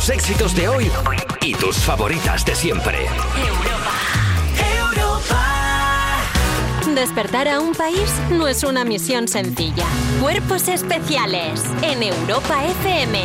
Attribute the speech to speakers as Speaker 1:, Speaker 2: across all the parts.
Speaker 1: favoritos de hoy y tus favoritas de siempre.
Speaker 2: Despertar a un país no es una misión sencilla. Cuerpos especiales en Europa FM.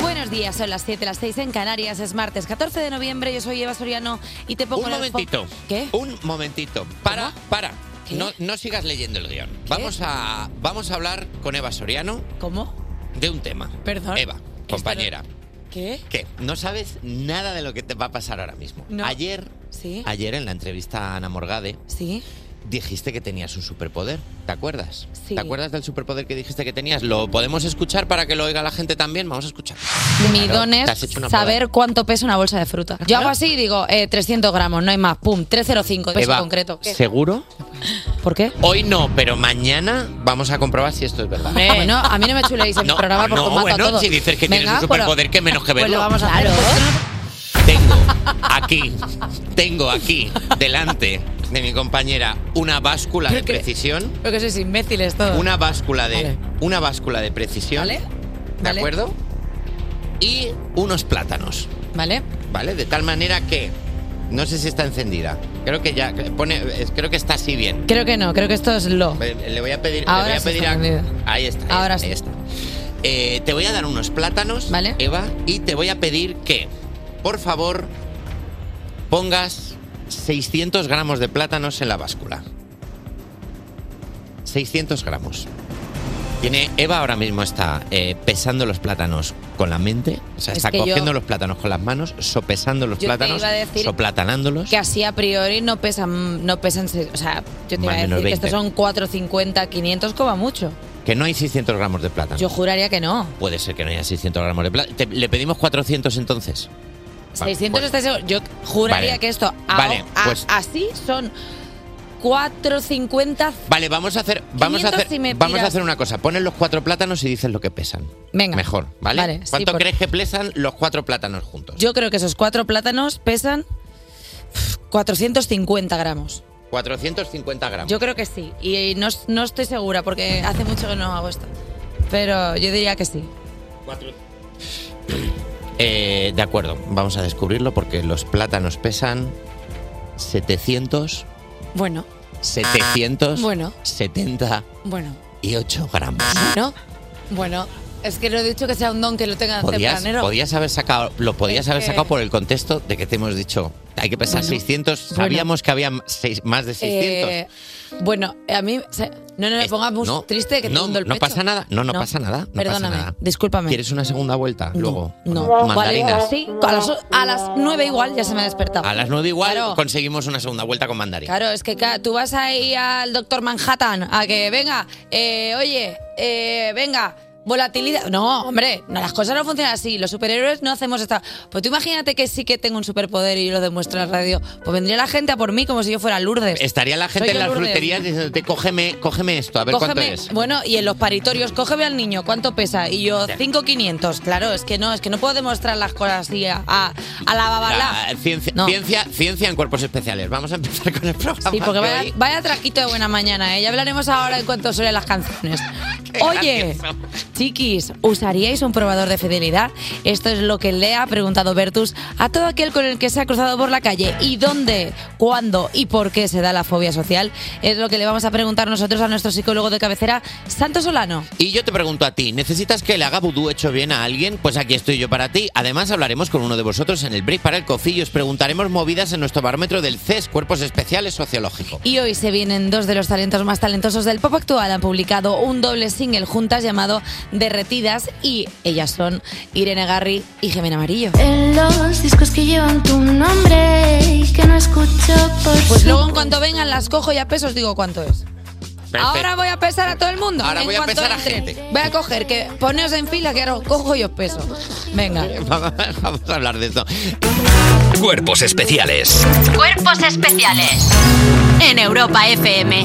Speaker 3: Buenos días, son las 7, las 6 en Canarias, es martes 14 de noviembre, yo soy Eva Soriano y te pongo
Speaker 4: Un
Speaker 3: las fo-
Speaker 4: momentito.
Speaker 3: ¿Qué?
Speaker 4: Un momentito. Para, para. No, no sigas leyendo el guión. Vamos a, vamos a hablar con Eva Soriano.
Speaker 3: ¿Cómo?
Speaker 4: De un tema.
Speaker 3: Perdón.
Speaker 4: Eva, compañera.
Speaker 3: ¿Qué?
Speaker 4: ¿Qué? No sabes nada de lo que te va a pasar ahora mismo.
Speaker 3: No.
Speaker 4: Ayer,
Speaker 3: ¿Sí?
Speaker 4: ayer en la entrevista a Ana Morgade,
Speaker 3: ¿Sí?
Speaker 4: dijiste que tenías un superpoder. ¿Te acuerdas?
Speaker 3: Sí.
Speaker 4: ¿Te acuerdas del superpoder que dijiste que tenías? ¿Lo podemos escuchar para que lo oiga la gente también? Vamos a escuchar.
Speaker 3: Mi
Speaker 4: Claro,
Speaker 3: don
Speaker 4: te
Speaker 3: es
Speaker 4: has hecho una
Speaker 3: saber cuánto pesa una bolsa de fruta. Yo hago así y digo, eh, 300 gramos, no hay más, pum, 305, peso
Speaker 4: Eva,
Speaker 3: concreto. ¿Qué?
Speaker 4: ¿Seguro?
Speaker 3: ¿Por qué?
Speaker 4: Hoy no, pero mañana vamos a comprobar si esto es verdad.
Speaker 3: Hombre, bueno, a mí no me chuleéis el
Speaker 4: No,
Speaker 3: programa porque
Speaker 4: no,
Speaker 3: os mato a
Speaker 4: bueno,
Speaker 3: todos.
Speaker 4: si dices que
Speaker 3: Venga,
Speaker 4: tienes un
Speaker 3: pues lo-
Speaker 4: superpoder, que menos que
Speaker 3: Pues
Speaker 4: verlo.
Speaker 3: lo vamos a hacer.
Speaker 4: Tengo aquí, tengo aquí, delante de mi compañera, una báscula de precisión.
Speaker 3: Creo que sois imbéciles todos.
Speaker 4: Una báscula de. Una báscula de precisión.
Speaker 3: ¿Vale?
Speaker 4: ¿De acuerdo? Y unos plátanos.
Speaker 3: ¿Vale?
Speaker 4: ¿Vale? De tal manera que. No sé si está encendida. Creo que ya. Pone, es- creo que está así bien.
Speaker 3: Creo que no, creo que esto es lo.
Speaker 4: Eh, Le voy a pedir. le
Speaker 3: Ahora
Speaker 4: voy a
Speaker 3: sí
Speaker 4: pedir
Speaker 3: está
Speaker 4: a-
Speaker 3: encendida.
Speaker 4: Ahí está. ahí
Speaker 3: Ahora
Speaker 4: está,
Speaker 3: sí.
Speaker 4: ahí está. Eh, te voy a dar unos plátanos, Eva, y te voy a pedir que, por favor, pongas 600 gramos de plátanos en la báscula. 600 gramos. Tiene Eva ahora mismo está eh, pesando los plátanos con la mente, o sea,
Speaker 3: Es
Speaker 4: está
Speaker 3: que yo-
Speaker 4: cogiendo los plátanos con las manos, sopesando los
Speaker 3: Yo te
Speaker 4: plátanos,
Speaker 3: iba a decir
Speaker 4: soplatanándolos.
Speaker 3: Que así a priori no pesan, no pesan, se- o sea, yo te iba
Speaker 4: Más
Speaker 3: a
Speaker 4: o
Speaker 3: decir
Speaker 4: menos
Speaker 3: que estos
Speaker 4: 20.
Speaker 3: son 450, 500 como mucho.
Speaker 4: Que no hay 600 gramos de plátano.
Speaker 3: Yo juraría que no.
Speaker 4: Puede ser que no haya 600 gramos de plata. Te- ¿Le pedimos 400 entonces? Vale,
Speaker 3: 600
Speaker 4: pues-
Speaker 3: estáis seguros. Yo juraría
Speaker 4: Vale.
Speaker 3: que esto a-
Speaker 4: Vale,
Speaker 3: a-
Speaker 4: pues-
Speaker 3: así son 450.
Speaker 4: Vale, vamos a hacer, vamos a
Speaker 3: 500
Speaker 4: hacer,
Speaker 3: si me
Speaker 4: vamos a
Speaker 3: tiras.
Speaker 4: hacer una cosa. Pones los cuatro plátanos y dices lo que pesan.
Speaker 3: Venga.
Speaker 4: Mejor, ¿vale?
Speaker 3: Vale, sí,
Speaker 4: ¿Cuánto
Speaker 3: por-
Speaker 4: crees que pesan los cuatro plátanos juntos?
Speaker 3: Yo creo que esos cuatro plátanos pesan uf, 450 gramos.
Speaker 4: 450 gramos.
Speaker 3: Yo creo que sí. Y no, no estoy segura porque hace mucho que no hago esto. Pero yo diría que sí.
Speaker 4: Eh, de acuerdo, vamos a descubrirlo porque los plátanos pesan 700,
Speaker 3: Bueno,
Speaker 4: 700,
Speaker 3: Bueno. Ah,
Speaker 4: 70
Speaker 3: bueno,
Speaker 4: y 8 gramos.
Speaker 3: bueno, bueno. Es que no he dicho que sea un don que lo tengan
Speaker 4: Podías, podías haber sacado, lo podías
Speaker 3: Es
Speaker 4: haber
Speaker 3: que-
Speaker 4: sacado por el contexto de que te hemos dicho. Hay que pesar
Speaker 3: Bueno,
Speaker 4: 600. Sabíamos que había seis- más de 600.
Speaker 3: Eh, bueno, a mí. o sea, no, no me pongas muy
Speaker 4: no,
Speaker 3: triste que te
Speaker 4: no,
Speaker 3: hundo el
Speaker 4: no
Speaker 3: pecho.
Speaker 4: pasa nada. No, no pasa nada, no pasa
Speaker 3: Perdóname,
Speaker 4: nada.
Speaker 3: discúlpame.
Speaker 4: ¿Quieres una segunda vuelta? Luego.
Speaker 3: No, vale,
Speaker 4: Mandarinas.
Speaker 3: sí, a las, a las 9 igual ya se me ha despertado.
Speaker 4: A las 9 igual
Speaker 3: Claro.
Speaker 4: conseguimos una segunda vuelta con mandarinas.
Speaker 3: Claro, es que ca- tú vas ahí al doctor Manhattan a que venga, eh, oye, eh, venga, volatilidad. No, hombre, no, las cosas no funcionan así. Los superhéroes no hacemos esta. Pues tú imagínate que sí que tengo un superpoder y lo demuestro en la radio. Pues vendría la gente a por mí como si yo fuera Lourdes.
Speaker 4: Estaría la gente
Speaker 3: Soy
Speaker 4: en
Speaker 3: yo,
Speaker 4: las
Speaker 3: Lourdes.
Speaker 4: fruterías diciéndote, cógeme, cógeme esto, a ver
Speaker 3: Cógeme-
Speaker 4: cuánto es.
Speaker 3: Bueno, y en los paritorios, cógeme al niño, ¿cuánto pesa? Y yo,
Speaker 4: Ya.
Speaker 3: 5,500. Claro, es que no, es que no puedo demostrar las cosas así a, a, a la babalá.
Speaker 4: La eh, ciencia, ciencia, ciencia en cuerpos especiales. Vamos a empezar con el programa.
Speaker 3: Sí,
Speaker 4: de
Speaker 3: porque vaya,
Speaker 4: hoy.
Speaker 3: vaya traquito de buena mañana, ¿eh? Ya hablaremos ahora en cuanto suenen las canciones.
Speaker 4: Qué
Speaker 3: Oye,
Speaker 4: gracioso.
Speaker 3: chiquis, ¿usaríais un probador de fidelidad? Esto es lo que le ha preguntado Bertus a todo aquel con el que se ha cruzado por la calle. ¿Y dónde, cuándo y por qué se da la fobia social? Es lo que le vamos a preguntar nosotros a nuestro psicólogo de cabecera, Santo Solano.
Speaker 4: Y yo te pregunto a ti, ¿necesitas que le haga vudú hecho bien a alguien? Pues aquí estoy yo para ti. Además hablaremos con uno de vosotros en el break para el cofillo. Os preguntaremos movidas en nuestro barómetro del CES, Cuerpos Especiales Sociológico.
Speaker 3: Y hoy se vienen dos de los talentos más talentosos del pop actual. Han publicado un doble single juntas llamado Derretidas y ellas son Irene Garri y Gemena Amarillo.
Speaker 5: En los discos que llevan tu nombre y que no escucho por
Speaker 3: Pues
Speaker 5: su-
Speaker 3: luego en cuanto vengan las cojo y a pesos digo cuánto es.
Speaker 4: Perfecto.
Speaker 3: Ahora voy a pesar a todo el mundo.
Speaker 4: Ahora
Speaker 3: en
Speaker 4: voy a
Speaker 3: cuanto
Speaker 4: pesar a
Speaker 3: entren.
Speaker 4: gente.
Speaker 3: Voy a coger, que poneos en fila que ahora os cojo y os peso. Venga.
Speaker 4: Vamos a hablar de esto.
Speaker 1: Cuerpos especiales
Speaker 2: Cuerpos especiales en Europa FM.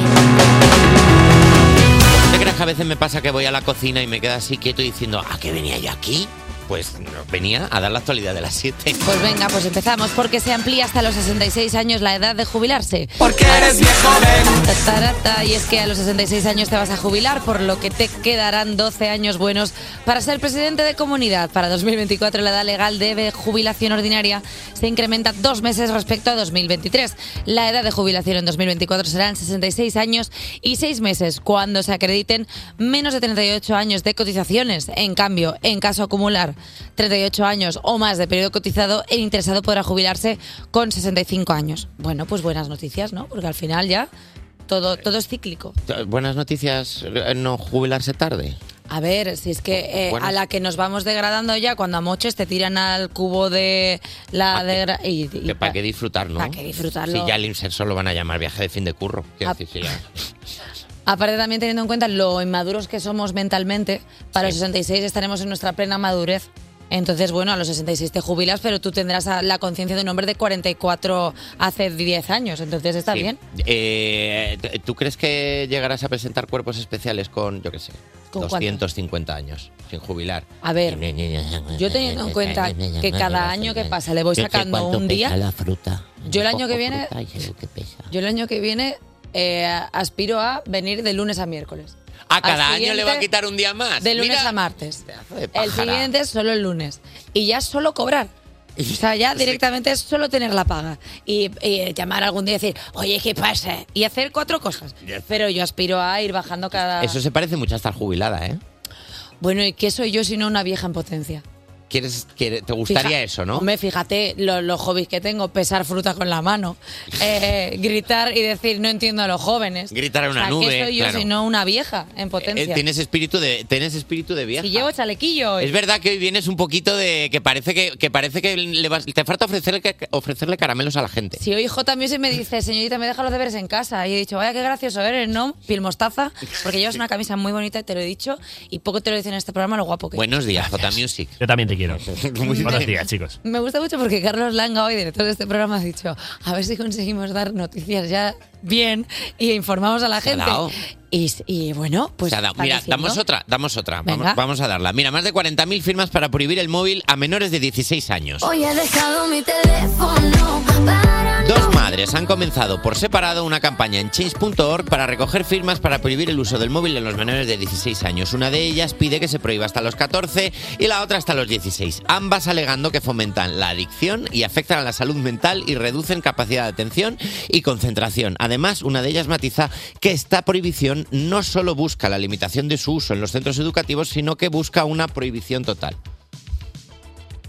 Speaker 4: ¿Te crees que a veces me pasa que voy a la cocina y me quedo así quieto diciendo, ¿a qué "Ah, venía yo aquí? pues nos venía a dar la actualidad de las 7.
Speaker 3: Pues venga, pues empezamos. Porque se amplía hasta los 66 años la edad de jubilarse.
Speaker 6: Porque eres viejo,
Speaker 3: Ta, ta, ta, Y es que a los 66 años te vas a jubilar, por lo que te quedarán 12 años buenos para ser presidente de comunidad. Para 2024 la edad legal de jubilación ordinaria se incrementa dos meses respecto a 2023. La edad de jubilación en 2024 serán 66 años y 6 meses cuando se acrediten menos de 38 años de cotizaciones. En cambio, en caso acumular 38 años o más de periodo cotizado, el interesado podrá jubilarse con 65 años. Bueno, pues buenas noticias, ¿no? Porque al final ya todo, todo es cíclico.
Speaker 4: Eh, Buenas noticias, eh, no jubilarse tarde.
Speaker 3: A ver, si es que eh,
Speaker 4: Bueno.
Speaker 3: a la que nos vamos degradando ya, cuando a moches te tiran al cubo de la degra- y- y
Speaker 4: Que para qué disfrutar, ¿no?
Speaker 3: pa' qué disfrutarlo.
Speaker 4: Si ya el IMSS solo van a llamar viaje de fin de curro. Quiero
Speaker 3: Ah.
Speaker 4: decir, si ya-
Speaker 3: Aparte también teniendo en cuenta lo inmaduros que somos mentalmente, para los 66 estaremos en nuestra plena madurez. Entonces, bueno, a los 66 te jubilas, pero tú tendrás a- la conciencia de un hombre de 44 hace 10 años. Entonces está
Speaker 4: Sí.
Speaker 3: bien.
Speaker 4: Eh, t- ¿Tú crees que llegarás a presentar cuerpos especiales con, yo qué sé,
Speaker 3: ¿Con cuánto?
Speaker 4: 250 años, sin jubilar?
Speaker 3: A ver, yo teniendo en cuenta que cada año que pasa le voy
Speaker 4: Yo sé
Speaker 3: sacando
Speaker 4: cuánto
Speaker 3: un
Speaker 4: pesa
Speaker 3: día,
Speaker 4: la fruta.
Speaker 3: yo el
Speaker 4: Yo
Speaker 3: año que
Speaker 4: cojo
Speaker 3: viene,
Speaker 4: fruta y sé lo que pesa.
Speaker 3: yo el año que viene eh, aspiro a venir de lunes a miércoles.
Speaker 4: A Ah, cada año
Speaker 3: Al
Speaker 4: le
Speaker 3: siguiente,
Speaker 4: va a quitar un día más.
Speaker 3: De lunes
Speaker 4: Mira,
Speaker 3: a martes.
Speaker 4: de
Speaker 3: El
Speaker 4: pájara.
Speaker 3: siguiente es solo el lunes. Y ya solo cobrar. O sea, ya directamente es solo tener la paga. Y, y llamar algún día y decir, oye, ¿qué pasa? Y hacer cuatro cosas. Pero yo aspiro a ir bajando cada...
Speaker 4: Eso se parece mucho a estar jubilada, ¿eh?
Speaker 3: Bueno, ¿y qué soy yo si no una vieja en potencia?
Speaker 4: ¿Quieres, quiere- te gustaría
Speaker 3: Fija-
Speaker 4: eso, ¿no?
Speaker 3: Hombre, fíjate lo- los hobbies que tengo. Pesar fruta con la mano. eh, gritar y decir, no entiendo a los jóvenes.
Speaker 4: Gritar a
Speaker 3: O
Speaker 4: una
Speaker 3: sea,
Speaker 4: nube.
Speaker 3: ¿Qué soy yo
Speaker 4: claro.
Speaker 3: si no una vieja en
Speaker 4: Eh,
Speaker 3: potencia?
Speaker 4: tienes espíritu de tienes espíritu de vieja.
Speaker 3: Y llevo chalequillo. hoy.
Speaker 4: Es verdad que hoy vienes un poquito de que parece que, que parece que le vas- te falta ofrecerle ca- ofrecerle caramelos a la gente.
Speaker 3: Si hoy J también se me dice, señorita, me deja los deberes en casa. Y he dicho, vaya, qué gracioso eres, ¿no? Piel mostaza. Porque llevas una camisa muy bonita, te lo he dicho. Y poco te lo dicen en este programa, lo guapo que
Speaker 4: Buenos días, J Music.
Speaker 7: Yo también te quiero.
Speaker 4: Muy
Speaker 7: Buenos
Speaker 4: bien.
Speaker 7: días, chicos.
Speaker 3: Me gusta mucho porque Carlos Langa hoy, director de este programa, ha dicho, a ver si conseguimos dar noticias ya bien y informamos a la
Speaker 4: Se ha
Speaker 3: gente.
Speaker 4: dado.
Speaker 3: Y, y bueno, pues...
Speaker 4: oh. Se ha dado.
Speaker 3: está
Speaker 4: Mira,
Speaker 3: diciendo-
Speaker 4: damos otra, damos otra.
Speaker 3: Venga.
Speaker 4: Vamos, vamos a darla. Mira, más de 40.000 firmas para prohibir el móvil a menores de 16 años.
Speaker 5: Hoy he dejado mi teléfono para
Speaker 4: Dos madres han comenzado por separado una campaña en change.org para recoger firmas para prohibir el uso del móvil en los menores de 16 años. Una de ellas pide que se prohíba hasta los 14 y la otra hasta los 16, ambas alegando que fomentan la adicción y afectan a la salud mental y reducen capacidad de atención y concentración. Además, una de ellas matiza que esta prohibición no solo busca la limitación de su uso en los centros educativos, sino que busca una prohibición total.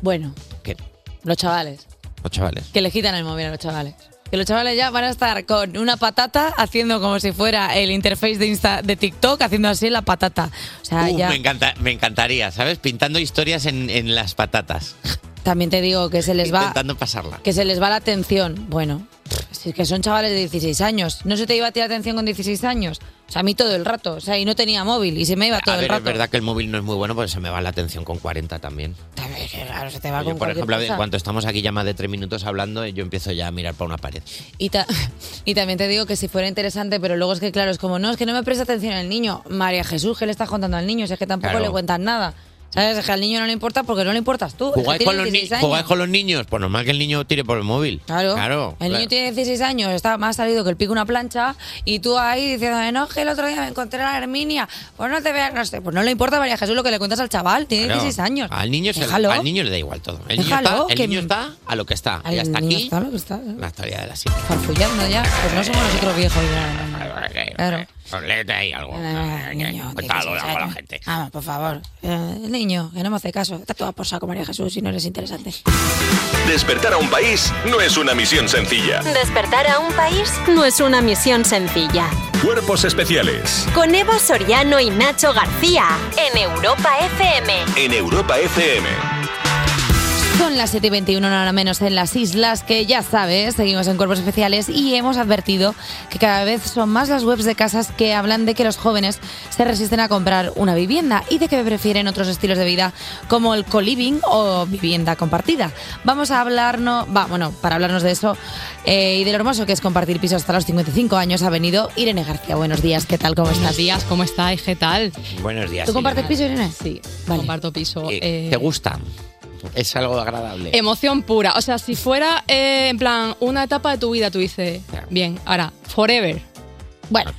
Speaker 3: Bueno,
Speaker 4: ¿Qué?
Speaker 3: los chavales.
Speaker 4: Los Oh, chavales.
Speaker 3: Que le quitan el móvil a los chavales. Que los chavales ya van a estar con una patata haciendo como si fuera el interface de, Insta, de TikTok, haciendo así la patata. O
Speaker 4: Uh,
Speaker 3: sea, Ah, ya.
Speaker 4: me, encanta, me encantaría, ¿sabes? Pintando historias en, en las patatas.
Speaker 3: También te digo que se les va
Speaker 4: Intentando pasarla.
Speaker 3: que se les va la atención. Bueno, si es que son chavales de 16 años. ¿No se te iba a tirar atención con 16 años? O sea, a mí todo el rato. O sea, y no tenía móvil y se me iba todo
Speaker 4: A
Speaker 3: el
Speaker 4: ver,
Speaker 3: rato.
Speaker 4: es verdad que el móvil no es muy bueno porque se me va la atención con 40 también.
Speaker 3: A ver, qué raro, se te va
Speaker 4: Yo,
Speaker 3: Ah, con
Speaker 4: por
Speaker 3: cualquier
Speaker 4: ejemplo, en
Speaker 3: cosa.
Speaker 4: cuanto estamos aquí ya más de tres minutos hablando, eh, yo empiezo ya a mirar para una pared.
Speaker 3: Y, ta- y también te digo que si fuera interesante, pero luego es que, claro, es como, no, es que no me presta atención el niño. María Jesús, ¿qué le estás contando al niño? Si es que tampoco
Speaker 4: Claro.
Speaker 3: le cuentas nada. ¿Sabes? Es que al niño no le importa porque no le importas tú. Es que
Speaker 4: ¿Jugáis
Speaker 3: tiene
Speaker 4: con, los ni-
Speaker 3: 16 años.
Speaker 4: jugáis con los niños? Pues normal que el niño tire por el móvil.
Speaker 3: Claro.
Speaker 4: Claro.
Speaker 3: El
Speaker 4: claro.
Speaker 3: niño tiene 16 años, está más salido que el pico una plancha, y tú ahí diciendo, no, es que el otro día me encontré a la Herminia, pues no te veas, no sé, pues no le importa, María Jesús, lo que le cuentas al chaval, tiene
Speaker 4: Claro. Ah,
Speaker 3: 16 años.
Speaker 4: Al niño, se-
Speaker 3: Déjalo.
Speaker 4: al niño le da igual todo. El, niño
Speaker 3: Déjalo,
Speaker 4: está, el
Speaker 3: que-
Speaker 4: niño está a lo que ah, está.
Speaker 3: Al
Speaker 4: y hasta
Speaker 3: niño
Speaker 4: aquí,
Speaker 3: está lo que está, ¿eh?
Speaker 4: la historia de la siete.
Speaker 3: farfullando ya, pues no somos nosotros viejos ya. no, no, no. Claro.
Speaker 4: Pues léete ahí algo.
Speaker 3: Ah, niño,
Speaker 4: eh, Cuéntalo
Speaker 3: 16
Speaker 4: algo a la
Speaker 3: años.
Speaker 4: gente.
Speaker 3: Vamos, por favor. Eh, el niño, que no me hace caso. Está toda por saco, María Jesús, si no eres interesante.
Speaker 8: Despertar a un país no es una misión sencilla.
Speaker 2: Despertar a un país no es una misión sencilla.
Speaker 8: Cuerpos especiales
Speaker 2: Con Eva Soriano y Nacho García en Europa FM.
Speaker 8: en Europa FM.
Speaker 3: Son las 7 y 21, una hora menos en las islas, que ya sabes, seguimos en cuerpos especiales y hemos advertido que cada vez son más las webs de casas que hablan de que los jóvenes se resisten a comprar una vivienda y de que prefieren otros estilos de vida como el co-living o vivienda compartida. Vamos a hablarnos, va, bueno, para hablarnos de eso eh, y de lo hermoso que es compartir piso hasta los 55 años ha venido Irene García. Buenos días, ¿qué tal? ¿Cómo estás?
Speaker 6: Buenos días, ¿cómo estáis? ¿Qué tal?
Speaker 4: Buenos días.
Speaker 3: ¿Tú compartes
Speaker 4: Irene.
Speaker 3: piso, Irene?
Speaker 6: Sí, comparto piso. eh,
Speaker 4: ¿Te gusta? Es algo agradable.
Speaker 6: Emoción pura. O sea, si fuera eh, en plan una etapa de tu vida, tú dices, bien, ahora, forever.
Speaker 3: Bueno,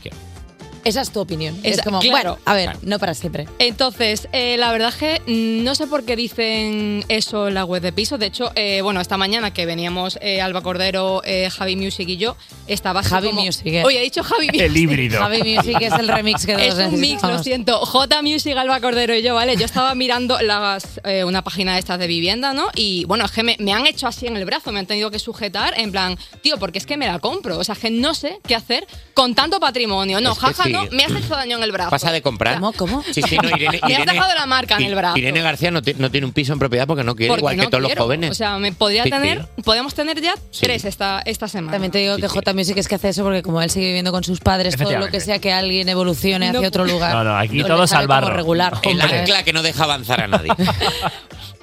Speaker 3: esa es tu opinión. Es,
Speaker 6: Esa-
Speaker 3: como,
Speaker 6: claro.
Speaker 3: bueno, a ver, no para siempre.
Speaker 6: Entonces, eh, la verdad es que mm, no sé por qué dicen eso en la web de piso. De hecho, eh, bueno, esta mañana que veníamos eh, Alba Cordero, eh, Javi Music y yo, estaba así
Speaker 3: Javi
Speaker 6: como-
Speaker 3: Music, eh.
Speaker 6: Oye, he dicho Javi Music.
Speaker 7: El híbrido.
Speaker 3: Javi Music es el remix que
Speaker 6: Es
Speaker 3: todos
Speaker 6: un mix, lo
Speaker 3: necesitamos.
Speaker 6: siento. J Music, Alba Cordero y yo, ¿vale? Yo estaba mirando las, eh, una página de estas de vivienda, ¿no? Y bueno, es que me, me han hecho así en el brazo, me han tenido que sujetar en plan, tío, porque es que me la compro. O sea, es que no sé qué hacer con tanto patrimonio. No,
Speaker 4: Es que
Speaker 6: jaja,
Speaker 4: sí.
Speaker 6: no, me has hecho daño en el brazo.
Speaker 4: ¿Pasa de comprar?
Speaker 3: ¿Cómo? ¿Cómo?
Speaker 4: Sí, sí, no, Irene,
Speaker 6: Me has
Speaker 4: Irene-
Speaker 6: dejado la marca en
Speaker 4: I-
Speaker 6: el brazo.
Speaker 4: Irene García no, ti- no tiene un piso en propiedad porque no quiere,
Speaker 6: Porque
Speaker 4: igual
Speaker 6: no
Speaker 4: que todos
Speaker 6: quiero.
Speaker 4: los jóvenes.
Speaker 6: O sea, me podría
Speaker 4: Sí, sí.
Speaker 6: tener, podemos tener ya tres esta, esta semana.
Speaker 3: También te digo que J Music es que hace eso porque como él sigue viviendo con sus padres, todo lo que
Speaker 4: Efectivamente.
Speaker 3: sea que alguien evolucione
Speaker 6: No
Speaker 3: hacia otro
Speaker 6: puede-
Speaker 3: lugar.
Speaker 4: No, no, aquí
Speaker 3: le
Speaker 4: todos
Speaker 3: sale
Speaker 4: al
Speaker 3: como
Speaker 4: barro.
Speaker 3: regular.
Speaker 4: el
Speaker 3: Hombre.
Speaker 4: ancla que no deja avanzar a nadie.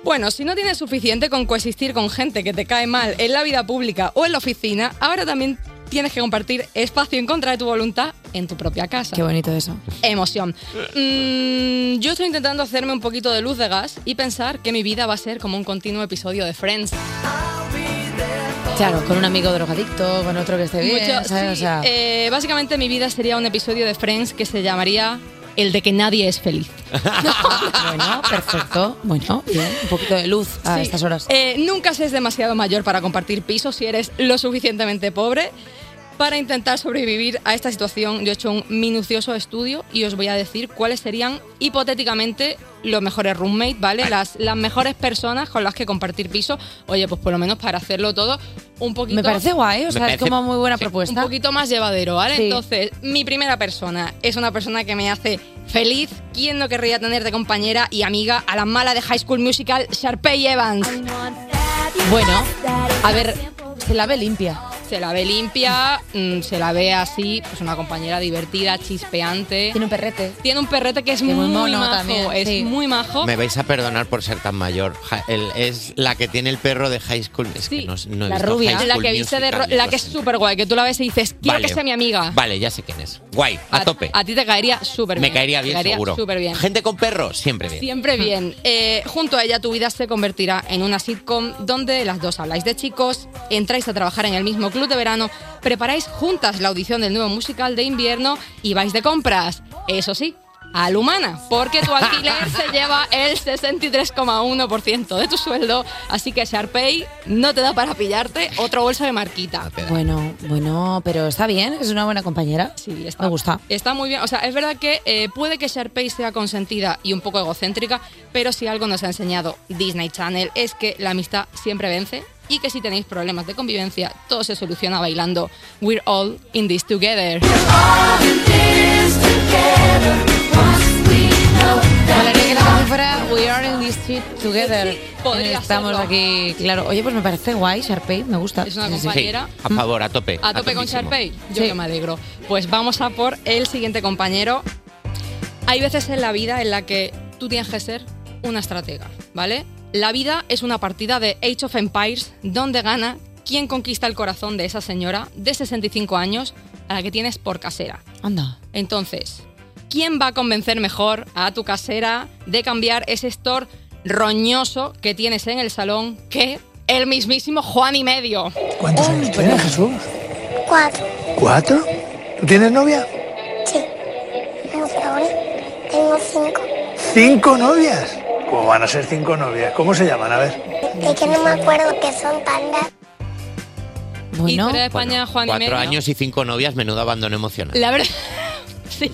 Speaker 6: Bueno, si no tienes suficiente con coexistir con gente que te cae mal en la vida pública o en la oficina, ahora también tienes que compartir espacio en contra de tu voluntad en tu propia casa.
Speaker 3: Qué bonito eso.
Speaker 6: Emoción. Mm, yo estoy intentando hacerme un poquito de luz de gas y pensar que mi vida va a ser como un continuo episodio de Friends.
Speaker 3: Claro, con un amigo drogadicto, con otro que esté bien,
Speaker 6: Mucho-
Speaker 3: ¿sabes? O
Speaker 6: sí,
Speaker 3: sea,
Speaker 6: eh, básicamente mi vida sería un episodio de Friends que se llamaría El de que nadie es feliz.
Speaker 3: bueno, perfecto. Bueno, bien, un poquito de luz a
Speaker 6: Sí.
Speaker 3: estas horas.
Speaker 6: Eh, nunca seas demasiado mayor para compartir piso si eres lo suficientemente pobre. Para intentar sobrevivir a esta situación, yo he hecho un minucioso estudio y os voy a decir cuáles serían hipotéticamente los mejores roommates, ¿vale? Las, las mejores personas con las que compartir piso. Oye, pues por lo menos para hacerlo todo un poquito.
Speaker 3: Me parece guay, o
Speaker 4: Me
Speaker 3: sea, es
Speaker 4: parece-
Speaker 3: como muy buena
Speaker 4: sí.
Speaker 3: propuesta.
Speaker 6: Un poquito más llevadero, ¿vale?
Speaker 3: Sí.
Speaker 6: Entonces, mi primera persona es una persona que me hace feliz. ¿Quién no querría tener de compañera y amiga a la mala de High School Musical, Sharpay Evans?
Speaker 3: Bueno, a ver, se la ve limpia.
Speaker 6: Se la ve limpia, mm, se la ve así, pues una compañera divertida, chispeante.
Speaker 3: Tiene un perrete.
Speaker 6: Tiene un perrete que es
Speaker 3: Que muy
Speaker 6: muy,
Speaker 3: mono
Speaker 6: majo,
Speaker 3: también,
Speaker 6: es
Speaker 3: sí.
Speaker 6: muy majo.
Speaker 4: Me vais a perdonar por ser tan mayor. Ja- el- es la que tiene el perro de High School. Es que
Speaker 6: Sí.
Speaker 4: no, no he
Speaker 3: La
Speaker 4: visto
Speaker 3: rubia.
Speaker 4: High School
Speaker 6: La que viste de ro-
Speaker 4: Musical,
Speaker 6: la
Speaker 4: lo
Speaker 6: que es
Speaker 4: siento.
Speaker 6: súper guay, que tú la ves y dices, quiero
Speaker 4: Vale.
Speaker 6: que sea mi amiga.
Speaker 4: Vale, ya sé quién es. Guay, a tope.
Speaker 6: A ti te caería súper bien.
Speaker 4: Me caería
Speaker 6: te
Speaker 4: bien
Speaker 6: caería
Speaker 4: seguro.
Speaker 6: Súper bien.
Speaker 4: Gente con perro, siempre bien.
Speaker 6: Siempre bien. Eh, junto a ella tu vida se convertirá en una sitcom donde las dos habláis de chicos, entráis a trabajar en el mismo club de verano, preparáis juntas la audición del nuevo musical de invierno y vais de compras. Eso sí. Al humana, porque tu alquiler se lleva el 63,1% de tu sueldo, así que Sharpay no te da para pillarte otra bolsa de marquita.
Speaker 3: Bueno, bueno, pero está bien, es una buena compañera.
Speaker 6: Sí, está.
Speaker 3: Me gusta.
Speaker 6: Está muy bien. O sea, es verdad que eh, puede que Sharpay sea consentida y un poco egocéntrica, pero si algo nos ha enseñado Disney Channel es que la amistad siempre vence y que si tenéis problemas de convivencia, todo se soluciona bailando We're All in This Together.
Speaker 5: este
Speaker 3: Molaría que la canción fuera We Are in This Shit Together.
Speaker 6: Sí, sí, podría
Speaker 3: Estamos
Speaker 6: serlo.
Speaker 3: aquí, claro. Oye, pues me parece guay, Sharpay, me gusta.
Speaker 6: Es una
Speaker 3: Sí, sí, sí.
Speaker 4: Sí,
Speaker 6: compañera.
Speaker 4: a favor, a tope.
Speaker 6: A tope con
Speaker 4: topísimo.
Speaker 6: Sharpay. Yo
Speaker 3: Sí.
Speaker 6: que me alegro. Pues vamos a por el siguiente compañero. Hay veces en la vida en la que tú tienes que ser una estratega, ¿vale? La vida es una partida de Age of Empires donde gana quien conquista el corazón de esa señora de 65 años a la que tienes por casera.
Speaker 3: Anda.
Speaker 6: Entonces, ¿quién va a convencer mejor a tu casera de cambiar ese store roñoso que tienes en el salón que el mismísimo Juan y medio?
Speaker 5: Oh,
Speaker 9: ¿Cuántos años tienes, Jesús?
Speaker 10: Cuatro.
Speaker 9: ¿Cuatro? ¿Tú tienes novia?
Speaker 10: Sí. No, pero ahora tengo cinco.
Speaker 9: ¿Cinco novias? ¿Cómo van a ser cinco novias? ¿Cómo se llaman? A ver.
Speaker 10: Es que no me acuerdo que son pandas.
Speaker 6: y
Speaker 3: Bueno,
Speaker 6: fuera de España,
Speaker 4: Bueno,
Speaker 6: Juan y medio.
Speaker 4: cuatro años y cinco novias, menudo abandono emocional.
Speaker 6: La verdad. Sí.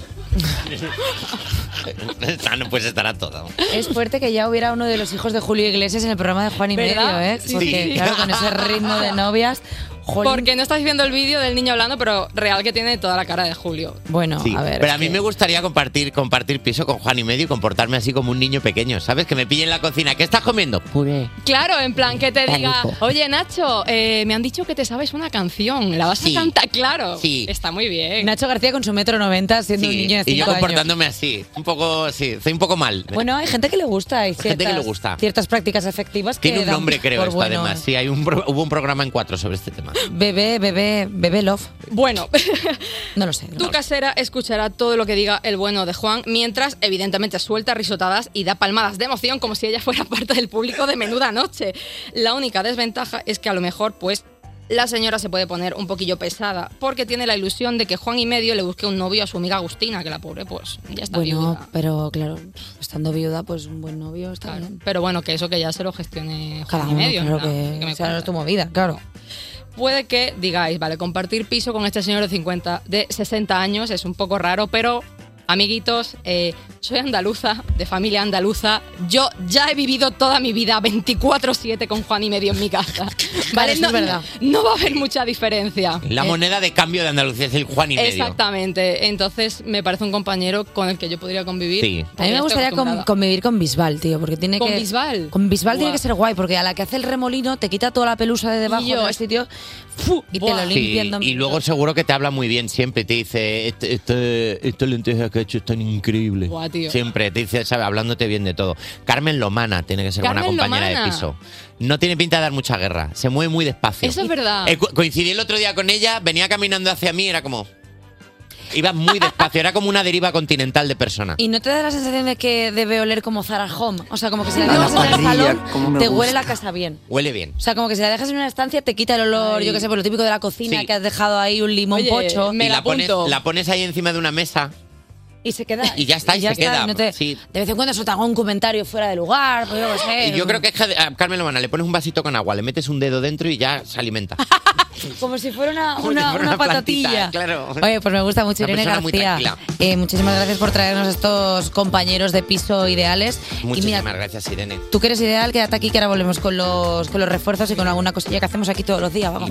Speaker 4: Ah, no, pues estará todo.
Speaker 3: es fuerte que ya hubiera uno de los hijos de Julio Iglesias en el programa de Juan y
Speaker 6: ¿Verdad?
Speaker 3: Medio, ¿eh?
Speaker 6: Sí,
Speaker 3: Porque,
Speaker 6: sí.
Speaker 3: claro, con ese ritmo de novias.
Speaker 6: Porque no estáis viendo el vídeo del niño hablando, pero real que tiene toda la cara de Julio.
Speaker 3: Bueno,
Speaker 4: Sí, pero a mí me gustaría compartir, compartir piso con Juan y medio y comportarme así como un niño pequeño, ¿sabes? Que me pille en la cocina. ¿Qué estás comiendo? Puré.
Speaker 6: Claro, en plan que te diga,
Speaker 4: Pánico.
Speaker 6: oye Nacho, eh, me han dicho que te sabes una canción, la vas
Speaker 4: Sí.
Speaker 6: a cantar, claro.
Speaker 4: Sí.
Speaker 6: Está muy bien.
Speaker 3: Nacho García con su metro noventa siendo un
Speaker 4: y yo
Speaker 3: niño de cinco años.
Speaker 4: comportándome así. Un poco, sí, soy un poco mal.
Speaker 3: Bueno, hay gente que le gusta. Hay ciertas,
Speaker 4: gente que le gusta.
Speaker 3: Ciertas prácticas efectivas que
Speaker 4: Tiene un
Speaker 3: dan
Speaker 4: nombre, creo,
Speaker 3: por
Speaker 4: esto
Speaker 3: bueno.
Speaker 4: además. Sí, hay un pro- hubo un programa en cuatro sobre este tema.
Speaker 3: Bebé, bebé, bebé love.
Speaker 6: Bueno.
Speaker 3: no lo sé.
Speaker 6: Tu casera escuchará todo lo que diga el bueno de Juan, mientras evidentemente suelta risotadas y da palmadas de emoción como si ella fuera parte del público de menuda noche. La única desventaja es que a lo mejor pues la señora se puede poner un poquillo pesada porque tiene la ilusión de que Juan y medio le busque un novio a su amiga Agustina, que la pobre pues ya está
Speaker 3: bueno,
Speaker 6: viuda.
Speaker 3: pero claro, estando viuda, pues un buen novio está bien.
Speaker 6: Pero bueno, que eso que ya se lo gestione
Speaker 3: Cada
Speaker 6: Juan y
Speaker 3: uno,
Speaker 6: medio. ¿no?
Speaker 3: claro que,
Speaker 6: Que me
Speaker 3: o sea, no es tu movida, claro.
Speaker 6: puede que digáis, vale, compartir piso con este señor de 50, de 60 años es un poco raro, pero amiguitos, eh, soy andaluza, de familia andaluza. Yo ya he vivido toda mi vida 24/7 con Juan y medio en mi casa.
Speaker 3: Vale,
Speaker 6: Vale,
Speaker 3: eso
Speaker 6: no,
Speaker 3: es verdad.
Speaker 6: no- no va a haber mucha diferencia.
Speaker 4: La
Speaker 6: Eh,
Speaker 4: moneda de cambio de Andalucía es el Juan y medio.
Speaker 6: Exactamente, entonces me parece un compañero con el que yo podría convivir.
Speaker 4: Sí.
Speaker 3: A mí me gustaría con- convivir con Bisbal, tío, porque tiene
Speaker 6: ¿Con
Speaker 3: que.
Speaker 6: Bisbal?
Speaker 3: Con Bisbal tiene
Speaker 6: Buah.
Speaker 3: que ser guay, porque a la que hace el remolino te quita toda la pelusa de debajo
Speaker 6: Yo-
Speaker 3: del sitio ¡fu! y te lo
Speaker 4: Sí,
Speaker 3: limpia en dos
Speaker 4: y luego seguro que te habla muy bien siempre, te dice, "Este- este- esta lenteja que ha hecho es tan increíble.
Speaker 6: Buah, tío.
Speaker 4: Siempre te dice, sabe, hablándote bien de todo. Carmen Lomana tiene que ser buena
Speaker 6: Carmen
Speaker 4: compañera de
Speaker 6: Lomana.
Speaker 4: piso. No tiene pinta de dar mucha guerra, se mueve muy despacio.
Speaker 6: Eso es verdad.
Speaker 4: Eh, co- coincidí el otro día con ella, venía caminando hacia mí, era como... Iba muy despacio, era como una deriva continental de persona.
Speaker 3: ¿Y no te da la sensación de que debe oler como Zara Home? O sea, como que si la dejas en el
Speaker 4: cómo me
Speaker 3: salón, te
Speaker 4: gusta.
Speaker 3: huele la casa bien.
Speaker 4: Huele bien.
Speaker 3: O sea, como que si la dejas en una estancia, te quita el olor, yo qué sé, por lo típico de la cocina,
Speaker 4: Sí.
Speaker 3: que has dejado ahí un limón pocho.
Speaker 4: y la pones, la pones ahí encima de una mesa
Speaker 3: Y se queda.
Speaker 4: y ya está, y,
Speaker 3: ya
Speaker 4: se
Speaker 3: está,
Speaker 4: queda.
Speaker 3: no te-
Speaker 4: Sí.
Speaker 3: De vez en cuando se te haga un comentario fuera de lugar, pues yo qué sé.
Speaker 4: Y yo creo que es que a Carmen Lomana le pones un vasito con agua, le metes un dedo dentro y ya se alimenta.
Speaker 3: Como si fuera una,
Speaker 4: Como si
Speaker 3: una-
Speaker 4: fuera
Speaker 3: una
Speaker 4: una plantita,
Speaker 3: patatilla.
Speaker 4: claro.
Speaker 3: Oye, pues me gusta mucho
Speaker 4: Una
Speaker 3: Irene
Speaker 4: persona muy
Speaker 3: García.
Speaker 4: tranquila.
Speaker 3: Eh, muchísimas gracias por traernos estos compañeros de piso ideales. y
Speaker 4: Muchísimas
Speaker 3: mira,
Speaker 4: gracias, Irene.
Speaker 3: tú que eres ideal, quédate aquí que ahora volvemos con los, con los refuerzos y con alguna cosilla que hacemos aquí todos los días. Vamos.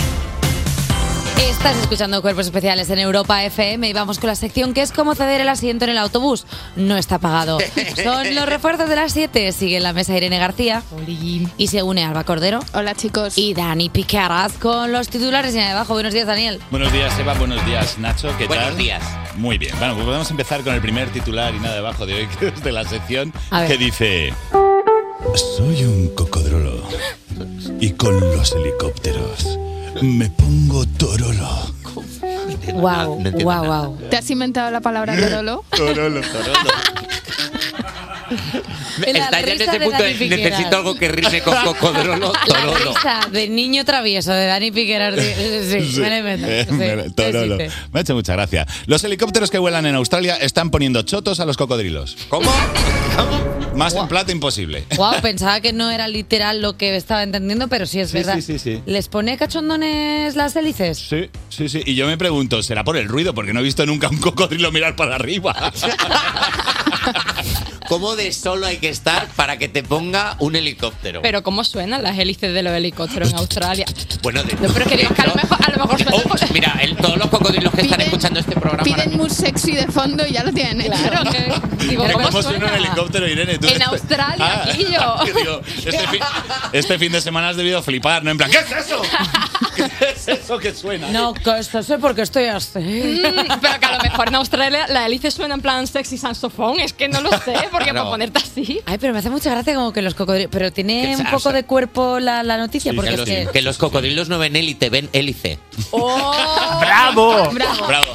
Speaker 3: Estás escuchando Cuerpos Especiales en Europa FM y vamos con la sección que es cómo ceder el asiento en el autobús. No está pagado. Son los refuerzos de las 7. Sigue en la mesa Irene García. Y se une Alba Cordero.
Speaker 1: Hola, chicos.
Speaker 3: Y Dani Piqueras con los titulares y abajo. Buenos días, Daniel.
Speaker 11: Buenos días, Eva. Buenos días, Nacho. ¿Qué
Speaker 4: Buenos
Speaker 11: tal?
Speaker 4: días.
Speaker 11: Muy bien. Bueno, pues podemos empezar con el primer titular y nada debajo de hoy, que es de la sección,
Speaker 12: A ver.
Speaker 11: que dice... Soy un cocodrolo y con los helicópteros me pongo torolo.
Speaker 3: Wow,
Speaker 11: No entiendo
Speaker 3: wow,
Speaker 11: nada.
Speaker 3: wow.
Speaker 1: ¿Te has inventado la palabra
Speaker 6: Mm.
Speaker 1: torolo?
Speaker 11: Torolo.
Speaker 3: La
Speaker 4: Está ya en
Speaker 3: risa
Speaker 4: este
Speaker 3: de
Speaker 4: punto de
Speaker 3: Dani Piqueras.
Speaker 4: necesito algo que rime con cocodrolo,
Speaker 3: La
Speaker 4: torolo.
Speaker 3: risa de niño travieso de Dani Piqueras. Sí, sí, sí, me la invento,
Speaker 11: Eh,
Speaker 3: sí.
Speaker 11: me- torolo.
Speaker 3: existe.
Speaker 11: Me ha hecho mucha gracia. Los helicópteros que vuelan en Australia están poniendo chotos a los cocodrilos. ¿Cómo? Más en plata imposible.
Speaker 3: Wow, pensaba que no era literal lo que estaba entendiendo, pero sí es
Speaker 11: Sí,
Speaker 3: verdad.
Speaker 11: sí, sí, sí.
Speaker 3: ¿Les pone cachondones las hélices?
Speaker 11: Sí, sí, sí. Y yo me pregunto, ¿será por el ruido? Porque no he visto nunca un cocodrilo mirar para arriba.
Speaker 4: ¿Cómo de solo hay que estar para que te ponga un helicóptero?
Speaker 6: Pero cómo suenan las hélices de los helicópteros en Australia.
Speaker 4: bueno, de-
Speaker 6: Pero que digo que a lo mejor, a lo mejor suena-
Speaker 4: Oh, mira, el- todos los cocodrilos que están escuchando este programa.
Speaker 1: Piden muy sexy de fondo y ya lo tienen.
Speaker 6: Claro, que, digo,
Speaker 11: Mira
Speaker 6: ¿cómo
Speaker 11: cómo suena
Speaker 6: suena?
Speaker 11: un helicóptero, Irene. tú
Speaker 4: pues,
Speaker 6: En
Speaker 11: este-
Speaker 6: Australia,
Speaker 11: Ah,
Speaker 6: Guillo.
Speaker 11: digo, este, fin, este fin de semana has debido flipar, ¿no? En plan, ¿qué es eso? ¿Qué es eso que suena?
Speaker 3: No, que esto sé porque estoy así.
Speaker 6: Mm, pero que a lo mejor en Australia la hélice suena en plan sexy saxofón. Es que no lo sé, porque
Speaker 3: Claro.
Speaker 6: para ponerte así.
Speaker 3: Ay, pero me hace mucha gracia como que los cocodrilos. Pero tiene
Speaker 4: Que
Speaker 3: un
Speaker 4: sa-
Speaker 3: poco de cuerpo la, la noticia, porque
Speaker 4: que,
Speaker 3: es
Speaker 4: los,
Speaker 3: que.
Speaker 4: que los cocodrilos no ven élite, ven hélice.
Speaker 11: ¡Bravo!
Speaker 3: ¡Oh! Bravo.
Speaker 11: ¡Bravo!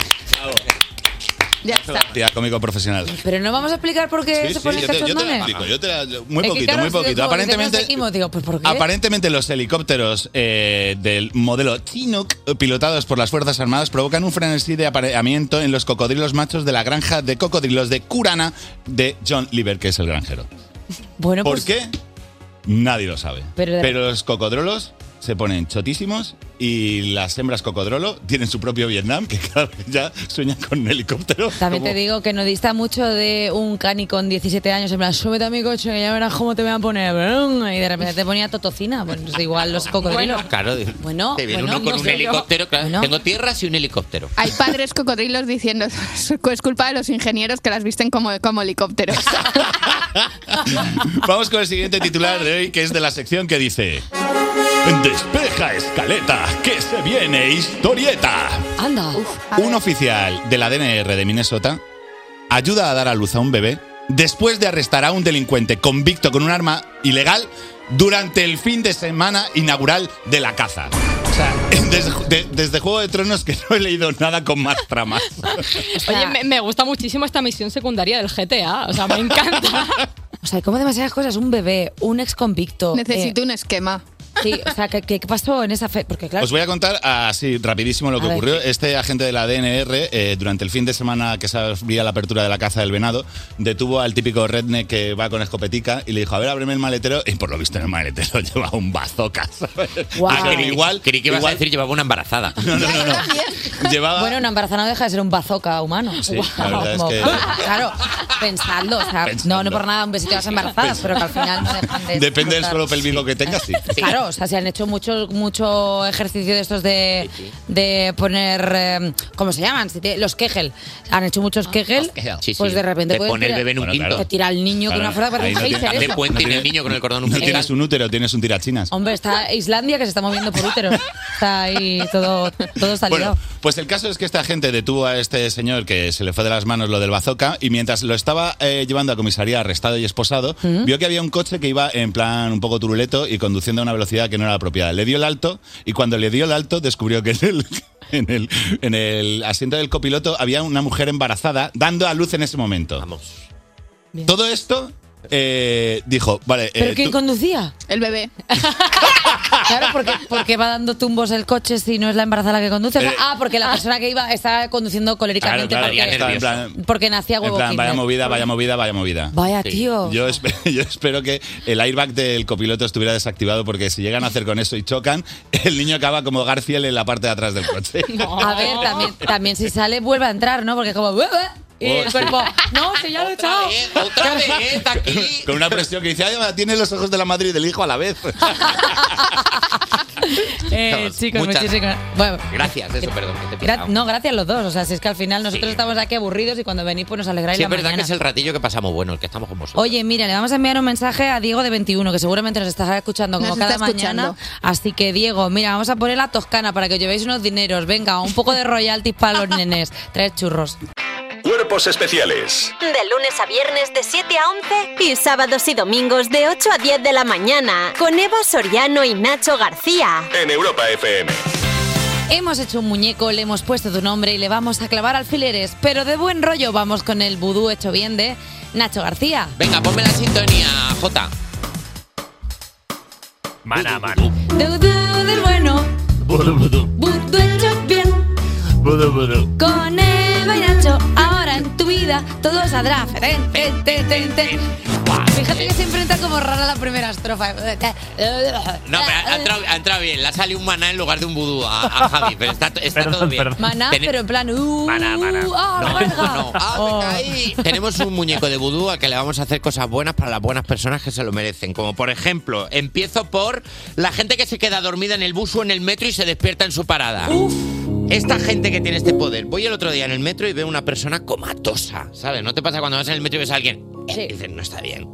Speaker 3: Ya
Speaker 11: Tía, cómico profesional.
Speaker 3: Pero no vamos a explicar por qué
Speaker 11: Sí, sí,
Speaker 3: se ponen
Speaker 11: yo te- yo te la
Speaker 3: cachondones.
Speaker 11: explico, yo te la- muy
Speaker 3: Es que,
Speaker 11: poquito,
Speaker 3: claro,
Speaker 11: muy poquito.
Speaker 3: si yo digo, dice,
Speaker 11: Aparentemente-
Speaker 3: no sé, Kimo, digo, pues ¿por qué?
Speaker 11: Aparentemente los helicópteros eh, del modelo Chinook, pilotados por las Fuerzas Armadas, provocan un frenesí de apareamiento en los cocodrilos machos de la granja de cocodrilos de Curana de John Lieber, que es el granjero.
Speaker 3: Bueno,
Speaker 11: ¿Por
Speaker 3: pues-
Speaker 11: qué? Nadie lo sabe.
Speaker 3: Pero-
Speaker 11: Pero, los cocodrilos se ponen chotísimos y las hembras cocodrolo tienen su propio Vietnam, que cada vez ya sueñan con un helicóptero.
Speaker 3: También
Speaker 11: como-
Speaker 3: te digo que no dista mucho de un cani con 17 años, en plan, súbete a mi coche que ya verás cómo te voy a poner. brum, Y de repente te ponía totocina. Bueno, es igual los cocodrilos.
Speaker 4: Claro,
Speaker 3: Bueno,
Speaker 4: te viene
Speaker 3: bueno,
Speaker 4: uno con
Speaker 3: no
Speaker 4: un
Speaker 3: sé yo.
Speaker 4: helicóptero. Claro, Tengo tierras y un helicóptero.
Speaker 13: Hay padres cocodrilos diciendo es culpa de los ingenieros que las visten como, como helicópteros.
Speaker 11: Vamos con el siguiente titular de hoy, que es de la sección que dice: Despeja escaleta, que se viene historieta.
Speaker 3: Anda.
Speaker 11: Un oficial de la DNR de Minnesota ayuda a dar a luz a un bebé después de arrestar a un delincuente convicto con un arma ilegal durante el fin de semana inaugural de la caza. O sea, desde, de- desde Juego de Tronos que no he leído nada con más tramas.
Speaker 6: Oye, me, me gusta muchísimo esta misión secundaria del GTA. O sea, me encanta.
Speaker 3: O sea, hay como demasiadas cosas. Un bebé, un ex convicto. eh,
Speaker 13: Necesito un esquema.
Speaker 3: Sí, o sea, ¿qué, qué pasó en esa fe? Porque claro.
Speaker 11: Os voy a contar así rapidísimo lo que
Speaker 3: A ver.
Speaker 11: ocurrió. Este agente de la DNR, eh, durante el fin de semana que se abría la apertura de la caza del venado, detuvo al típico redneck que va con escopetica y le dijo, a ver, ábreme el maletero. Y por lo visto en el maletero llevaba un bazooka. ¿sabes?
Speaker 3: Guau.
Speaker 11: Pero igual,
Speaker 4: Creí Ah, que ibas
Speaker 11: igual-
Speaker 4: a decir llevaba una embarazada.
Speaker 11: No, no, no. no. llevaba...
Speaker 3: Bueno, una embarazada no deja de ser un bazooka humano.
Speaker 11: Sí,
Speaker 3: Guau,
Speaker 11: la verdad es
Speaker 3: como-
Speaker 11: que-
Speaker 3: Claro, pensadlo. O sea, No, no por nada un besito a las embarazadas, pero que al final no dejan de.
Speaker 11: Depende del suelo
Speaker 3: cortar.
Speaker 11: pélvico que tengas, sí.
Speaker 3: Claro, o sea, se han hecho mucho, mucho ejercicio de estos de, de poner, eh, ¿cómo se llaman? Si te- los kegel. Han hecho muchos kegel,
Speaker 4: Sí, sí.
Speaker 3: pues de repente
Speaker 4: Te
Speaker 3: puedes
Speaker 4: pone el
Speaker 3: tirar-
Speaker 4: bebé en un
Speaker 3: Bueno,
Speaker 4: quinto.
Speaker 3: Te tira al niño con una fuerza para
Speaker 11: Ahí
Speaker 3: un
Speaker 11: no
Speaker 3: taser,
Speaker 11: tienes-
Speaker 3: eso.
Speaker 4: puente
Speaker 11: no
Speaker 4: en el
Speaker 11: tienes-
Speaker 4: niño con el cordón
Speaker 11: No
Speaker 4: umbilical.
Speaker 11: tienes un útero, tienes un tirachinas.
Speaker 3: Hombre, está Islandia que se está moviendo por útero. Está ahí todo, todo está liado.
Speaker 11: Bueno, pues el caso es que esta gente detuvo a este señor que se le fue de las manos lo del bazooka y mientras lo estaba eh, llevando a comisaría arrestado y esposado, vio que había un coche que iba en plan un poco turuleto y conduciendo a una velocidad que no era la apropiada. Le dio el alto y cuando le dio el alto descubrió que en el, en el, en el asiento del copiloto había una mujer embarazada dando a luz en ese momento. Todo esto... eh, dijo, vale, eh,
Speaker 3: ¿Pero quién
Speaker 11: tú-
Speaker 3: conducía?
Speaker 13: El bebé.
Speaker 3: claro, porque, porque va dando tumbos el coche si no es la embarazada la que conduce. O sea,
Speaker 11: Eh,
Speaker 3: ah, porque la persona que iba está conduciendo
Speaker 11: Claro,
Speaker 3: coléricamente
Speaker 11: claro, estaba
Speaker 3: porque,
Speaker 11: en plan-
Speaker 3: porque nacía
Speaker 11: En
Speaker 3: huevo
Speaker 11: plan, vaya
Speaker 3: Kinder.
Speaker 11: movida, vaya movida, vaya movida.
Speaker 3: Vaya, tío.
Speaker 11: Yo, espe- yo espero que el airbag del copiloto estuviera desactivado porque si llegan a hacer con eso y chocan, el niño acaba como Garfield en la parte de atrás del coche.
Speaker 3: A ver, también, también si sale, vuelve a entrar, ¿no? Porque como... "Bueh, bueh", Y
Speaker 11: Oh,
Speaker 3: el
Speaker 11: sí.
Speaker 3: cuerpo... No, si ya lo he echado.
Speaker 11: Con una presión que dice, "Ay, tiene los ojos de la madre y del hijo a la vez.
Speaker 3: Eh, chicos,
Speaker 4: Muchas-
Speaker 3: muchísimas... Bueno,
Speaker 4: Gracias, eso, perdón. que te he
Speaker 3: gra-
Speaker 4: pillado.
Speaker 3: no, gracias a los dos. O sea, si es que al final nosotros estamos aquí aburridos y cuando venís pues nos alegráis
Speaker 4: Sí,
Speaker 3: la
Speaker 4: es verdad
Speaker 3: mañana.
Speaker 4: que es el ratillo que pasamos bueno, el que estamos con vosotros.
Speaker 3: Oye, mira, le vamos a enviar un mensaje a Diego de 21, que seguramente nos estará escuchando como
Speaker 13: Nos
Speaker 3: cada
Speaker 13: está
Speaker 3: mañana. Así que, Diego, mira, vamos a poner la toscana para que os llevéis unos dineros. Venga, un poco de royalties para los nenes. Tres churros.
Speaker 8: Cuerpos especiales
Speaker 2: De lunes a viernes de 7 a 11 y sábados y domingos de 8 a 10 de la mañana con Eva Soriano y Nacho García.
Speaker 8: en Europa FM.
Speaker 3: Hemos hecho un muñeco, le hemos puesto tu nombre y le vamos a clavar alfileres, pero de buen rollo vamos con el vudú hecho bien de Nacho García.
Speaker 4: Venga, ponme la sintonía, Jota.
Speaker 1: Mana, mana.
Speaker 3: Vudú del bueno,
Speaker 1: Budu, budu,
Speaker 3: vudú hecho bien,
Speaker 1: budu, budu.
Speaker 3: con Eva y Nacho. Ahora en tu vida todo saldrá. Ten, ten, ten, ten, ten. Fíjate que se enfrenta como rara la primera estrofa.
Speaker 4: No,
Speaker 3: Eh,
Speaker 4: pero ha- ha entrado, ha entrado bien. Le ha salido un maná en lugar de un vudú a, a Javi. Pero está, to- está todo bien.
Speaker 3: Maná,
Speaker 4: Ten-
Speaker 3: pero en plan. Uh, ah,
Speaker 4: No,
Speaker 3: valga.
Speaker 4: no. Ah, me caí. Tenemos un muñeco de vudú al que le vamos a hacer cosas buenas para las buenas personas que se lo merecen. Como por ejemplo, empiezo por la gente que se queda dormida en el bus o en el metro y se despierta en su parada. Esta gente que tiene este poder. Voy el otro día en el metro y veo una persona comatosa, ¿sabes? ¿No te pasa cuando vas en el metro y ves a alguien? Y dices, Eh, no está bien.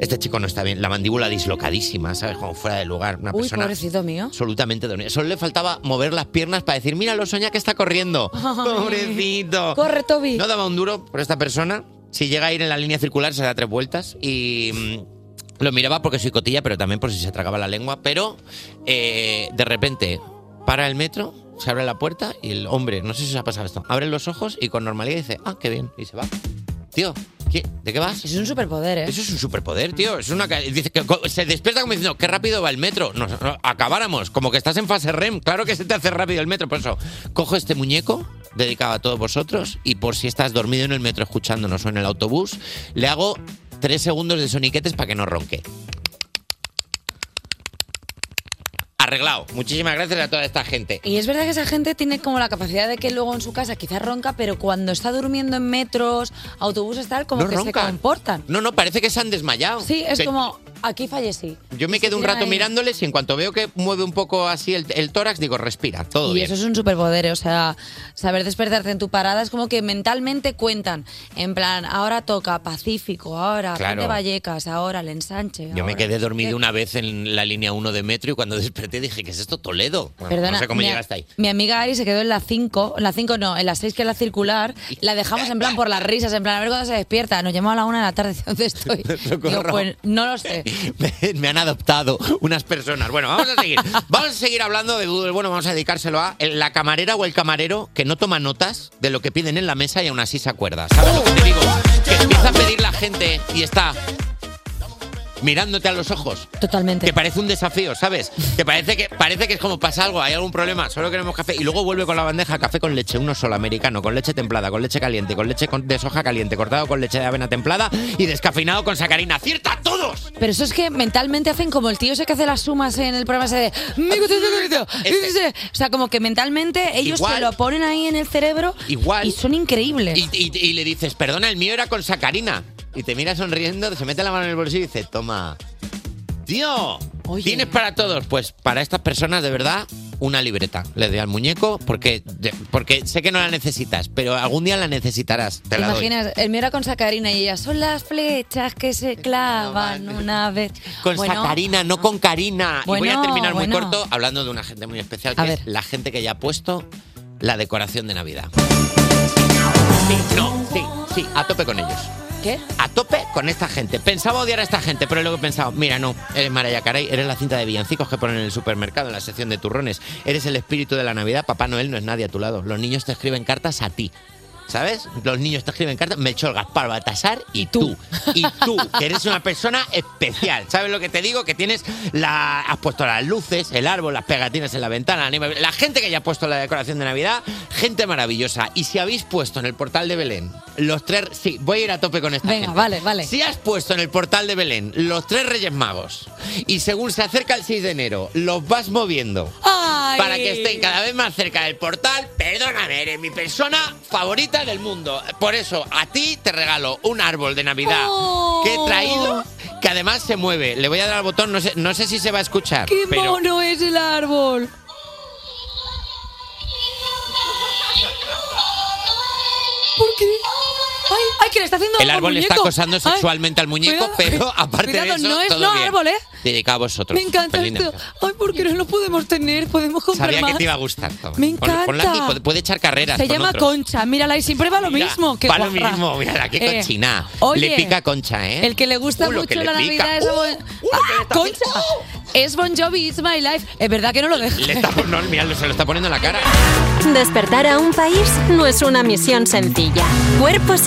Speaker 4: Este chico no está bien. La mandíbula dislocadísima, ¿sabes? Como fuera de lugar. Una
Speaker 3: Uy,
Speaker 4: persona
Speaker 3: pobrecito mío.
Speaker 4: absolutamente dormida. Solo le faltaba mover las piernas para decir, mira lo soña que está corriendo.
Speaker 3: Ah.
Speaker 4: Pobrecito.
Speaker 3: Corre, Toby.
Speaker 4: No daba un duro por esta persona. Si llega a ir en la línea circular, se da tres vueltas y mm, lo miraba porque soy cotilla, pero también por si se tragaba la lengua. Pero eh, de repente para el metro, se abre la puerta y el hombre, no sé si os ha pasado esto, abre los ojos y con normalidad dice, ah, qué bien, y se va. Tío, ¿qué- ¿de qué vas?
Speaker 3: Es un superpoder, ¿eh?
Speaker 4: Eso es un superpoder, tío. Es una ca- dice que co- se despierta como diciendo, qué rápido va el metro. Nos, no, acabáramos, como que estás en fase REM. Claro que se te hace rápido el metro. Por eso, cojo este muñeco dedicado a todos vosotros y por si estás dormido en el metro escuchándonos o en el autobús, le hago tres segundos de soniquetes para que no ronque. arreglado. Muchísimas gracias a toda esta gente.
Speaker 3: Y es verdad que esa gente tiene como la capacidad de que luego en su casa quizás ronca, pero cuando está durmiendo en metros, autobuses, tal, como
Speaker 4: No
Speaker 3: que se
Speaker 4: roncan.
Speaker 3: comportan.
Speaker 4: No, no, parece que se han desmayado.
Speaker 3: Sí, es
Speaker 4: Que-
Speaker 3: como, aquí fallecí.
Speaker 4: Yo me
Speaker 3: se
Speaker 4: quedo un
Speaker 3: quedan
Speaker 4: rato
Speaker 3: ahí.
Speaker 4: mirándoles y en cuanto veo que mueve un poco así el, el tórax, digo, respira, todo
Speaker 3: Y
Speaker 4: bien.
Speaker 3: eso es un superpoder, o sea, saber despertarte en tu parada es como que mentalmente cuentan, en plan, ahora toca Pacífico, ahora
Speaker 4: Claro.
Speaker 3: Puente Vallecas, ahora el ensanche.
Speaker 4: Yo me
Speaker 3: ahora-
Speaker 4: quedé dormido una vez en la línea 1 de metro y cuando desperté dije, ¿qué es esto? Toledo. Bueno,
Speaker 3: Perdona,
Speaker 4: no sé cómo
Speaker 3: mi a-
Speaker 4: llegaste ahí.
Speaker 3: Mi amiga Ari se quedó en la 5, en la 5 no, en la 6 que es la circular, la dejamos en plan por las risas, en plan a ver cuándo se despierta, nos llamó a la 1 de la tarde, dice, ¿dónde estoy? Digo,
Speaker 4: Socorro.
Speaker 3: pues no lo sé.
Speaker 4: Me han adoptado unas personas. Bueno, vamos a seguir. Vamos a seguir hablando de Google. Bueno, vamos a dedicárselo a la camarera o el camarero que no toma notas de lo que piden en la mesa y aún así se acuerda. ¿Sabes lo que te digo? Que empieza a pedir la gente y está mirándote a los ojos.
Speaker 3: Totalmente.
Speaker 4: Que parece un desafío, ¿sabes? Que parece que parece que es como pasa algo, hay algún problema, solo queremos café y luego vuelve con la bandeja café con leche, uno solo americano, con leche templada, con leche caliente, con leche con- de soja caliente, cortado con leche de avena templada y descafeinado con sacarina. ¡Cierta todos!
Speaker 3: Pero eso es que mentalmente hacen como el tío ese que hace las sumas en el programa ese de... "Migo, tu, tu, tu, tu". O sea, como que mentalmente ellos
Speaker 4: Este- Igual.
Speaker 3: se lo ponen ahí en el cerebro
Speaker 4: Igual.
Speaker 3: y son increíbles.
Speaker 4: Y, y- y le dices, perdona, el mío era con sacarina. Y te mira sonriendo, se mete la mano en el bolsillo y dice, toma. Tío, tienes para todos. Pues para estas personas, de verdad, una libreta. Le doy al muñeco porque, de- porque sé que no la necesitas, pero algún día la necesitarás. Te
Speaker 3: ¿Te
Speaker 4: la doy.
Speaker 3: imaginas? El mío era con sacarina y ella, son las flechas que se clavan una vez.
Speaker 4: Con
Speaker 3: Bueno,
Speaker 4: sacarina, no con carina. y voy a
Speaker 3: Bueno,
Speaker 4: terminar muy
Speaker 3: bueno.
Speaker 4: corto hablando de una gente muy especial, que
Speaker 3: A
Speaker 4: es la gente que ya ha puesto la decoración de Navidad. Sí, no, sí, sí, a tope con ellos.
Speaker 3: ¿Qué?
Speaker 4: a tope con esta gente. Pensaba odiar a esta gente, pero luego he pensado, mira, no, eres Mariah Carey, eres la cinta de villancicos que ponen en el supermercado, en la sección de turrones, eres el espíritu de la Navidad, Papá Noel no es nadie a tu lado, los niños te escriben cartas a ti. ¿Sabes? Los niños te escriben cartas, Melchor, Gaspar, Baltasar y tú. Y tú, que eres una persona especial. ¿Sabes lo que te digo? Que tienes la... Has puesto las luces, el árbol, las pegatinas en la ventana, anima- la gente que ya ha puesto la decoración de Navidad, gente maravillosa. Y si habéis puesto en el portal de Belén los tres... Sí, voy a ir a tope con esta
Speaker 3: Venga,
Speaker 4: gente.
Speaker 3: vale, vale.
Speaker 4: Si has puesto en el portal de Belén los tres Reyes Magos y según se acerca el 6 de enero, los vas moviendo
Speaker 3: ¡Ay!
Speaker 4: para que estén cada vez más cerca del portal, perdóname, eres mi persona favorita del mundo. Por eso, a ti te regalo un árbol de Navidad que
Speaker 3: Oh.
Speaker 4: he traído, que además se mueve. Le voy a dar al botón, no sé, no sé si se va a escuchar.
Speaker 3: ¡Qué
Speaker 4: Ah, pero-
Speaker 3: mono es el árbol! ¿Por qué? ¡Ay, ay, que le está haciendo
Speaker 4: El
Speaker 3: algo al
Speaker 4: árbol está
Speaker 3: muñeco.
Speaker 4: acosando
Speaker 3: Ay,
Speaker 4: sexualmente al muñeco,
Speaker 3: cuidado.
Speaker 4: pero aparte
Speaker 3: Cuidado,
Speaker 4: de eso,
Speaker 3: no es
Speaker 4: todo
Speaker 3: no
Speaker 4: bien.
Speaker 3: árbol, ¿eh?
Speaker 4: Dedicado a vosotros.
Speaker 3: Me encanta este
Speaker 4: Feliz
Speaker 3: esto.
Speaker 4: Navidad.
Speaker 3: Ay, porque no lo podemos tener, podemos comprar
Speaker 4: Sabía
Speaker 3: más.
Speaker 4: que te iba a gustar. Tom.
Speaker 3: Me
Speaker 4: Pon- ponla aquí,
Speaker 3: encanta.
Speaker 4: puede, puede echar carreras.
Speaker 3: Se
Speaker 4: con
Speaker 3: llama
Speaker 4: otro.
Speaker 3: Concha, mírala y siempre va lo
Speaker 4: Mira,
Speaker 3: mismo. Qué
Speaker 4: va lo
Speaker 3: guarra.
Speaker 4: mismo, mira, qué
Speaker 3: Eh,
Speaker 4: cochina.
Speaker 3: oye,
Speaker 4: le pica concha, ¿eh?
Speaker 3: El que le gusta
Speaker 4: Uh, lo que
Speaker 3: mucho
Speaker 4: le
Speaker 3: la
Speaker 4: pica.
Speaker 3: Navidad es a Bon- ¡Ah, Concha. Es Bon Jovi, It's My Life. Es verdad que no lo deja.
Speaker 4: Le está, no, mira, se lo está poniendo en la cara.
Speaker 2: Despertar a un país no es una misión sencilla. Cuerpos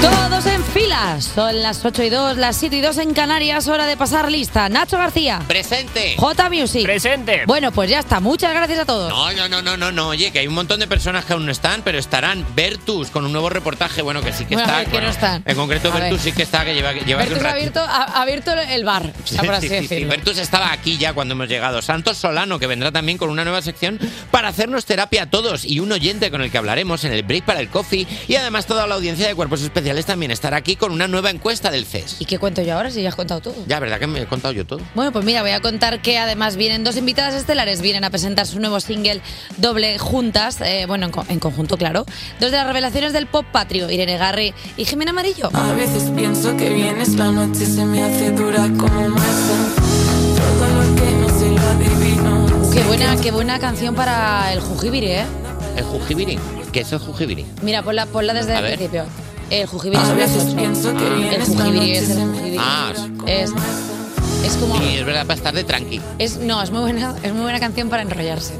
Speaker 3: Todos en fila. Son las 8 y 2, las 7 y 2 en Canarias. Hora de pasar lista. Nacho García.
Speaker 4: Presente.
Speaker 3: J Music.
Speaker 4: Presente.
Speaker 3: Bueno, pues ya está. Muchas gracias a todos.
Speaker 4: No, no, no, no, no, no. Oye, que hay un montón de personas que aún no están, pero estarán. Vertus con un nuevo reportaje, bueno, que sí que
Speaker 3: Bueno, a
Speaker 4: está.
Speaker 3: ver, que
Speaker 4: bueno,
Speaker 3: no están.
Speaker 4: En concreto,
Speaker 3: A ver.
Speaker 4: Vertus sí que está, que lleva, lleva aquí
Speaker 3: Bertus
Speaker 4: un
Speaker 3: ha
Speaker 4: rato.
Speaker 3: abierto, ha- ha abierto el bar, o sea, por así
Speaker 4: Sí, sí, sí,
Speaker 3: decirlo.
Speaker 4: Bertus estaba aquí ya cuando hemos llegado. Santos Solano, que vendrá también con una nueva sección para hacernos terapia a todos y un oyente con el que hablaremos en el break para el coffee. Y además toda la audiencia de Cuerpos Especiales también estará aquí con una nueva encuesta del CES.
Speaker 3: ¿Y qué cuento yo ahora si ya has contado todo?
Speaker 4: Ya, ¿verdad que me he contado yo todo?
Speaker 3: Bueno, pues mira, voy a contar que además vienen dos invitadas estelares, vienen a presentar su nuevo single doble juntas, eh, bueno, en, co- en conjunto, claro. Dos de las revelaciones del pop patrio, Irene Garri y Jimena Amarillo.
Speaker 14: A veces pienso que vienes, la noche se me hace dura como masa. Todo lo que no sé lo adivino.
Speaker 3: Qué buena, qué buena canción para el Jujibiri, ¿eh?
Speaker 4: El Jujibiri. ¿Qué es el Jujibiri?
Speaker 3: Mira, ponla, ponla desde
Speaker 4: A
Speaker 3: el
Speaker 4: ver.
Speaker 3: principio. El Jujibiri son las ocho.
Speaker 4: Ah.
Speaker 3: El Jujibiri es el Jujibiri.
Speaker 4: Ah,
Speaker 3: Es, es como...
Speaker 4: sí, es verdad, para estar de tranqui.
Speaker 3: Es, no, es muy, buena, es muy buena canción para enrollarse.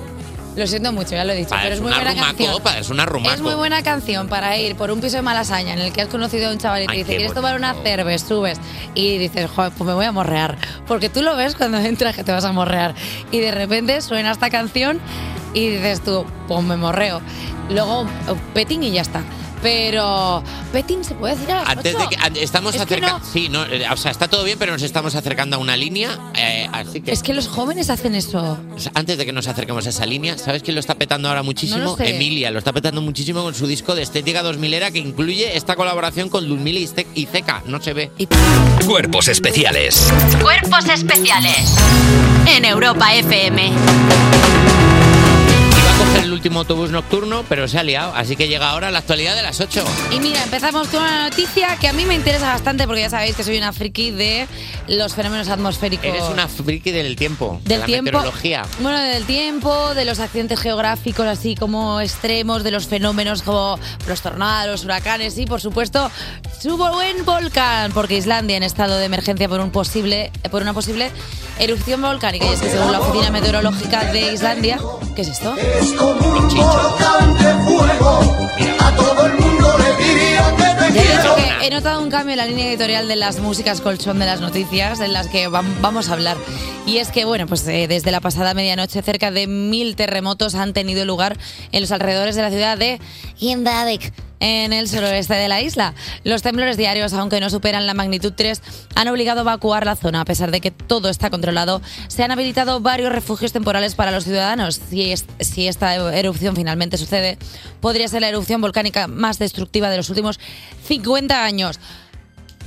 Speaker 3: Lo siento mucho, ya lo he dicho,
Speaker 4: Para
Speaker 3: pero es
Speaker 4: Ah, es
Speaker 3: muy
Speaker 4: una
Speaker 3: buena
Speaker 4: rumaco,
Speaker 3: canción.
Speaker 4: para es una rumaco.
Speaker 3: Es muy buena canción para ir por un piso de Malasaña en el que has conocido a un chaval y te
Speaker 4: Ay,
Speaker 3: dice,
Speaker 4: qué
Speaker 3: ¿quieres tomar una cerveza? Subes y dices, joder, pues me voy a morrear. Porque tú lo ves cuando entras que te vas a morrear. Y de repente suena esta canción oh, y dices tú, pues me morreo. Luego, petín y ya está. Pero. Betting se puede decir a las
Speaker 4: Antes de
Speaker 3: ocho?
Speaker 4: que an- estamos
Speaker 3: Es que
Speaker 4: acercando,
Speaker 3: no-
Speaker 4: sí, no, eh, o sea, está todo bien, pero nos estamos acercando a una línea, eh, así que,
Speaker 3: Es que los jóvenes hacen eso.
Speaker 4: o sea, antes de que nos acerquemos a esa línea, ¿sabes quién lo está petando ahora muchísimo?
Speaker 3: No lo sé.
Speaker 4: Emilia, lo está petando muchísimo con su disco de estética 2000 era que incluye esta colaboración con Ludmila y Ze- y Zeca, no se ve.
Speaker 1: Cuerpos especiales.
Speaker 2: Cuerpos especiales en Europa FM.
Speaker 4: Iba a coger el último autobús nocturno, pero se ha liado, así que llega ahora la actualidad de las 8.
Speaker 3: Y mira, empezamos con una noticia que a mí me interesa bastante porque ya sabéis que soy una friki de los fenómenos atmosféricos.
Speaker 4: Eres una friki del tiempo, de
Speaker 3: Del
Speaker 4: la
Speaker 3: tiempo.
Speaker 4: meteorología.
Speaker 3: Bueno, del tiempo, de los accidentes geográficos así como extremos, de los fenómenos como los tornados, huracanes y por supuesto su buen volcán, porque Islandia en estado de emergencia por un posible por una posible erupción volcánica. Y es que según la oficina meteorológica de Islandia, ¿qué es esto?
Speaker 10: A todo el mundo le diría que
Speaker 3: Ya he dicho que he notado un cambio en la línea editorial de las músicas colchón de las noticias en las que vam- vamos a hablar. Y es que, bueno, pues eh, desde la pasada medianoche cerca de mil terremotos han tenido lugar en los alrededores de la ciudad de Hindadek, en el suroeste de la isla. Los temblores diarios, aunque no superan la magnitud 3, han obligado a evacuar la zona. A pesar de que todo está controlado, se han habilitado varios refugios temporales para los ciudadanos. Si, es- si esta erupción finalmente sucede, podría ser la erupción volcánica más destructiva de los últimos 50 años.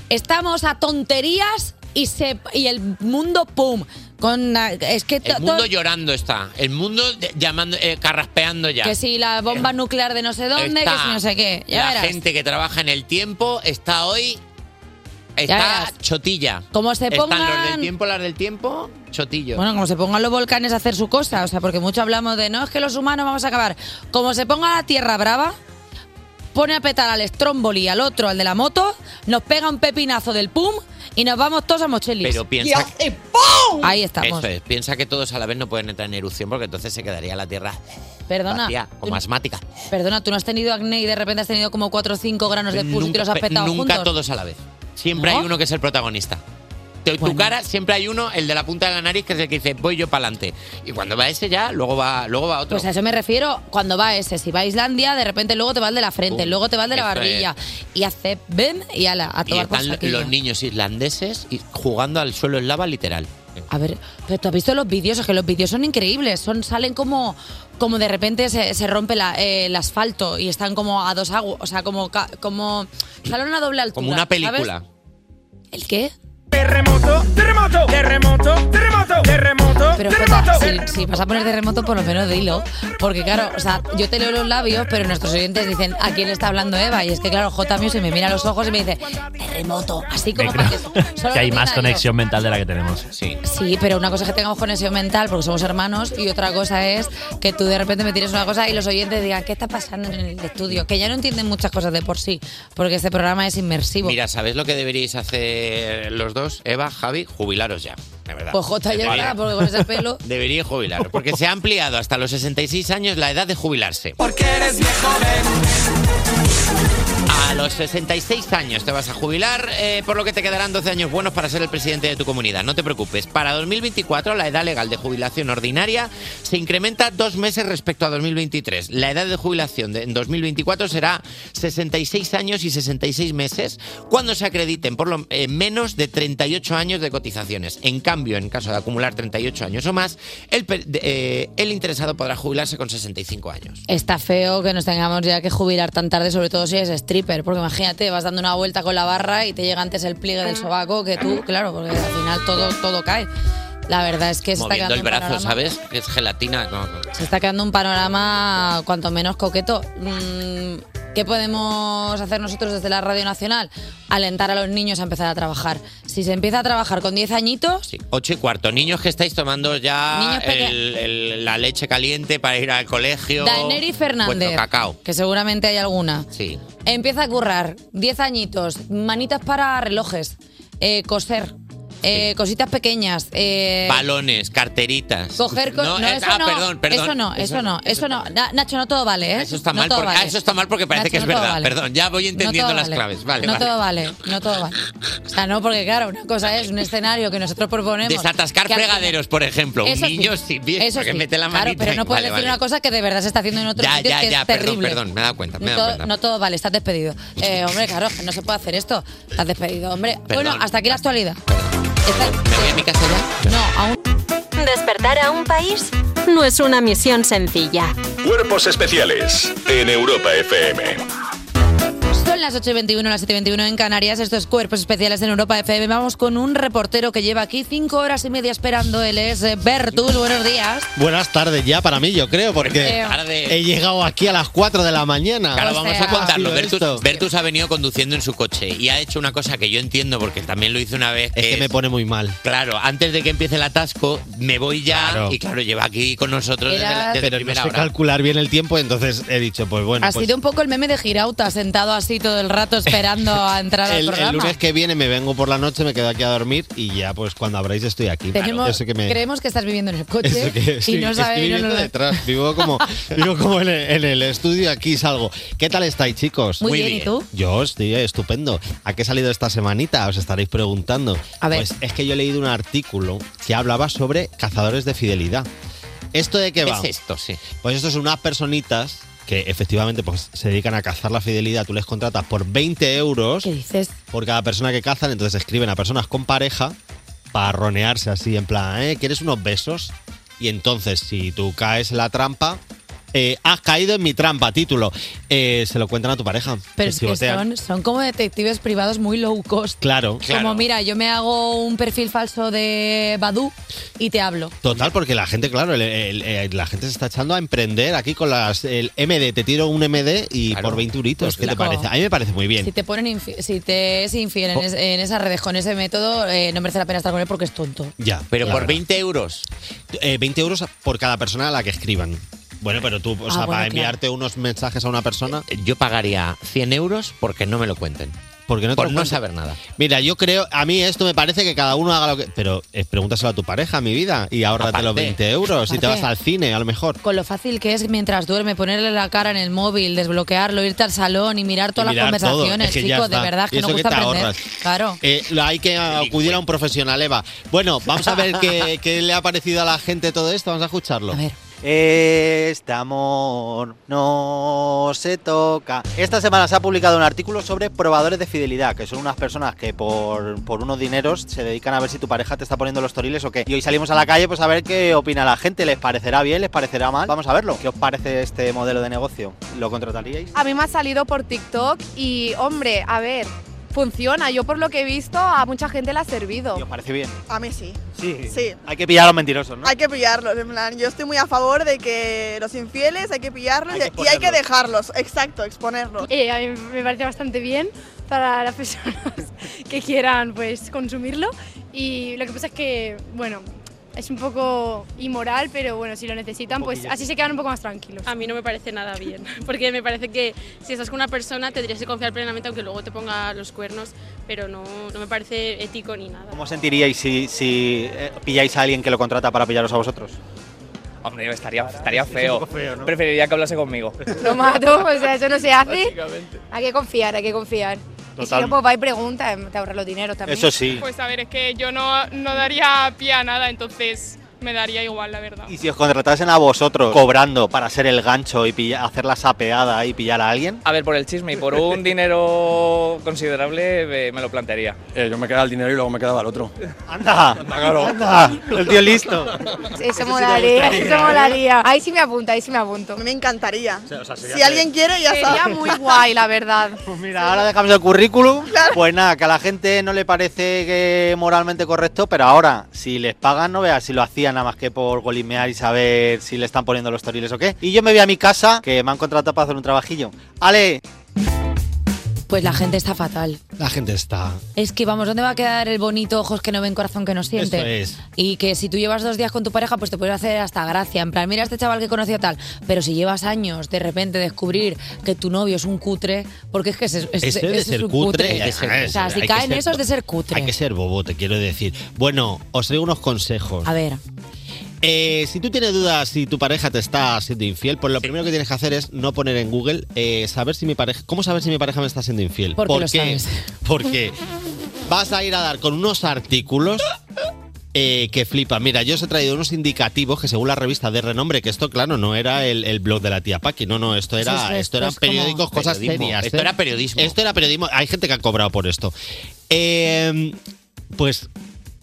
Speaker 3: Estamos a tonterías y, se, y el mundo, ¡pum! Con, la- es que to-
Speaker 4: El mundo
Speaker 3: todo-
Speaker 4: llorando está, el mundo de- llamando, eh, carraspeando ya. Eh,
Speaker 3: que si la bomba nuclear de no sé dónde,
Speaker 4: Está
Speaker 3: que si no sé qué. Ya
Speaker 4: la
Speaker 3: verás.
Speaker 4: gente que trabaja en el tiempo está hoy.
Speaker 3: Ya
Speaker 4: Está
Speaker 3: verás.
Speaker 4: chotilla.
Speaker 3: Como se
Speaker 4: Están los
Speaker 3: pongan-
Speaker 4: del tiempo, las del tiempo, chotillo.
Speaker 3: Bueno, como se pongan los volcanes a hacer su cosa, o sea, porque mucho hablamos de no es que los humanos vamos a acabar. Como se ponga la tierra brava, pone a petar al Stromboli, al otro, al de la moto, nos pega un pepinazo del pum y nos vamos todos a mochelis.
Speaker 4: Pero piensa
Speaker 3: Y hace ¡pum! Ahí estamos.
Speaker 4: Eso es, piensa que todos a la vez no pueden entrar en erupción porque entonces se quedaría la tierra
Speaker 3: Perdona.
Speaker 4: vacía, como asmática.
Speaker 3: Perdona, tú no has tenido acné y de repente has tenido como 4 o 5 granos de pus y te los has
Speaker 4: pe-
Speaker 3: petado
Speaker 4: nunca
Speaker 3: juntos.
Speaker 4: todos a la vez. Siempre
Speaker 3: ¿No?
Speaker 4: hay uno que es el protagonista. De tu cara siempre hay uno, el de la punta de la nariz, que es el que dice voy yo para adelante. Y cuando va ese ya, luego va, luego va otro.
Speaker 3: Pues a eso me refiero cuando va ese. Si va a Islandia, de repente luego te va el de la frente,
Speaker 4: Pum.
Speaker 3: luego te va el de
Speaker 4: Eso
Speaker 3: la
Speaker 4: es.
Speaker 3: barbilla. Y hace ven y ala, a
Speaker 4: y
Speaker 3: tomar por
Speaker 4: están
Speaker 3: saquillo.
Speaker 4: los niños irlandeses y- jugando al suelo en lava literal.
Speaker 3: A ver, pero tú has visto los vídeos, es que los vídeos son increíbles, son salen como como de repente se, se rompe la- eh, el asfalto y están como a dos aguas, o sea, como ca- como salen a una doble altura.
Speaker 4: Como una película.
Speaker 3: ¿sabes? ¿El qué?
Speaker 10: Terremoto, terremoto, terremoto, terremoto, terremoto,
Speaker 3: Pero
Speaker 10: terremoto.
Speaker 3: Jota, si, si vas a poner terremoto, por lo menos dilo. Porque claro, o sea, yo te leo los labios, pero nuestros oyentes dicen, ¿a quién le está hablando Eva? Y es que claro, J se me mira a los ojos y me dice, terremoto. Así como para que solo
Speaker 11: Que hay
Speaker 3: lo
Speaker 11: más
Speaker 3: entienda yo.
Speaker 11: conexión mental de la que tenemos.
Speaker 4: Sí.
Speaker 3: Sí, pero una cosa es que tengamos conexión mental porque somos hermanos y otra cosa es que tú de repente me tires una cosa y los oyentes digan, ¿qué está pasando en el estudio? Que ya no entienden muchas cosas de por sí, porque este programa es inmersivo.
Speaker 4: Mira, ¿sabéis lo que deberíais hacer los dos? Eva, Javi, jubilaros ya. De verdad.
Speaker 3: pues Jota ya
Speaker 4: Debería-
Speaker 3: está, porque con ese pelo...
Speaker 4: Debería jubilar, porque se ha ampliado hasta los 66 años la edad de jubilarse. A los 66 años te vas a jubilar, eh, por lo que te quedarán 12 años buenos para ser el presidente de tu comunidad. No te preocupes. Para 2024, la edad legal de jubilación ordinaria se incrementa dos meses respecto a 2023. La edad de jubilación de- en 2024 será 66 años y 66 meses cuando se acrediten por lo eh, menos de 38 años de cotizaciones. En cambio, en caso de acumular 38 años o más, el, per- de- eh, el interesado podrá jubilarse con 65 años.
Speaker 3: Está feo que nos tengamos ya que jubilar tan tarde, sobre todo si eres stripper, porque imagínate, vas dando una vuelta con la barra y te llega antes el pliegue del sobaco que tú, claro, porque al final todo, todo cae. La verdad es que se está
Speaker 4: Moviendo
Speaker 3: quedando
Speaker 4: el
Speaker 3: un
Speaker 4: brazo,
Speaker 3: panorama-
Speaker 4: ¿sabes? Que es gelatina. No, no.
Speaker 3: Se está quedando un panorama cuanto menos coqueto. Mm, ¿Qué podemos hacer nosotros desde la Radio Nacional? Alentar a los niños a empezar a trabajar. Si se empieza a trabajar con 10 añitos,
Speaker 4: Ocho y cuarto. Niños que estáis tomando ya
Speaker 3: Niños peque-
Speaker 4: el- el- la leche caliente para ir al colegio.
Speaker 3: Daenerys Fernández,
Speaker 4: Vuestro cacao.
Speaker 3: que seguramente hay alguna,
Speaker 4: Sí.
Speaker 3: empieza a currar 10 añitos, manitas para relojes, eh, coser, eh, cositas pequeñas. eh,
Speaker 4: Balones, carteritas.
Speaker 3: Coger cosas. No,
Speaker 4: es-
Speaker 3: eso,
Speaker 4: ah,
Speaker 3: no,
Speaker 4: perdón, perdón.
Speaker 3: eso no, eso no, eso no. Na- Nacho, no todo vale, ¿eh?
Speaker 4: Eso está
Speaker 3: No
Speaker 4: mal,
Speaker 3: todo
Speaker 4: porque, ah,
Speaker 3: vale.
Speaker 4: eso está mal porque parece
Speaker 3: Nacho,
Speaker 4: que es
Speaker 3: no todo
Speaker 4: verdad.
Speaker 3: vale.
Speaker 4: Perdón, ya Ah, voy entendiendo
Speaker 3: todo
Speaker 4: las
Speaker 3: vale.
Speaker 4: claves. Vale,
Speaker 3: no
Speaker 4: vale.
Speaker 3: todo vale, no todo vale. O sea, no, porque claro, una cosa es un escenario que nosotros proponemos.
Speaker 4: Desatascar
Speaker 3: que al final-
Speaker 4: fregaderos, por ejemplo. Un
Speaker 3: Eso sí,
Speaker 4: niño sin bien,
Speaker 3: eso
Speaker 4: porque
Speaker 3: sí.
Speaker 4: mete la
Speaker 3: Claro,
Speaker 4: manita.
Speaker 3: pero
Speaker 4: y-
Speaker 3: no puedes
Speaker 4: vale,
Speaker 3: decir
Speaker 4: vale.
Speaker 3: una cosa que de verdad se está haciendo en otro
Speaker 4: Ya,
Speaker 3: sitio
Speaker 4: ya,
Speaker 3: que
Speaker 4: ya,
Speaker 3: es
Speaker 4: perdón,
Speaker 3: terrible.
Speaker 4: perdón, me he dado cuenta, me he
Speaker 3: No
Speaker 4: dado
Speaker 3: todo,
Speaker 4: cuenta.
Speaker 3: no todo vale, estás despedido. Eh, hombre, claro, que no se puede hacer esto. Estás despedido, hombre.
Speaker 4: Perdón.
Speaker 3: Bueno, hasta aquí la actualidad.
Speaker 4: ¿Me voy a mi casa ya?
Speaker 3: No, aún.
Speaker 2: Despertar a un país no es una misión sencilla.
Speaker 8: Cuerpos especiales en Europa FM.
Speaker 3: Son las 8 y 21, las 7 y 21 en Canarias. Estos cuerpos especiales en Europa FM. Vamos con un reportero que lleva aquí cinco horas y media esperando. Él es eh, Bertus. Buenos días.
Speaker 15: Buenas tardes ya para mí, yo creo, porque
Speaker 4: Buenas tardes.
Speaker 15: he llegado aquí a las 4 de la mañana.
Speaker 4: Claro, vamos a contarlo.
Speaker 15: Ha sido
Speaker 4: Bertus, Bertus ha venido conduciendo en su coche y ha hecho una cosa que yo entiendo porque también lo hice una vez. Es que me
Speaker 15: pone muy mal.
Speaker 4: Claro, antes de que empiece el atasco, me voy ya y claro, lleva aquí con nosotros desde, la-
Speaker 3: Era-
Speaker 4: desde
Speaker 15: Pero no
Speaker 4: primera
Speaker 15: sé
Speaker 4: hora.
Speaker 15: calcular bien el tiempo, entonces he dicho, pues bueno,
Speaker 3: ha
Speaker 15: pues
Speaker 3: sido un poco el meme de Girauta, sentado así todo el rato esperando a entrar al
Speaker 15: el, el
Speaker 3: programa.
Speaker 15: lunes que viene me vengo por la noche, me quedo aquí a dormir y ya pues cuando habréis estoy aquí.
Speaker 3: Tenemos-
Speaker 15: Yo sé que me-
Speaker 3: Creemos que estás viviendo en el coche
Speaker 15: Eso que
Speaker 3: y
Speaker 15: estoy-
Speaker 3: no
Speaker 15: estoy
Speaker 3: sabes. no
Speaker 15: viviendo
Speaker 3: lo-
Speaker 15: detrás. Vivo como, vivo como en, el, en el estudio, aquí salgo. ¿Qué tal estáis, chicos?
Speaker 3: Muy Muy bien, ¿y bien. tú?
Speaker 15: Yo estoy estupendo. ¿A qué he salido esta semanita? Os estaréis preguntando. Pues es que yo he leído un artículo que hablaba sobre cazadores de fidelidad. ¿Esto de qué
Speaker 4: ¿Qué
Speaker 15: va?
Speaker 4: es esto? Sí.
Speaker 15: Pues estos son unas personitas que efectivamente pues, se dedican a cazar la fidelidad. Tú les contratas por 20 euros por cada persona que cazan. Entonces escriben a personas con pareja para ronearse así, en plan, ¿eh? ¿Quieres unos besos? Y entonces, si tú caes en la trampa, eh, has caído en mi trampa, título. Eh, se lo cuentan a tu pareja. te
Speaker 3: Pero es que
Speaker 15: chivotean.
Speaker 3: son, son como detectives privados muy low cost.
Speaker 15: Claro.
Speaker 3: Como, mira, yo me hago un perfil falso de Badu y te hablo.
Speaker 15: Total, porque la gente, claro, el- el- el- la gente se está echando a emprender aquí con las el MD. Te tiro un MD y por 20 euritos. ¿Qué te
Speaker 3: claro.
Speaker 15: parece? A mí me parece muy bien. Oh.
Speaker 3: Si te ponen infi- si te es infiel en, es- en esas redes con ese método, eh, no merece la pena estar con él porque es tonto.
Speaker 15: Ya.
Speaker 4: Pero por
Speaker 15: 20 euros. 20 euros por cada persona a la que escriban. Bueno, pero tú, o
Speaker 4: Ah,
Speaker 15: sea, para
Speaker 4: bueno, claro.
Speaker 15: enviarte unos mensajes a una persona.
Speaker 4: Eh, Yo pagaría 100 euros porque no me lo cuenten.
Speaker 15: Porque no te
Speaker 4: por
Speaker 15: lo
Speaker 4: no
Speaker 15: cuenten.
Speaker 4: saber nada.
Speaker 15: Mira, yo creo, a mí esto me parece que cada uno haga lo que. Pero eh, pregúntaselo a tu pareja, mi vida, y ahórrate los 20 euros. Y te
Speaker 3: Aparte.
Speaker 15: vas al cine, a lo mejor.
Speaker 3: Con lo fácil que es mientras duerme, ponerle la cara en el móvil, desbloquearlo, irte al salón y mirar todas
Speaker 15: mirar
Speaker 3: las
Speaker 15: todo.
Speaker 3: conversaciones,
Speaker 15: Es que ya
Speaker 3: chicos, de
Speaker 15: está.
Speaker 3: verdad es
Speaker 15: Y
Speaker 3: que
Speaker 15: eso
Speaker 3: no
Speaker 15: que
Speaker 3: gusta
Speaker 15: te
Speaker 3: aprender.
Speaker 15: ahorras.
Speaker 3: Claro.
Speaker 15: Eh, lo- hay que acudir a un profesional, Eva. Bueno, vamos a ver qué, qué le ha parecido a la gente todo esto. Vamos a escucharlo.
Speaker 16: Este amor no se toca. Esta semana se ha publicado un artículo sobre probadores de fidelidad, que son unas personas que por, por unos dineros se dedican a ver si tu pareja te está poniendo los toriles o qué. Y hoy salimos a la calle pues a ver qué opina la gente. ¿Les parecerá bien? ¿Les parecerá mal? Vamos a verlo. ¿Qué os parece este modelo de negocio? ¿Lo contrataríais?
Speaker 17: A mí me ha salido por TikTok y, hombre, a ver, funciona. Yo por lo que he visto, a mucha gente le ha servido.
Speaker 16: ¿Parece bien?
Speaker 18: A mí sí.
Speaker 16: Sí.
Speaker 18: Sí.
Speaker 16: Hay que pillar a los mentirosos, ¿no?
Speaker 18: Hay que pillarlos, en plan, yo estoy muy a favor de que los infieles hay que pillarlos
Speaker 16: Hay que
Speaker 18: y- y hay que
Speaker 16: exponerlos.
Speaker 18: dejarlos, exacto, exponerlos.
Speaker 13: Eh, a mí me parece bastante bien para las personas que quieran pues consumirlo y lo que pasa es que, bueno, es un poco inmoral, pero bueno, si lo necesitan, pues
Speaker 19: poquillo,
Speaker 13: así
Speaker 19: sí.
Speaker 13: se quedan un poco más tranquilos. A mí no me parece nada bien,
Speaker 19: Porque me parece que si estás con una persona tendrías que confiar plenamente aunque luego te ponga los cuernos, pero no, no me parece ético ni nada.
Speaker 16: ¿Cómo os sentiríais si, si eh, pilláis a alguien que lo contrata para pillaros a vosotros?
Speaker 20: Hombre, estaría, estaría
Speaker 16: un
Speaker 20: feo.
Speaker 16: poco feo, ¿no?
Speaker 20: Preferiría que hablase conmigo.
Speaker 17: Lo mato, o sea, eso no se hace. Hay que confiar, hay que confiar. Y si
Speaker 20: Total.
Speaker 17: no, pues va y pregunta, te ahorras los dineros también.
Speaker 16: Eso sí.
Speaker 19: Pues a ver, es que yo no, no daría pie a nada, entonces me daría igual, la verdad.
Speaker 16: ¿Y si os contratasen a vosotros cobrando para ser el gancho y pilla- hacer la sapeada y pillar a alguien?
Speaker 20: A ver, por el chisme y por un dinero considerable eh, me lo plantearía. yo me quedaba el dinero y luego me quedaba el otro.
Speaker 16: ¡Anda!
Speaker 20: claro.
Speaker 16: ¡Anda! El tío listo.
Speaker 17: Eso
Speaker 18: te
Speaker 17: molaría,
Speaker 18: gustaría,
Speaker 17: eso
Speaker 18: ¿eh?
Speaker 17: molaría. Ahí sí me apunto, ahí sí me apunto.
Speaker 18: Me encantaría.
Speaker 16: sería
Speaker 18: si alguien quiere, ya
Speaker 17: Sería
Speaker 18: sabe. Pues
Speaker 17: muy guay, la verdad.
Speaker 16: Mira, ahora dejamos el currículum. Pues nada, que a la gente no le parece que moralmente correcto, pero ahora, si les pagan, no veas si lo hacían nada más que por golimear y saber si le están poniendo los toriles o qué. Y yo me voy a mi casa, que me han contratado para hacer un trabajillo. ¡Ale!
Speaker 3: Pues la gente está fatal.
Speaker 15: La gente está.
Speaker 3: Es que, vamos, ¿dónde va a quedar el bonito ojos que no ven, corazón que no siente?
Speaker 15: Eso es.
Speaker 3: Y que si tú llevas dos días con tu pareja, pues te puedes hacer hasta gracia. En plan, mira este chaval que conoció tal. Pero si llevas años, de repente descubrir que tu novio es un cutre, porque es que ese, ese-
Speaker 15: Ese Este de
Speaker 3: ese
Speaker 15: ser
Speaker 3: es un
Speaker 15: cutre,
Speaker 3: cutre.
Speaker 15: ese-
Speaker 3: o sea, si
Speaker 15: hay que
Speaker 3: caen
Speaker 15: ser-
Speaker 3: esos de ser cutre.
Speaker 15: Hay que ser bobo, te quiero decir. Bueno, os traigo unos consejos.
Speaker 3: A ver.
Speaker 15: Eh, si tú tienes dudas si tu pareja te está siendo infiel, pues lo primero que tienes que hacer es no poner en Google eh, saber si mi pareja, cómo saber si mi pareja me está siendo infiel.
Speaker 3: Porque
Speaker 15: ¿Por
Speaker 3: lo
Speaker 15: qué?
Speaker 3: sabes.
Speaker 15: Porque vas a ir a dar con unos artículos eh, que flipan. Mira, yo os he traído unos indicativos que según la revista de renombre, que esto claro no era el, el blog de la tía Paqui, no, no, esto
Speaker 4: Eso es,
Speaker 15: era,
Speaker 4: esto
Speaker 15: esto eran
Speaker 4: es como-
Speaker 15: periódicos, cosas
Speaker 4: Periodismo.
Speaker 15: serias.
Speaker 4: Esto
Speaker 15: ¿eh?
Speaker 4: era periodismo.
Speaker 15: Esto era periodismo. Hay gente que ha cobrado por esto. Eh, pues,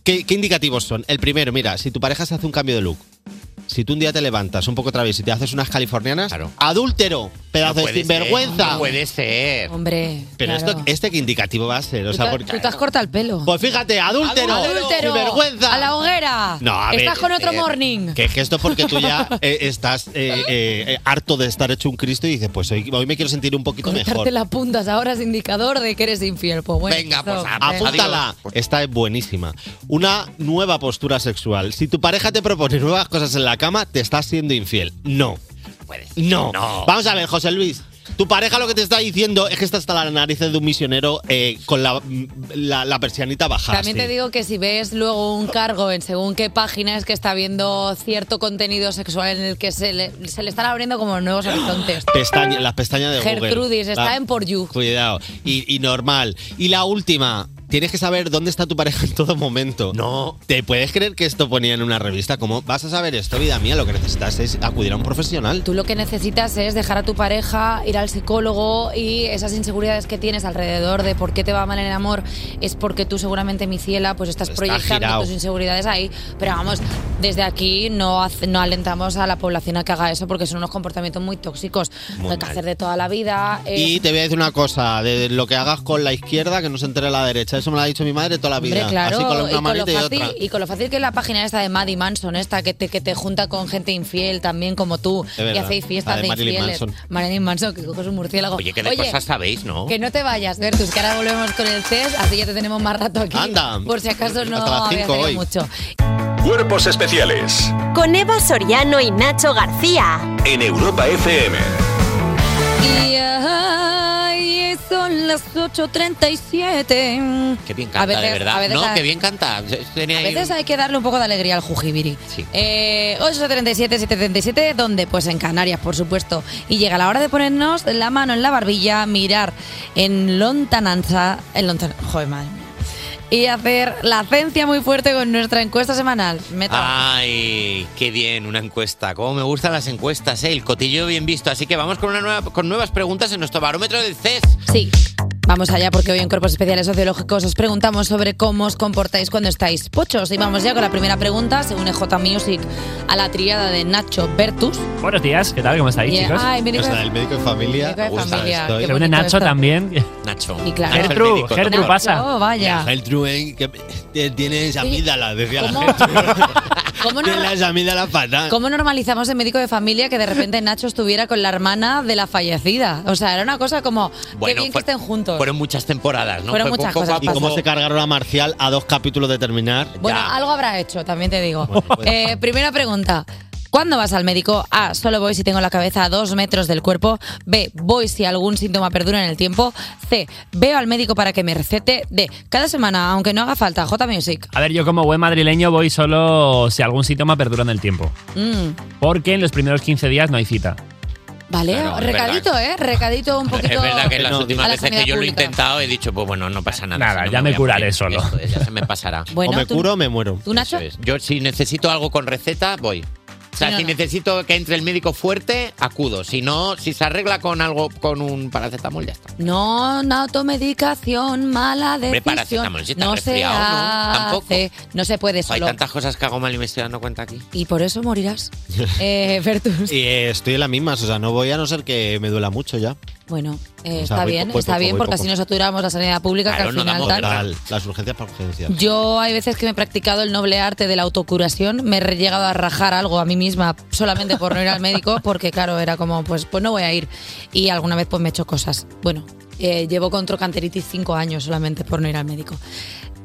Speaker 15: ¿qué, qué indicativos son? El primero, mira, si tu pareja se hace un cambio de look, si tú un día te levantas un poco otra vez y te haces unas californianas, adúltero, pedazo
Speaker 4: No
Speaker 15: de
Speaker 4: puede
Speaker 15: sinvergüenza.
Speaker 4: ser, no puede ser.
Speaker 3: Hombre.
Speaker 15: Pero
Speaker 3: claro.
Speaker 15: esto, ¿este qué indicativo va a ser? O
Speaker 3: Tú
Speaker 15: sea,
Speaker 3: te-
Speaker 15: porque-
Speaker 3: tú te has cortado el pelo.
Speaker 15: Pues fíjate, adúltero.
Speaker 3: ¡Adúltero!
Speaker 15: ¡Sinvergüenza!
Speaker 3: ¡A la hoguera!
Speaker 15: No, a ver,
Speaker 3: Estás con otro
Speaker 15: eh,
Speaker 3: morning.
Speaker 15: Que es que esto porque tú ya eh, estás eh, eh, eh, harto de estar hecho un Cristo y dices, pues hoy, hoy me quiero sentir un poquito mejor.
Speaker 3: Cortarte las puntas ahora es indicador de que eres infiel. Pues bueno, esto-
Speaker 15: apúntala. Esta es buenísima. Una nueva postura sexual. Si tu pareja te propone nuevas cosas en la cama, te estás siendo infiel. No.
Speaker 10: Oh.
Speaker 15: No.
Speaker 4: No.
Speaker 15: Vamos a ver, José Luis. Tu pareja lo que te está diciendo es que está hasta las narices de un misionero eh, con la, la, la persianita bajada.
Speaker 3: También
Speaker 15: así.
Speaker 3: te digo que si ves luego un cargo en según qué página es que está viendo cierto contenido sexual en el que se le, se le están abriendo como nuevos horizontes.
Speaker 15: Pestaña- las pestañas de Google.
Speaker 3: Gertrudis, está
Speaker 15: La-
Speaker 3: en Por You.
Speaker 15: Cuidado. Y, y normal. Y la última. Tienes que saber dónde está tu pareja en todo momento. No. ¿Te puedes creer que esto ponía en una revista? ¿Cómo vas a saber esto, vida mía? Lo que necesitas es acudir a un profesional.
Speaker 3: Tú lo que necesitas es dejar a tu pareja, ir al psicólogo y esas inseguridades que tienes alrededor de por qué te va mal en el amor es porque tú seguramente, mi ciela, pues estás proyectando
Speaker 15: girao.
Speaker 3: tus inseguridades ahí. Pero vamos, desde aquí no, hace- no alentamos a la población a que haga eso porque son unos comportamientos muy tóxicos.
Speaker 15: Muy
Speaker 3: No hay que
Speaker 15: mal.
Speaker 3: hacer de toda la vida. eh,
Speaker 15: Y te voy a decir una cosa, de lo que hagas con la izquierda, que no se entere la derecha. Eso me lo ha dicho mi madre toda la vida.
Speaker 3: Hombre, claro,
Speaker 15: Así con
Speaker 3: y
Speaker 15: una
Speaker 3: con lo
Speaker 15: manita y
Speaker 3: fácil,
Speaker 15: otra.
Speaker 3: y con lo fácil que es la página esta de Maddie Manson, esta que te, que te junta con gente infiel también como tú,
Speaker 4: Es
Speaker 3: y
Speaker 4: verdad,
Speaker 3: hacéis
Speaker 4: la
Speaker 3: fiestas
Speaker 4: de
Speaker 3: de,
Speaker 4: Marilyn
Speaker 3: infieles.
Speaker 4: Manson.
Speaker 3: Marilyn Manson, que coges un murciélago.
Speaker 4: Oye, que de cosas sabéis, ¿no?
Speaker 3: Que no te vayas, Bertus, que ahora volvemos con el test, así ya te tenemos más rato aquí.
Speaker 4: Anda.
Speaker 3: Por si acaso no
Speaker 4: Hasta las
Speaker 3: había
Speaker 4: cinco
Speaker 3: salido
Speaker 4: hoy.
Speaker 3: mucho.
Speaker 8: Cuerpos especiales
Speaker 2: Con Eva Soriano y Nacho García.
Speaker 8: en Europa FM.
Speaker 3: Y ay, son las 8.37.
Speaker 4: Qué bien
Speaker 3: A
Speaker 4: canta,
Speaker 3: veces-
Speaker 4: de verdad.
Speaker 3: a veces
Speaker 4: no,
Speaker 3: la-
Speaker 4: qué bien canta. Tenía
Speaker 3: A
Speaker 4: ahí
Speaker 3: veces
Speaker 4: un-
Speaker 3: hay que darle un poco de alegría al jujibiri.
Speaker 4: Sí.
Speaker 3: Eh, 837, 737, ¿dónde? Pues en Canarias, por supuesto. Y llega la hora de ponernos la mano en la barbilla, mirar en lontananza. En lontan joder, madre mía. Y hacer la ciencia muy fuerte con nuestra encuesta semanal. Meta.
Speaker 4: Ay, qué bien, una encuesta. Cómo me gustan las encuestas, ¿eh? el cotillo bien visto. Así que vamos con una nueva, con nuevas preguntas en nuestro barómetro del CES.
Speaker 3: Sí. Vamos allá porque hoy en Cuerpos Especiales Sociológicos os preguntamos sobre cómo os comportáis cuando estáis pochos. Y vamos ya con la primera pregunta, según EJ Music, a la triada de Nacho Bertus.
Speaker 21: Buenos días, ¿qué tal? ¿Cómo estáis,
Speaker 3: Bien.
Speaker 21: chicos?
Speaker 3: Ay, médico O sea, de-
Speaker 15: el médico de familia.
Speaker 3: Médico de gusta, familia, estoy. qué
Speaker 21: Se une
Speaker 3: bonito
Speaker 21: Nacho
Speaker 3: esto.
Speaker 21: también.
Speaker 4: Nacho.
Speaker 3: Y claro.
Speaker 21: Gertru,
Speaker 15: Nacho, el
Speaker 21: Gertru,
Speaker 15: médico.
Speaker 21: pasa.
Speaker 3: Oh, vaya.
Speaker 15: Gertrude, que eh, te- tienes amígdalas, decía la
Speaker 3: ¿Cómo?
Speaker 15: gente.
Speaker 3: ¿Cómo no-
Speaker 15: Tienes amígdalas fatal.
Speaker 3: ¿Cómo normalizamos el médico de familia que de repente Nacho estuviera con la hermana de la fallecida? O sea, era una cosa como, qué
Speaker 4: Bueno,
Speaker 3: bien
Speaker 4: fue-
Speaker 3: que estén juntos.
Speaker 4: Fueron muchas temporadas, ¿no?
Speaker 3: Fueron
Speaker 4: Fue
Speaker 3: muchas
Speaker 4: poco
Speaker 3: cosas,
Speaker 4: a
Speaker 15: ¿Y
Speaker 4: poco.
Speaker 15: cómo se cargaron a Marcial a dos capítulos de terminar?
Speaker 3: bueno,
Speaker 15: Ya.
Speaker 3: algo habrá hecho, también te digo.
Speaker 4: pues
Speaker 15: puede
Speaker 3: Eh, primera pregunta. ¿Cuándo vas al médico? A. Solo voy si tengo la cabeza a dos metros del cuerpo. B. Voy si algún síntoma perdura en el tiempo. C. Veo al médico para que me recete. D. Cada semana, aunque no haga falta. J Music.
Speaker 21: A ver, yo como buen madrileño voy solo si algún síntoma perdura en el tiempo.
Speaker 3: Mm,
Speaker 21: Porque en los primeros 15 días no hay cita.
Speaker 3: Vale,
Speaker 21: Claro, es
Speaker 3: recadito, ¿eh? Recadito un poquito.
Speaker 4: Es verdad que las
Speaker 3: a
Speaker 4: últimas
Speaker 3: la
Speaker 4: veces que
Speaker 3: sanidad
Speaker 4: yo lo he
Speaker 3: pública.
Speaker 4: intentado he dicho, pues bueno, no pasa nada.
Speaker 21: Nada,
Speaker 4: si no
Speaker 21: ya me
Speaker 4: voy a
Speaker 21: curaré
Speaker 4: morir,
Speaker 21: solo.
Speaker 4: esto es, ya se me pasará.
Speaker 3: Bueno,
Speaker 4: o me
Speaker 3: tú-
Speaker 4: curo o me muero.
Speaker 3: ¿Tú, Nacho?
Speaker 4: Eso es. Yo si necesito algo con receta, voy. O sea,
Speaker 3: No,
Speaker 4: si
Speaker 3: no.
Speaker 4: necesito que entre el médico fuerte, acudo. Si no, si se arregla con algo, con un paracetamol, ya está.
Speaker 3: No, no automedicación, mala
Speaker 4: Hombre,
Speaker 3: decisión.
Speaker 4: paracetamol, si está
Speaker 3: No se
Speaker 4: resfriado, ¿no? Tampoco.
Speaker 3: hace, no se puede
Speaker 4: Hay
Speaker 3: solo.
Speaker 4: tantas cosas que hago mal y me estoy dando cuenta aquí.
Speaker 3: Y por eso morirás. Eh, Bertus.
Speaker 15: Y eh, estoy en la misma, o sea, no voy a no ser que me duela mucho ya.
Speaker 3: Bueno, eh,
Speaker 15: O sea,
Speaker 3: está
Speaker 15: voy
Speaker 3: bien,
Speaker 15: poco,
Speaker 3: está
Speaker 15: voy
Speaker 3: bien,
Speaker 15: poco.
Speaker 3: porque así no saturamos la sanidad pública,
Speaker 15: Claro,
Speaker 3: que
Speaker 15: no
Speaker 3: al final
Speaker 15: damos
Speaker 3: tal. Mm.
Speaker 15: tal, Las urgencias para urgencias.
Speaker 3: Yo hay veces que me he practicado el noble arte de la autocuración, me he llegado a rajar algo a mí misma solamente por no ir al médico, porque claro, era como, pues, pues no voy a ir. Y alguna vez pues me he hecho cosas. Bueno, eh, llevo con trocanteritis cinco años solamente por no ir al médico.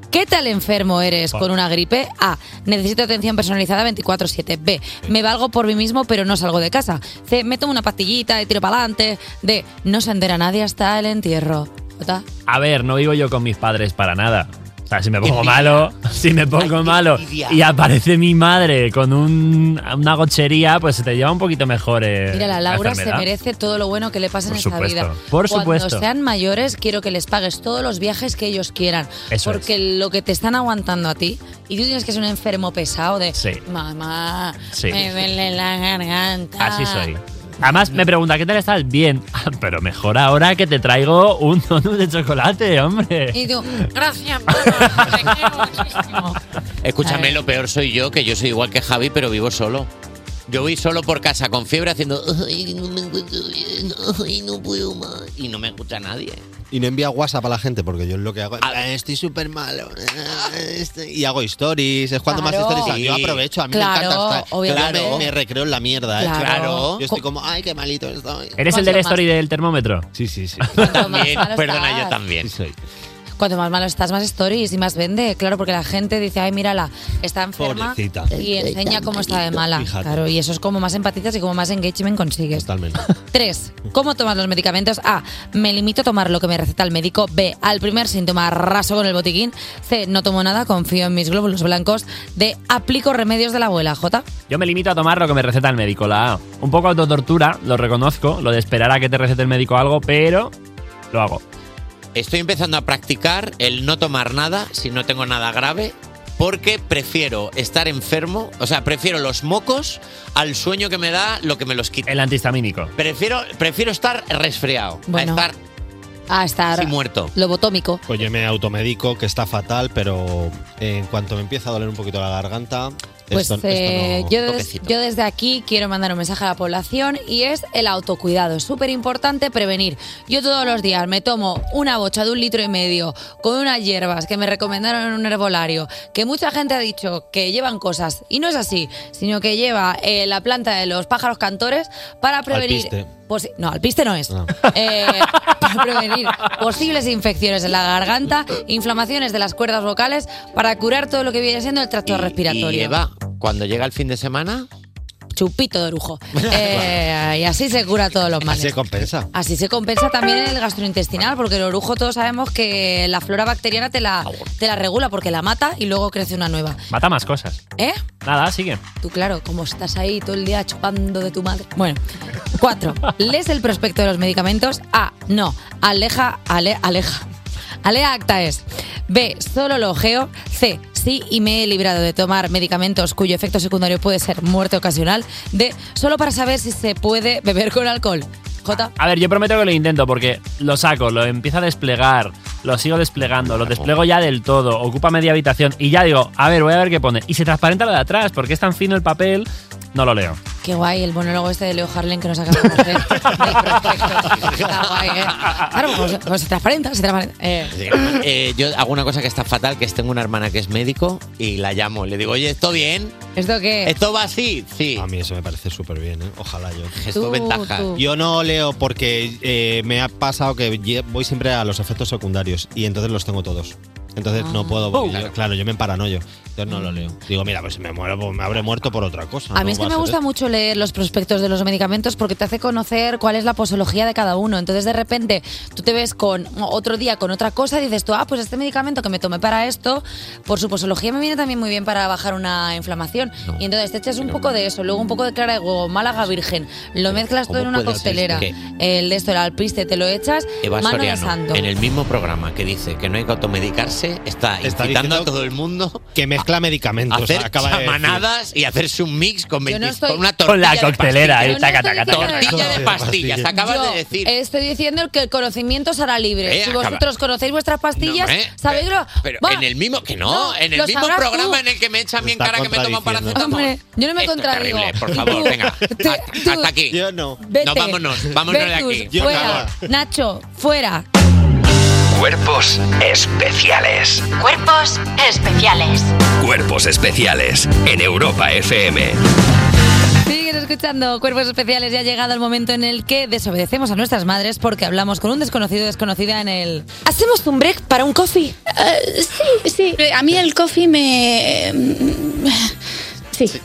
Speaker 3: ¿Qué tal enfermo eres con una gripe? A. Necesito atención personalizada 24-7. B. Me valgo por mí mismo pero no salgo de casa. C. Me tomo una pastillita y tiro para adelante. D. No se entera nadie hasta el entierro. Jota.
Speaker 21: A ver, no vivo yo con mis padres para nada. O sea, si me pongo malo, si me pongo malo y aparece mi madre con un- una gochería, pues se te lleva un poquito mejor. eh,
Speaker 3: Mira, la Laura se
Speaker 21: enfermedad.
Speaker 3: merece todo lo bueno que le pasa en
Speaker 21: Por
Speaker 3: esta
Speaker 21: supuesto.
Speaker 3: vida.
Speaker 21: Por
Speaker 3: Cuando
Speaker 21: supuesto.
Speaker 3: sean mayores, quiero que les pagues todos los viajes que ellos quieran.
Speaker 21: Eso
Speaker 3: porque lo que te están aguantando a ti, y tú tienes que ser un enfermo pesado de
Speaker 21: Sí.
Speaker 3: mamá,
Speaker 21: Sí.
Speaker 3: me duele la garganta.
Speaker 21: Así soy. Además, me pregunta, ¿qué tal estás? Bien. Ah, Pero mejor ahora que te traigo un donut de chocolate, hombre.
Speaker 3: Y tú, gracias.
Speaker 4: Escúchame, lo peor soy yo, que yo soy igual que Javi, pero vivo solo. Yo voy solo por casa con fiebre haciendo. "Ay, no me encuentro bien, ay, no puedo más. Y no me escucha nadie.
Speaker 15: Y no envía WhatsApp a la gente, porque yo es lo que
Speaker 3: Pues
Speaker 15: hago. "Ah, Estoy súper malo. ah, estoy-". Y hago stories, es cuanto
Speaker 16: Claro.
Speaker 15: más stories. hago. Yo
Speaker 16: Sí.
Speaker 15: aprovecho, a mí
Speaker 16: Claro,
Speaker 15: me encanta estar.
Speaker 16: obviamente.
Speaker 15: Claro, me, me recreo en la mierda, ¿eh?
Speaker 16: Claro. Claro.
Speaker 15: Yo estoy como, ay, qué malito estoy.
Speaker 21: ¿Eres el del story del termómetro?
Speaker 15: Sí, sí, sí.
Speaker 3: También, malo perdona, estás. yo
Speaker 4: también.
Speaker 15: soy.
Speaker 3: Cuanto más malo estás, más stories y más vende. Claro, porque la gente dice, ay, mírala, está enferma
Speaker 15: Pobrecita.
Speaker 3: y enseña cómo está de mala.
Speaker 15: Fíjate.
Speaker 3: Claro, y eso es como más empatizas y como más engagement consigues.
Speaker 15: Totalmente.
Speaker 3: Tres, ¿cómo tomas los medicamentos? A, me limito a tomar lo que me receta el médico. B, al primer síntoma arraso con el botiquín. C, no tomo nada, confío en mis glóbulos blancos. D, aplico remedios de la abuela. J.
Speaker 21: Yo me limito a tomar lo que me receta el médico, la A. Un poco autotortura, lo reconozco, lo de esperar a que te recete el médico algo, pero lo hago.
Speaker 4: Estoy empezando a practicar el no tomar nada si no tengo nada grave, porque prefiero estar enfermo, o sea, prefiero los mocos al sueño que me da lo que me los quita.
Speaker 21: El antihistamínico.
Speaker 4: Prefiero, prefiero estar resfriado, a
Speaker 3: Bueno.
Speaker 4: estar
Speaker 3: A estar
Speaker 4: así muerto.
Speaker 3: lobotómico.
Speaker 15: Pues yo me automedico, que está fatal, pero eh, en cuanto me empieza a doler un poquito la garganta,
Speaker 3: Pues
Speaker 15: esto, esto
Speaker 3: eh,
Speaker 15: no-
Speaker 3: yo, des- yo desde aquí quiero mandar un mensaje a la población y es el autocuidado. Es súper importante prevenir. Yo todos los días me tomo una bocha de un litro y medio con unas hierbas que me recomendaron en un herbolario, que mucha gente ha dicho que llevan cosas y no es así, sino que lleva eh, la planta de los pájaros cantores para prevenir...
Speaker 15: Alpiste.
Speaker 3: posi- no, alpiste no es. Eh, para prevenir posibles infecciones en la garganta, inflamaciones de las cuerdas vocales, para curar todo lo que viene siendo el tracto respiratorio.
Speaker 4: Y Eva, cuando llega el fin de semana,
Speaker 3: chupito de orujo. Eh, y así se cura todos los males.
Speaker 15: se compensa.
Speaker 3: Así se compensa también el gastrointestinal, porque el orujo todos sabemos que la flora bacteriana te la, te la regula porque la mata y luego crece una nueva.
Speaker 21: Mata más cosas.
Speaker 3: ¿Eh?
Speaker 21: Nada, sigue.
Speaker 3: Tú, claro, como estás ahí todo el día chupando de tu madre. Bueno, cuatro. ¿Lees el prospecto de los medicamentos? A. No. Aleja, ale, aleja. Alea acta es. B. Solo lo ojeo. C. Sí y me he librado de tomar medicamentos cuyo efecto secundario puede ser muerte ocasional. D. Solo para saber si se puede beber con alcohol. J.
Speaker 21: A ver, yo prometo que lo intento porque lo saco, lo empiezo a desplegar, lo sigo desplegando, lo desplego ya del todo, ocupa media habitación y ya digo, a ver, voy a ver qué pone. Y se transparenta lo de atrás porque es tan fino el papel, no lo leo.
Speaker 3: Qué guay el monólogo este de Leo Harlem que nos acaba de hacer del prospecto. Está guay, ¿eh? Claro, pues, pues se transparenta, se transparenta. Eh,
Speaker 4: eh, yo hago una cosa que está fatal, que es tengo una hermana que es médico y la llamo. Le digo, oye, ¿esto bien?
Speaker 3: ¿Esto qué?
Speaker 4: ¿Esto va así? Sí.
Speaker 15: A mí eso me parece súper bien, ¿eh? Ojalá yo.
Speaker 4: Gesto Tú, ventaja. tú.
Speaker 15: Yo no leo porque eh, me ha pasado que lle- voy siempre a los efectos secundarios y entonces los tengo todos. Entonces no puedo.
Speaker 3: Oh.
Speaker 15: yo- claro. yo me paranoio. Entonces no lo leo. Digo, mira, pues si me muero, pues me habré muerto por otra cosa.
Speaker 4: Ah,
Speaker 3: A
Speaker 15: no
Speaker 3: mí es
Speaker 15: va
Speaker 3: que me
Speaker 15: ser
Speaker 3: gusta
Speaker 4: ¿eh?
Speaker 15: esto.
Speaker 3: mucho leer los prospectos de los medicamentos porque te hace conocer cuál es la posología de cada uno. Entonces, de repente, tú te ves con otro día con otra cosa y dices tú, ah, pues este medicamento que me tomé para esto, por su posología me viene también muy bien para bajar una inflamación. Y entonces te echas un poco de eso, luego un poco de clara de huevo, Málaga virgen, lo mezclas todo en una
Speaker 4: puede ser
Speaker 3: coctelera.
Speaker 4: que-
Speaker 3: El de esto, el alpiste, te lo echas,
Speaker 4: Eva
Speaker 3: mano de
Speaker 4: Soriano,
Speaker 3: santo.
Speaker 4: en el mismo programa que dice que no hay que automedicarse, ese está, incitando a todo el mundo
Speaker 15: que mezcla medicamentos.
Speaker 4: a hacer
Speaker 15: acaba de
Speaker 4: chamanadas y hacerse un mix con,
Speaker 3: Yo no
Speaker 4: 20
Speaker 3: estoy-
Speaker 4: con una
Speaker 15: Con la
Speaker 4: tortilla de
Speaker 15: coctelera,
Speaker 4: pastillas.
Speaker 15: ahí, taca, taca, taca.
Speaker 4: Tortilla de pastillas, acabas
Speaker 3: Yo
Speaker 4: de decir.
Speaker 3: Estoy diciendo que el conocimiento será libre.
Speaker 4: Eh,
Speaker 3: si
Speaker 4: acaba-
Speaker 3: vosotros conocéis vuestras pastillas,
Speaker 4: No, hombre,
Speaker 3: sabéis lo.
Speaker 4: Pero
Speaker 3: Va,
Speaker 4: en el mismo, que no,
Speaker 3: No,
Speaker 4: en el
Speaker 3: lo
Speaker 4: mismo
Speaker 3: sabrás tú.
Speaker 4: programa en el que me echan bien cara que me toman para hacer
Speaker 3: Hombre, yo no me contradigo.
Speaker 4: terrible, por
Speaker 3: Y
Speaker 4: favor,
Speaker 3: tú,
Speaker 4: venga. Hasta, hasta aquí. Yo
Speaker 15: no.
Speaker 3: Vete.
Speaker 4: No, vámonos, vámonos de
Speaker 3: Bertus,
Speaker 4: aquí.
Speaker 3: Pues fuera. Nacho, fuera.
Speaker 1: Cuerpos especiales.
Speaker 2: Cuerpos especiales.
Speaker 1: Cuerpos especiales en Europa FM.
Speaker 3: Siguen escuchando Cuerpos Especiales. Ya ha llegado el momento en el que desobedecemos a nuestras madres porque hablamos con un desconocido o desconocida en el. Eh, ¿Hacemos un break para un coffee?
Speaker 5: sí, sí. A mí el coffee me...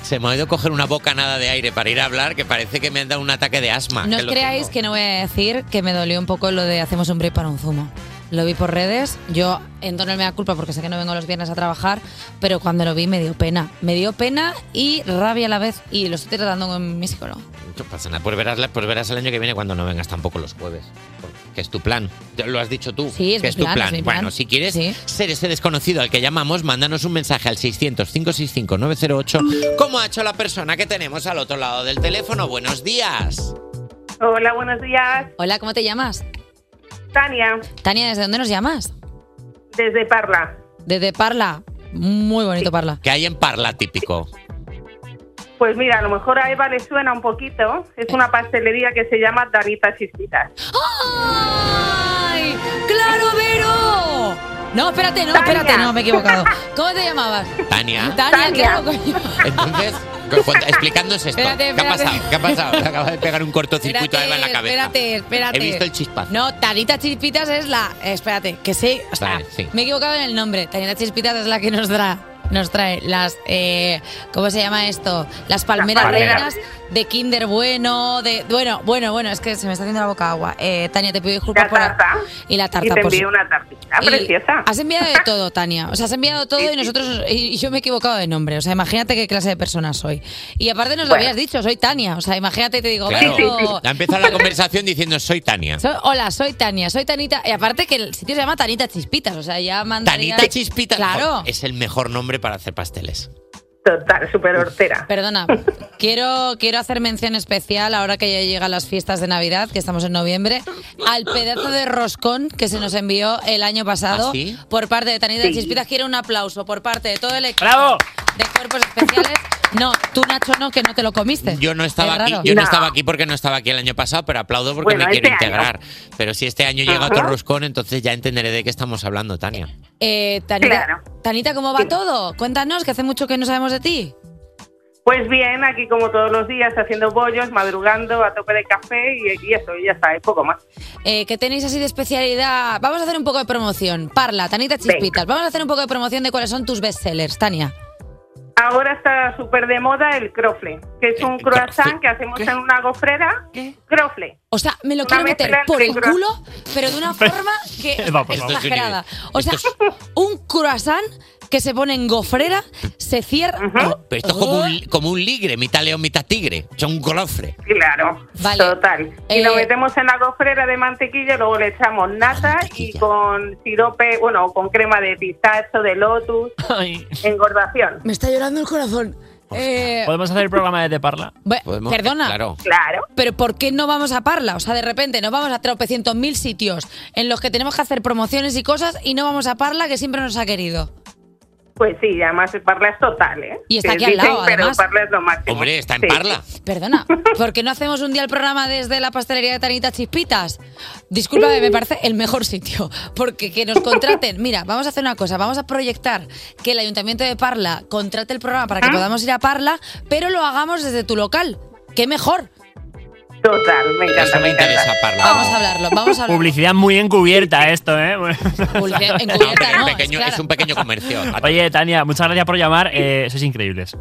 Speaker 4: Se me ha ido a coger una bocanada de aire para ir a hablar que parece que me han dado un ataque de asma.
Speaker 3: No
Speaker 4: que
Speaker 3: os
Speaker 4: lo
Speaker 3: creáis que no voy a decir que me dolió un poco lo de hacemos un break para un zumo. Lo vi por redes, yo entorno el mea culpa porque sé que no vengo los viernes a trabajar, pero cuando lo vi me dio pena. Me dio pena y rabia a la vez y lo estoy tratando con mi psicólogo.
Speaker 4: No pasa nada, pues verás, la- pues verás el año que viene cuando no vengas tampoco los jueves. Que es tu plan. Ya Lo has dicho tú.
Speaker 3: Sí, es
Speaker 4: que
Speaker 3: mi
Speaker 4: es tu
Speaker 3: plan,
Speaker 4: plan.
Speaker 3: es mi plan.
Speaker 4: Bueno, si quieres ser ese desconocido al que llamamos, mándanos un mensaje al 600-565-908. ¿Cómo ha hecho la persona que tenemos al otro lado del teléfono? Buenos días.
Speaker 3: Hola, buenos días. Hola, ¿cómo te llamas? Tania. Tania, ¿desde dónde nos llamas? Desde Parla. Desde Parla. Muy bonito Parla.
Speaker 4: Que hay en Parla típico.
Speaker 22: Pues mira, a lo mejor a Eva le suena un poquito. Es una pastelería que se llama Danitas Chispitas.
Speaker 3: Oh, ¡Ay! ¡Claro, Vero! No, espérate, no, espérate, no, me he equivocado. ¿Cómo te llamabas?
Speaker 4: Tania.
Speaker 3: Tania, claro, coño.
Speaker 4: Entonces, cu- cu- explicándonos esto.
Speaker 3: Espérate,
Speaker 4: ¿Qué ha
Speaker 3: espérate.
Speaker 4: pasado? ¿Qué ha pasado? Le acaba de pegar un cortocircuito a Eva en la cabeza.
Speaker 3: Espérate, espérate.
Speaker 4: He visto el chispazo.
Speaker 3: No, Tanita Chispitas es la. Espérate, que sí. o sea,
Speaker 4: Vale, sí.
Speaker 3: Me he equivocado en el nombre. Tanita Chispitas es la que nos trae, nos trae las. eh, ¿Cómo se llama esto? Las palmeras,
Speaker 23: Las palmeras.
Speaker 3: rellenas de Kinder Bueno, de. Bueno, bueno, bueno, es que se me está haciendo la boca agua. Eh, Tania, te pido disculpas por. Y la tarta,
Speaker 22: y te
Speaker 3: por
Speaker 22: envío
Speaker 3: su-
Speaker 22: una tartita
Speaker 3: y
Speaker 22: preciosa.
Speaker 3: Has enviado de todo, Tania. O sea, has enviado todo y nosotros y y yo me he equivocado de nombre. O sea, imagínate qué clase de persona soy. Y aparte nos lo
Speaker 22: Bueno.
Speaker 3: habías dicho, soy Tania. O sea, imagínate y te digo,
Speaker 4: Claro.
Speaker 3: "Vero,
Speaker 4: Ha empezado la conversación diciendo soy Tania.
Speaker 3: so- hola, soy Tania, soy Tanita. Y aparte que el sitio se llama Tanita Chispitas, o sea, ya mandaría...
Speaker 4: Tanita Chispita.
Speaker 3: Claro.
Speaker 4: Es el mejor nombre para hacer pasteles.
Speaker 22: Total, súper hortera.
Speaker 3: Perdona, quiero, quiero hacer mención especial ahora que ya llegan las fiestas de Navidad, que estamos en noviembre, al pedazo de roscón que se nos envió el año pasado
Speaker 4: ¿Ah, sí?
Speaker 3: por parte de Tanita
Speaker 22: Sí.
Speaker 3: Chispitas. Quiero un aplauso por parte de todo el equipo de cuerpos especiales. No, tú Nacho no, que no te lo comiste.
Speaker 4: Yo no estaba
Speaker 3: Es
Speaker 4: aquí,
Speaker 3: raro.
Speaker 4: yo no. estaba aquí porque no estaba aquí el año pasado, pero aplaudo porque
Speaker 3: Bueno,
Speaker 4: me quiero
Speaker 3: este año.
Speaker 4: integrar. Pero si este año llega
Speaker 3: Ajá.
Speaker 4: otro roscón, entonces ya entenderé de qué estamos hablando, Tania.
Speaker 3: Eh, Tanita, Tanita, ¿cómo va todo? Cuéntanos, que hace mucho que no sabemos de ti.
Speaker 22: Pues bien, aquí como todos los días, haciendo bollos, madrugando, a tope de café y, y eso, y ya está, es poco más.
Speaker 3: Eh, ¿Qué tenéis así de especialidad? Vamos a hacer un poco de promoción. Parla, Tanita Chispitas. Vamos a hacer un poco de promoción de cuáles son tus bestsellers, Tania.
Speaker 22: Ahora está súper de moda el crofle, que es un croissant que hacemos en una gofrera. Crofle.
Speaker 3: O sea, me lo
Speaker 22: Una
Speaker 3: quiero meter
Speaker 22: mezcla
Speaker 3: por el
Speaker 22: entre cro-
Speaker 3: culo, pero de una forma que
Speaker 22: Eva, por favor.
Speaker 3: exagerada. O sea, un croissant que se pone en gofrera, se cierra.
Speaker 4: Pero esto es como un, como un ligre, mitad león, mitad tigre. Son un golofre.
Speaker 22: Claro, total. Y
Speaker 3: Eh,
Speaker 22: lo metemos en la gofrera de mantequilla, luego le echamos nata y con sirope, bueno, con crema de pistacho, de lotus, engordación.
Speaker 3: Me está llorando el corazón. Eh,
Speaker 21: ¿Podemos hacer el programa de Te Parla?
Speaker 4: Podemos,
Speaker 3: perdona.
Speaker 4: claro.
Speaker 3: Pero ¿por qué no vamos a Parla? O sea, de repente nos vamos a tropecientos mil sitios en los que tenemos que hacer promociones y cosas y no vamos a Parla que siempre nos ha querido.
Speaker 22: Pues sí, además el parla es total, ¿eh?
Speaker 3: Y está
Speaker 22: Que
Speaker 3: aquí al
Speaker 22: dicen,
Speaker 3: lado,
Speaker 22: Pero
Speaker 3: además.
Speaker 22: parla es lo máximo.
Speaker 4: Hombre, está en
Speaker 22: Sí.
Speaker 4: parla.
Speaker 3: Perdona, ¿por qué no hacemos un día el programa desde la pastelería de Tanita Chispitas? Discúlpame, me parece el mejor sitio, porque que nos contraten. Mira, vamos a hacer una cosa, vamos a proyectar que el Ayuntamiento de Parla contrate el programa
Speaker 22: Ah.
Speaker 3: para que podamos ir a Parla, pero lo hagamos desde tu local. ¡Qué mejor!
Speaker 22: Total, me encanta.
Speaker 4: Eso me interesa, Parla.
Speaker 3: Vamos a hablarlo, vamos a hablarlo.
Speaker 21: Publicidad muy encubierta esto, ¿eh?
Speaker 3: Publicidad en
Speaker 4: No,
Speaker 3: cubierta,
Speaker 4: pero
Speaker 3: no,
Speaker 4: es, pequeño-
Speaker 3: es
Speaker 4: es un pequeño comercio.
Speaker 21: Oye, Tania, muchas gracias por llamar. Eh, sois increíbles.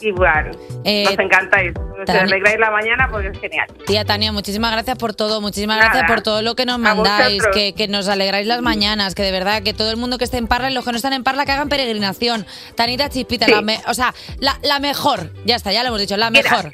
Speaker 22: Igual.
Speaker 3: Eh,
Speaker 22: Nos encantáis. Nos
Speaker 3: Tania-
Speaker 22: alegráis la mañana porque es genial.
Speaker 3: Tía Tania, muchísimas gracias por todo, muchísimas
Speaker 22: Nada.
Speaker 3: gracias por todo lo que nos
Speaker 22: A
Speaker 3: mandáis,
Speaker 22: vosotros.
Speaker 3: que, que nos alegráis las mañanas, que de verdad, que todo el mundo que esté en Parla y los que no están en Parla que hagan peregrinación. Tanita Chispita, la me- o sea, la, la mejor, ya está, ya lo hemos dicho, la mejor.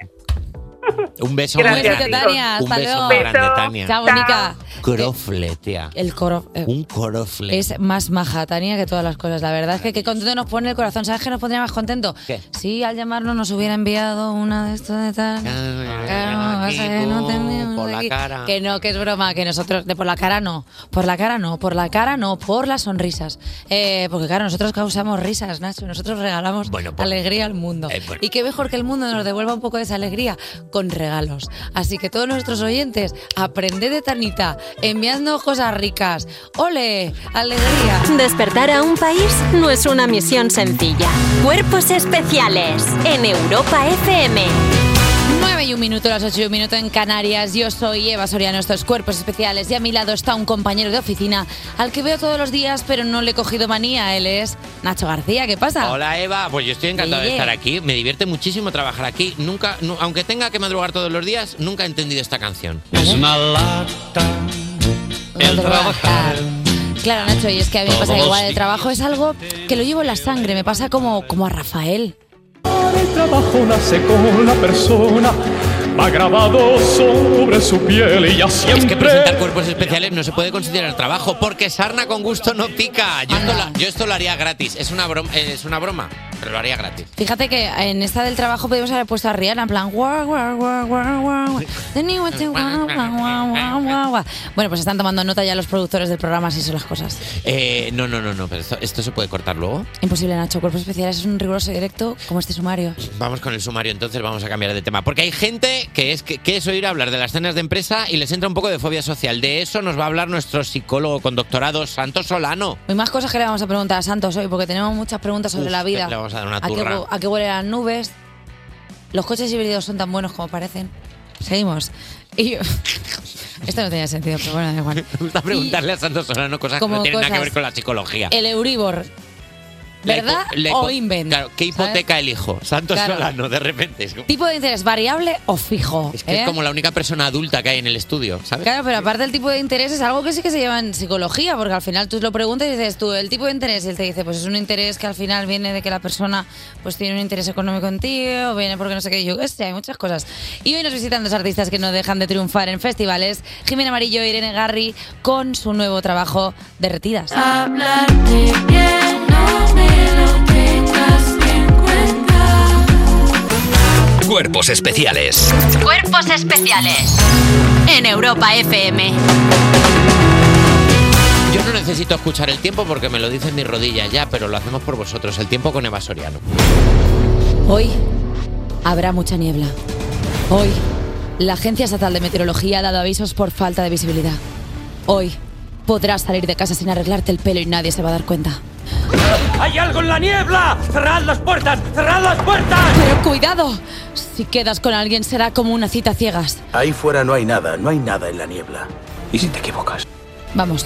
Speaker 4: Un beso
Speaker 3: Gracias,
Speaker 4: muy grande.
Speaker 3: Tania,
Speaker 4: Un
Speaker 3: hasta
Speaker 4: beso
Speaker 3: luego.
Speaker 4: muy grande,
Speaker 3: Beso.
Speaker 4: Tania.
Speaker 3: Chao, Nica.
Speaker 4: Crofle, tía.
Speaker 3: El coro. eh,
Speaker 4: Un corofle.
Speaker 3: Es más maja, Tania, que todas las cosas. La verdad es que qué contento nos pone el corazón. ¿Sabes qué nos pondría más contento?
Speaker 4: ¿Qué?
Speaker 3: Si al llamarnos nos hubiera enviado una de estas de tal. Claro, vas a ver, Ah, eh, no tenemos
Speaker 4: por la
Speaker 3: aquí.
Speaker 4: cara.
Speaker 3: Que no, que es broma, que nosotros. De por la cara no. Por la cara no. Por la cara no. Por las sonrisas. Eh, porque claro, nosotros causamos risas, Nacho. Nosotros regalamos
Speaker 4: pues,
Speaker 3: alegría al mundo.
Speaker 4: eh,
Speaker 3: Y qué mejor que el mundo nos devuelva un poco de esa alegría con regalos. Así que todos nuestros oyentes, aprended de Tanita, enviadnos cosas ricas. ¡Ole! ¡Alegría!
Speaker 2: Despertar a un país no es una misión sencilla. Cuerpos especiales en Europa FM.
Speaker 3: 9 y un minuto, las 8 y un minuto en Canarias. Yo soy Eva Soriano, estos cuerpos especiales. Y a mi lado está un compañero de oficina al que veo todos los días, pero no le he cogido manía. Él es Nacho García. ¿Qué pasa?
Speaker 4: Hola Eva, pues yo estoy encantado de
Speaker 3: Oye.
Speaker 4: estar aquí. Me divierte muchísimo trabajar aquí. Nunca, nu- aunque tenga que madrugar todos los días, nunca he entendido esta canción. Es una lata el trabajar.
Speaker 3: Claro, Nacho, y es que a mí me pasa
Speaker 4: Todos
Speaker 3: igual. El
Speaker 4: días.
Speaker 3: trabajo es algo que lo llevo en la sangre. Me pasa como, como a Rafael.
Speaker 6: El trabajo nace con la persona, va grabado sobre su piel y ya
Speaker 4: Es que presentar
Speaker 6: siempre.
Speaker 4: cuerpos especiales no se puede considerar trabajo porque sarna con gusto no pica. Yo esto, la- yo esto lo haría gratis. Es una broma, es una broma, pero lo haría gratis.
Speaker 3: Fíjate que en esta del trabajo podemos haber puesto a Rihanna en plan guau, guau, guau, guau, guau, guau. Then you want to guau, guau, guau, guau, guau, guau. Bueno, pues están tomando nota ya los productores del programa, así son las cosas.
Speaker 4: Eh, no, no, no, no. Pero esto, esto se puede cortar luego.
Speaker 3: Imposible, Nacho. Cuerpos especiales es un riguroso directo como este sumario.
Speaker 4: Vamos con el sumario, entonces vamos a cambiar de tema. Porque hay gente que es que, que es oír hablar de las cenas de empresa y les entra un poco de fobia social. De eso nos va a hablar nuestro psicólogo con doctorado, Santos Solano.
Speaker 3: Hay más cosas que le vamos a preguntar a Santos hoy, porque tenemos muchas preguntas sobre
Speaker 4: Uf,
Speaker 3: la vida.
Speaker 4: le vamos a dar una
Speaker 3: qué
Speaker 4: turra.
Speaker 3: hu- a qué huelen las nubes? ¿Los coches híbridos son tan buenos como parecen? Seguimos. Y Esto no tenía sentido, pero bueno, da igual.
Speaker 4: Me gusta preguntarle a Santos Solano cosas que
Speaker 3: como
Speaker 4: no tienen nada que
Speaker 3: cosas.
Speaker 4: ver con la psicología.
Speaker 3: El Euribor.
Speaker 4: La hipo-
Speaker 3: ¿Verdad
Speaker 4: la
Speaker 3: o
Speaker 4: hipo-
Speaker 3: invent?
Speaker 4: Claro, ¿qué hipoteca elijo? Santos
Speaker 3: Claro.
Speaker 4: Solano, de repente. Es,
Speaker 3: ¿Tipo de interés variable o fijo?
Speaker 4: es que es
Speaker 3: ¿eh?
Speaker 4: como la única persona adulta que hay en el estudio, ¿sabes?
Speaker 3: Claro, pero aparte el tipo de interés es algo que sí que se lleva en psicología, porque al final tú lo preguntas y dices tú, el tipo de interés, y él te dice, pues es un interés que al final viene de que la persona pues tiene un interés económico en ti, o viene porque no sé qué, yo qué sé, hay muchas cosas. Y hoy nos visitan dos artistas que no dejan de triunfar en festivales, Jimena Amarillo e Irene Garri, con su nuevo trabajo, Derretidas.
Speaker 14: Hablarte bien, no me lo tengas en cuenta.
Speaker 1: Cuerpos especiales.
Speaker 2: Cuerpos especiales en Europa FM.
Speaker 4: Yo no necesito escuchar el tiempo porque me lo dicen mis rodillas ya, pero lo hacemos por vosotros. El tiempo con Eva Soriano.
Speaker 3: Pues. Hoy habrá mucha niebla. Hoy la Agencia Estatal de Meteorología ha dado avisos por falta de visibilidad. Hoy podrás salir de casa sin arreglarte el pelo y nadie se va a dar cuenta.
Speaker 9: ¡Hay algo en la niebla! ¡Cerrad las puertas! ¡Cerrad las puertas!
Speaker 3: Pero cuidado, si quedas con alguien será como una cita a ciegas.
Speaker 23: Ahí fuera no hay nada, no hay nada en la niebla. ¿Y si te equivocas?
Speaker 3: Vamos,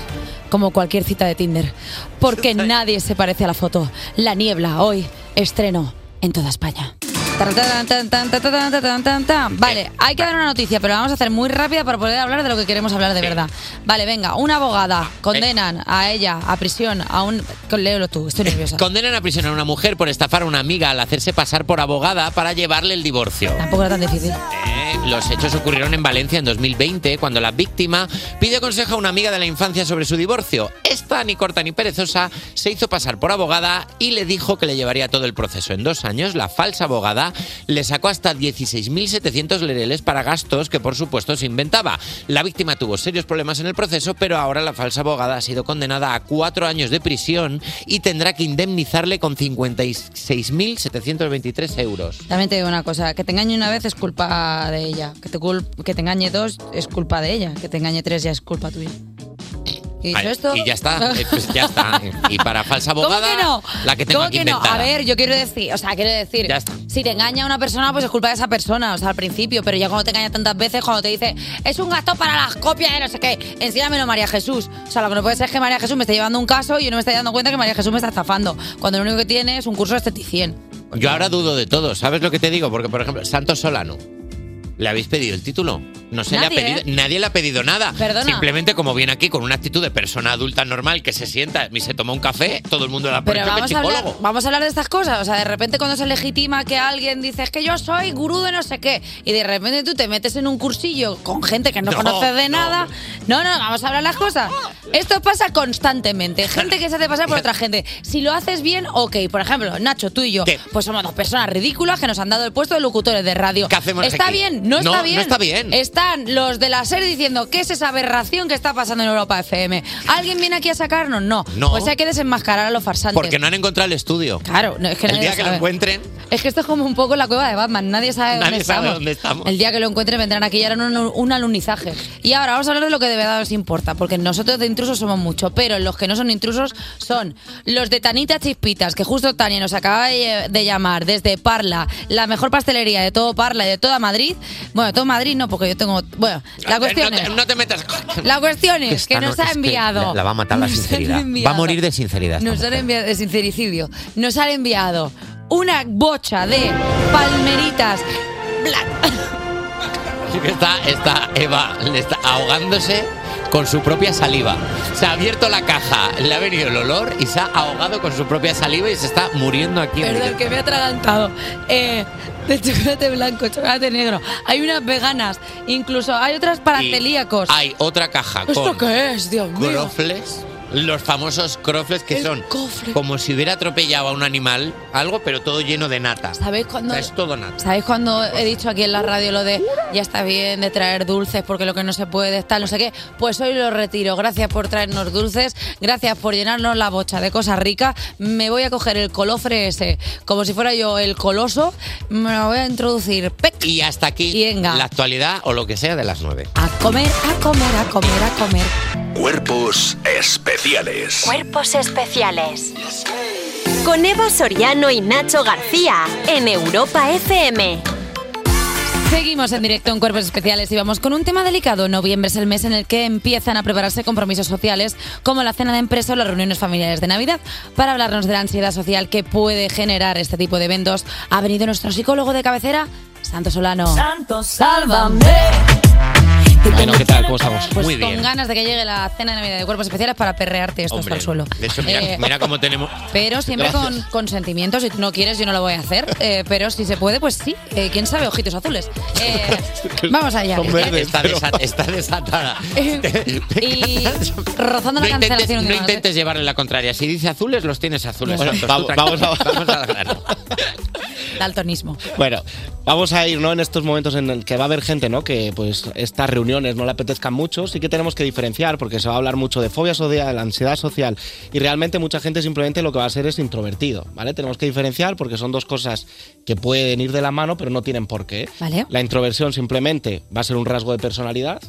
Speaker 3: como cualquier cita de Tinder. Porque nadie se parece a la foto. La niebla hoy estreno en toda España. Tan, tan, tan, tan, tan, tan, tan, tan, tan, tan. Vale, hay que dar una noticia, pero la vamos a hacer muy rápida para poder hablar de lo que queremos hablar de verdad. Vale, venga, una abogada condenan a ella a prisión a un... Léelo tú, estoy nerviosa.
Speaker 4: Condenan a prisión a una mujer por estafar a una amiga al hacerse pasar por abogada para llevarle el divorcio.
Speaker 3: Tampoco era tan difícil.
Speaker 4: Eh, Los hechos ocurrieron en Valencia en 2020, cuando la víctima pidió consejo a una amiga de la infancia sobre su divorcio. Esta, ni corta ni perezosa, se hizo pasar por abogada y le dijo que le llevaría todo el proceso. En dos años, la falsa abogada le sacó hasta 16.700 lereles para gastos que, por supuesto, se inventaba. La víctima tuvo serios problemas en el proceso, pero ahora la falsa abogada ha sido condenada a cuatro años de prisión y tendrá que indemnizarle con 56.723 euros.
Speaker 3: También te digo una cosa, que te engañe una vez es culpa de ella, que te, cul- que te engañe dos es culpa de ella, que te engañe tres ya es culpa tuya. Y dicho
Speaker 4: Vale,
Speaker 3: esto...
Speaker 4: y ya está, eh, pues ya está. Y para falsa abogada,
Speaker 3: ¿Cómo que no?
Speaker 4: la que tengo
Speaker 3: ¿Cómo
Speaker 4: aquí
Speaker 3: que no?
Speaker 4: inventada.
Speaker 3: A ver, yo quiero decir, o sea, quiero decir,
Speaker 4: Ya está.
Speaker 3: si te engaña una persona, pues es culpa de esa persona, o sea, al principio, pero ya cuando te engaña tantas veces, cuando te dice, es un gasto para las copias de no sé qué, enséñamelo María Jesús. O sea, lo que no puede ser es que María Jesús me esté llevando un caso y yo no me esté dando cuenta que María Jesús me está estafando, cuando lo único que tiene es un curso de esteticien.
Speaker 4: Yo ahora dudo de todo, ¿sabes lo que te digo? Porque, por ejemplo, Santos Solano, ¿le habéis pedido el título? No se
Speaker 3: Nadie,
Speaker 4: le ha pedido,
Speaker 3: ¿eh?
Speaker 4: nadie le ha pedido nada.
Speaker 3: Perdona.
Speaker 4: Simplemente como viene aquí con una actitud de persona adulta normal que se sienta y se toma un café, todo el mundo la pone
Speaker 3: Pero
Speaker 4: creo que
Speaker 3: vamos a, hablar,
Speaker 4: psicólogo.
Speaker 3: vamos a hablar de estas cosas. O sea, de repente cuando se legitima que alguien dice es que yo soy gurú de no sé qué y de repente tú te metes en un cursillo con gente que no,
Speaker 7: No,
Speaker 3: conoces de nada. No, no, vamos a hablar las cosas. Esto pasa constantemente. Gente que se hace pasar por otra gente. Si lo haces bien, ok. Por ejemplo, Nacho, tú y yo, pues somos dos personas ridículas que nos han dado el puesto de locutores de radio.
Speaker 4: hacemos
Speaker 3: ¿Está
Speaker 4: aquí?
Speaker 3: bien? No,
Speaker 4: No,
Speaker 3: está
Speaker 4: no
Speaker 3: bien.
Speaker 4: está bien.
Speaker 3: Están los de la serie diciendo ¿qué es esa aberración que está pasando en Europa FM? ¿Alguien viene aquí a sacarnos? No.
Speaker 4: No.
Speaker 3: Pues hay que desenmascarar a los farsantes.
Speaker 4: Porque no han encontrado el estudio.
Speaker 3: Claro, no, es que
Speaker 4: el
Speaker 3: nadie
Speaker 4: día
Speaker 3: lo
Speaker 4: que lo
Speaker 3: sabe.
Speaker 4: encuentren,
Speaker 3: Es que esto es como un poco la cueva de Batman, nadie sabe,
Speaker 4: nadie
Speaker 3: dónde,
Speaker 4: sabe
Speaker 3: estamos.
Speaker 4: dónde estamos.
Speaker 3: El día que lo encuentren vendrán aquí y harán un, un alunizaje. Y ahora vamos a hablar de lo que de verdad os importa, porque nosotros de intrusos somos muchos, pero los que no son intrusos son los de Tanita Chispitas, que justo Tania nos acaba de, de llamar desde Parla, la mejor pastelería de todo Parla y de toda Madrid. Bueno, todo Madrid no, porque yo tengo... Bueno, la cuestión
Speaker 4: no, te,
Speaker 3: es...
Speaker 4: no te metas.
Speaker 3: La cuestión es que
Speaker 4: Esta no-
Speaker 3: nos ha
Speaker 4: es
Speaker 3: enviado...
Speaker 4: La, la va a matar la
Speaker 3: Nos han
Speaker 4: sinceridad. Va a
Speaker 3: enviado-
Speaker 4: morir de sinceridad. esta
Speaker 3: nos han enviado, de sincericidio, nos han enviado una bocha de palmeritas.
Speaker 4: Sí que está, está Eva le está ahogándose con su propia saliva. Se ha abierto la caja, le ha venido el olor y se ha ahogado con su propia saliva y se está muriendo aquí. en
Speaker 3: Perdón,
Speaker 4: directo.
Speaker 3: que me he atragantado. Eh, de chocolate blanco, chocolate negro. Hay unas veganas, incluso hay otras para
Speaker 4: Y
Speaker 3: celíacos.
Speaker 4: Hay otra caja
Speaker 3: ¿Esto
Speaker 4: con
Speaker 3: qué es, Dios mío?
Speaker 4: crofles, los famosos crofles que
Speaker 3: El
Speaker 4: son
Speaker 3: cofre.
Speaker 4: como si hubiera atropellado a un animal, algo, pero todo lleno de nata.
Speaker 3: ¿Sabéis
Speaker 4: O
Speaker 3: cuándo,
Speaker 4: sea, es todo Pues nata.
Speaker 3: ¿Sabéis cuando he dicho aquí en la radio lo de ya está bien de traer dulces porque lo que no se puede está no sé qué? Pues hoy lo retiro. Gracias por traernos dulces, gracias por llenarnos la bocha de cosas ricas. Me voy a coger el colofre ese, como si fuera yo el coloso, me lo voy a introducir. ¡Pec!
Speaker 4: Y hasta aquí
Speaker 3: Y venga,
Speaker 4: La actualidad o lo que sea de las nueve.
Speaker 3: a comer, a comer, a comer, a comer.
Speaker 8: Cuerpos especiales.
Speaker 2: Cuerpos especiales. Con Eva Soriano y Nacho García en Europa FM.
Speaker 3: Seguimos en directo en Cuerpos Especiales y vamos con un tema delicado. Noviembre es el mes en el que empiezan a prepararse compromisos sociales como la cena de empresa o las reuniones familiares de Navidad. Para hablarnos de la ansiedad social que puede generar este tipo de eventos, ha venido nuestro psicólogo de cabecera, Santo Solano. Santo, sálvame.
Speaker 10: Bueno, ¿qué tal? ¿Cómo estamos?
Speaker 3: Pues con ganas de que llegue la cena de Navidad de Cuerpos Especiales para perrearte esto hasta
Speaker 4: Hombre,
Speaker 3: el suelo.
Speaker 4: de hecho, mira,
Speaker 3: Eh,
Speaker 4: mira cómo tenemos.
Speaker 3: Pero siempre
Speaker 4: Gracias.
Speaker 3: con, con sentimientos. Si tú no quieres, yo no lo voy a hacer. Eh, pero si se puede, pues sí. Eh, ¿Quién sabe? Ojitos azules. Eh, vamos allá.
Speaker 4: Está- está, desat- está desatada.
Speaker 21: Eh,
Speaker 3: y rozando
Speaker 4: No intentes,
Speaker 3: la cancelación.
Speaker 4: no
Speaker 3: últimamente.
Speaker 4: intentes llevarle la contraria. Si dice azules, los tienes azules.
Speaker 10: Bueno,
Speaker 4: Santos,
Speaker 10: vamos-
Speaker 4: tú tranquilo.
Speaker 10: vamos a-
Speaker 4: Vamos al grano.
Speaker 3: Daltonismo.
Speaker 10: Bueno, vamos a ir, ¿no? En estos momentos en el que va a haber gente, ¿no? Que pues estas reuniones no le apetezcan mucho, sí que tenemos que diferenciar porque se va a hablar mucho de fobia social, ansiedad social y realmente mucha gente simplemente lo que va a ser es introvertido, ¿vale? Tenemos que diferenciar porque son dos cosas que pueden ir de la mano pero no tienen por qué.
Speaker 3: Vale.
Speaker 10: La introversión simplemente va a ser un rasgo de personalidad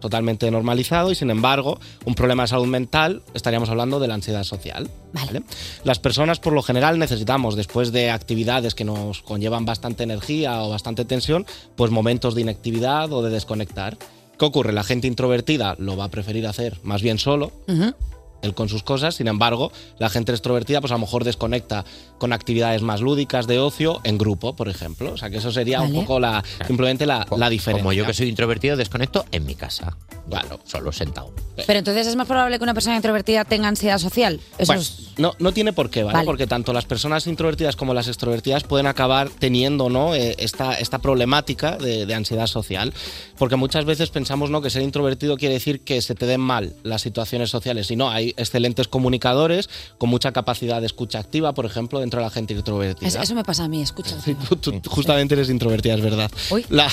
Speaker 10: totalmente normalizado y sin embargo un problema de salud mental estaríamos hablando de la ansiedad social. ¿vale? Las personas por lo general necesitamos después de actividades que nos conllevan bastante energía o bastante tensión, pues momentos de inactividad o de desconectar. ¿Qué ocurre? La gente introvertida lo va a preferir hacer más bien solo,
Speaker 3: Ujú.
Speaker 10: él con sus cosas, sin embargo, la gente extrovertida pues a lo mejor desconecta con actividades más lúdicas de ocio en grupo, por ejemplo. O sea, que eso sería un
Speaker 4: Vale.
Speaker 10: poco la simplemente la, la diferencia.
Speaker 4: Como yo que soy introvertido, desconecto en mi casa.
Speaker 10: Claro,
Speaker 4: solo sentado.
Speaker 3: Pero entonces es más probable que una persona introvertida tenga ansiedad social. Eso
Speaker 10: Bueno,
Speaker 3: es-
Speaker 10: no, no tiene por qué, ¿vale?
Speaker 3: Vale.
Speaker 10: Porque tanto las personas introvertidas como las extrovertidas pueden acabar teniendo ¿no? Eh, esta, esta problemática de, de ansiedad social. Porque muchas veces pensamos ¿no? que ser introvertido quiere decir que se te den mal las situaciones sociales. Y no, hay excelentes comunicadores con mucha capacidad de escucha activa, por ejemplo, dentro de la gente introvertida.
Speaker 3: es- eso me pasa a mí, escucha.
Speaker 10: Tú, tú justamente eres introvertida, es verdad. La-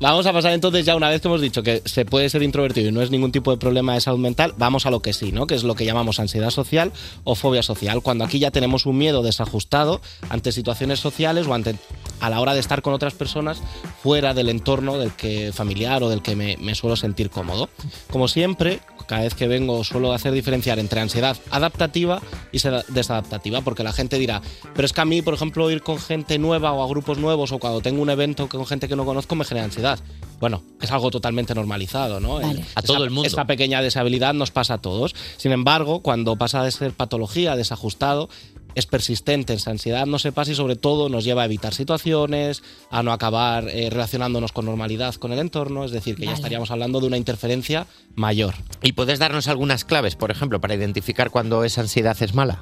Speaker 10: Vamos a pasar entonces ya una vez que hemos dicho que se puede ser introvertido y no es ningún tipo de problema de salud mental, vamos a lo que sí, ¿no? Que es lo que llamamos ansiedad social o fobia social. Cuando aquí ya tenemos un miedo desajustado ante situaciones sociales o ante a la hora de estar con otras personas fuera del entorno del que familiar o del que me, me suelo sentir cómodo. Como siempre, cada vez que vengo suelo hacer diferenciar entre ansiedad adaptativa y seda- desadaptativa, porque la gente dirá, pero es que a mí, por ejemplo, ir con gente nueva o a grupos nuevos o cuando tengo un evento con gente que no conozco me genera ansiedad. Bueno, es algo totalmente normalizado, ¿no?
Speaker 4: Vale. A
Speaker 10: Esa-
Speaker 4: todo el mundo.
Speaker 10: Esta pequeña deshabilidad nos pasa a todos. Sin embargo, cuando pasa de ser patología, desajustado, es persistente, esa ansiedad no se pasa y sobre todo nos lleva a evitar situaciones, a no acabar eh, relacionándonos con normalidad con el entorno, es decir, que ya
Speaker 4: Vale.
Speaker 10: estaríamos hablando de una interferencia mayor.
Speaker 4: ¿Y puedes darnos algunas claves, por ejemplo, para identificar cuando esa ansiedad es mala?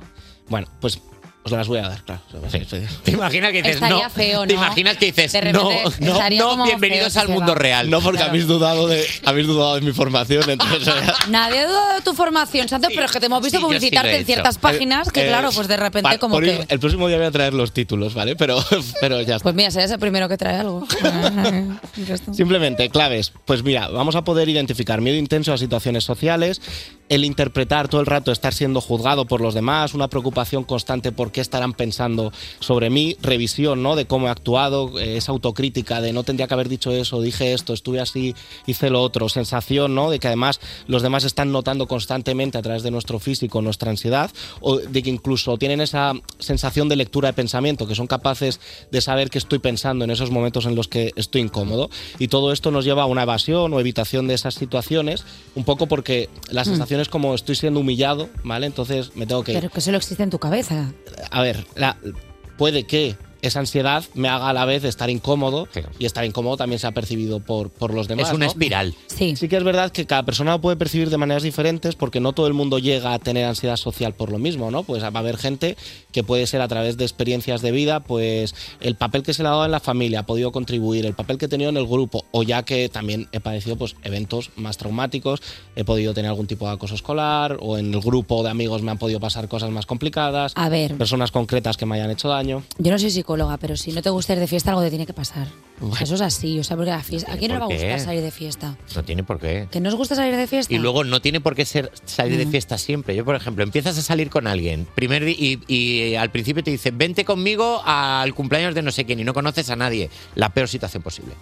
Speaker 10: Bueno, pues os las voy a dar, claro.
Speaker 4: Te
Speaker 21: Eh,
Speaker 4: imaginas que dices
Speaker 21: Estaría
Speaker 4: no.
Speaker 21: feo, ¿no?
Speaker 4: Te imaginas que dices
Speaker 21: De
Speaker 4: no,
Speaker 21: repente
Speaker 4: no,
Speaker 21: estaría
Speaker 4: no,
Speaker 21: como
Speaker 4: bienvenidos
Speaker 21: feo
Speaker 4: al
Speaker 21: que se
Speaker 4: mundo
Speaker 21: va.
Speaker 4: real.
Speaker 10: No, porque habéis dudado de habéis dudado de mi formación, entonces
Speaker 21: Nadie ha dudado de tu formación, Santos, pero es que te hemos visto
Speaker 10: sí, yo sí lo he
Speaker 21: publicitarte en
Speaker 10: hecho.
Speaker 21: ciertas páginas que,
Speaker 10: Eh,
Speaker 21: claro, pues de repente
Speaker 10: pa-
Speaker 21: como
Speaker 10: por
Speaker 21: que...
Speaker 10: ir- el próximo día voy a traer los títulos, ¿vale? Pero pero ya está.
Speaker 21: Pues mira, serás el primero que trae algo.
Speaker 10: Simplemente, claves. Pues mira, vamos a poder identificar miedo intenso a situaciones sociales, el interpretar todo el rato estar siendo juzgado por los demás, una preocupación constante por qué estarán pensando sobre mí, revisión ¿no? de cómo he actuado, eh, esa autocrítica de no tendría que haber dicho eso, dije esto, estuve así, hice lo otro, sensación ¿no? de que además los demás están notando constantemente a través de nuestro físico nuestra ansiedad, o de que incluso tienen esa sensación de lectura de pensamiento, que son capaces de saber qué estoy pensando en esos momentos en los que estoy incómodo. Y todo esto nos lleva a una evasión o evitación de esas situaciones, un poco porque la
Speaker 3: Mm.
Speaker 10: sensación es como estoy siendo humillado, ¿vale? Entonces me tengo que ir
Speaker 3: Pero que solo existe en tu cabeza.
Speaker 10: a ver, la- puede que esa ansiedad me haga a la vez estar incómodo y estar incómodo también se ha percibido por, por los demás.
Speaker 4: Es una
Speaker 10: ¿no?
Speaker 4: espiral.
Speaker 3: Sí.
Speaker 10: que es verdad que cada persona lo puede percibir de maneras diferentes porque no todo el mundo llega a tener ansiedad social por lo mismo, ¿no? Pues va a haber gente que puede ser a través de experiencias de vida, pues el papel que se le ha dado en la familia ha podido contribuir, el papel que he tenido en el grupo o ya que también he padecido pues eventos más traumáticos, he podido tener algún tipo de acoso escolar o en el grupo de amigos me han podido pasar cosas más complicadas.
Speaker 3: A ver.
Speaker 10: Personas concretas que me hayan hecho daño.
Speaker 3: Yo no soy psicóloga, pero si no te gusta ir de fiesta, algo te tiene que pasar.
Speaker 10: Bueno.
Speaker 3: Eso es así, o sea, porque la fiesta, ¿a quién no le va a
Speaker 4: ¿por qué?
Speaker 3: gustar salir de fiesta?
Speaker 4: No tiene por qué.
Speaker 3: ¿Que no os gusta salir de fiesta?
Speaker 4: Y luego no tiene por qué ser salir
Speaker 3: Mm.
Speaker 4: de fiesta siempre. Yo, por ejemplo, empiezas a salir con alguien primer di- y, y al principio te dicen, vente conmigo al cumpleaños de no sé quién y no conoces a nadie. La peor situación posible.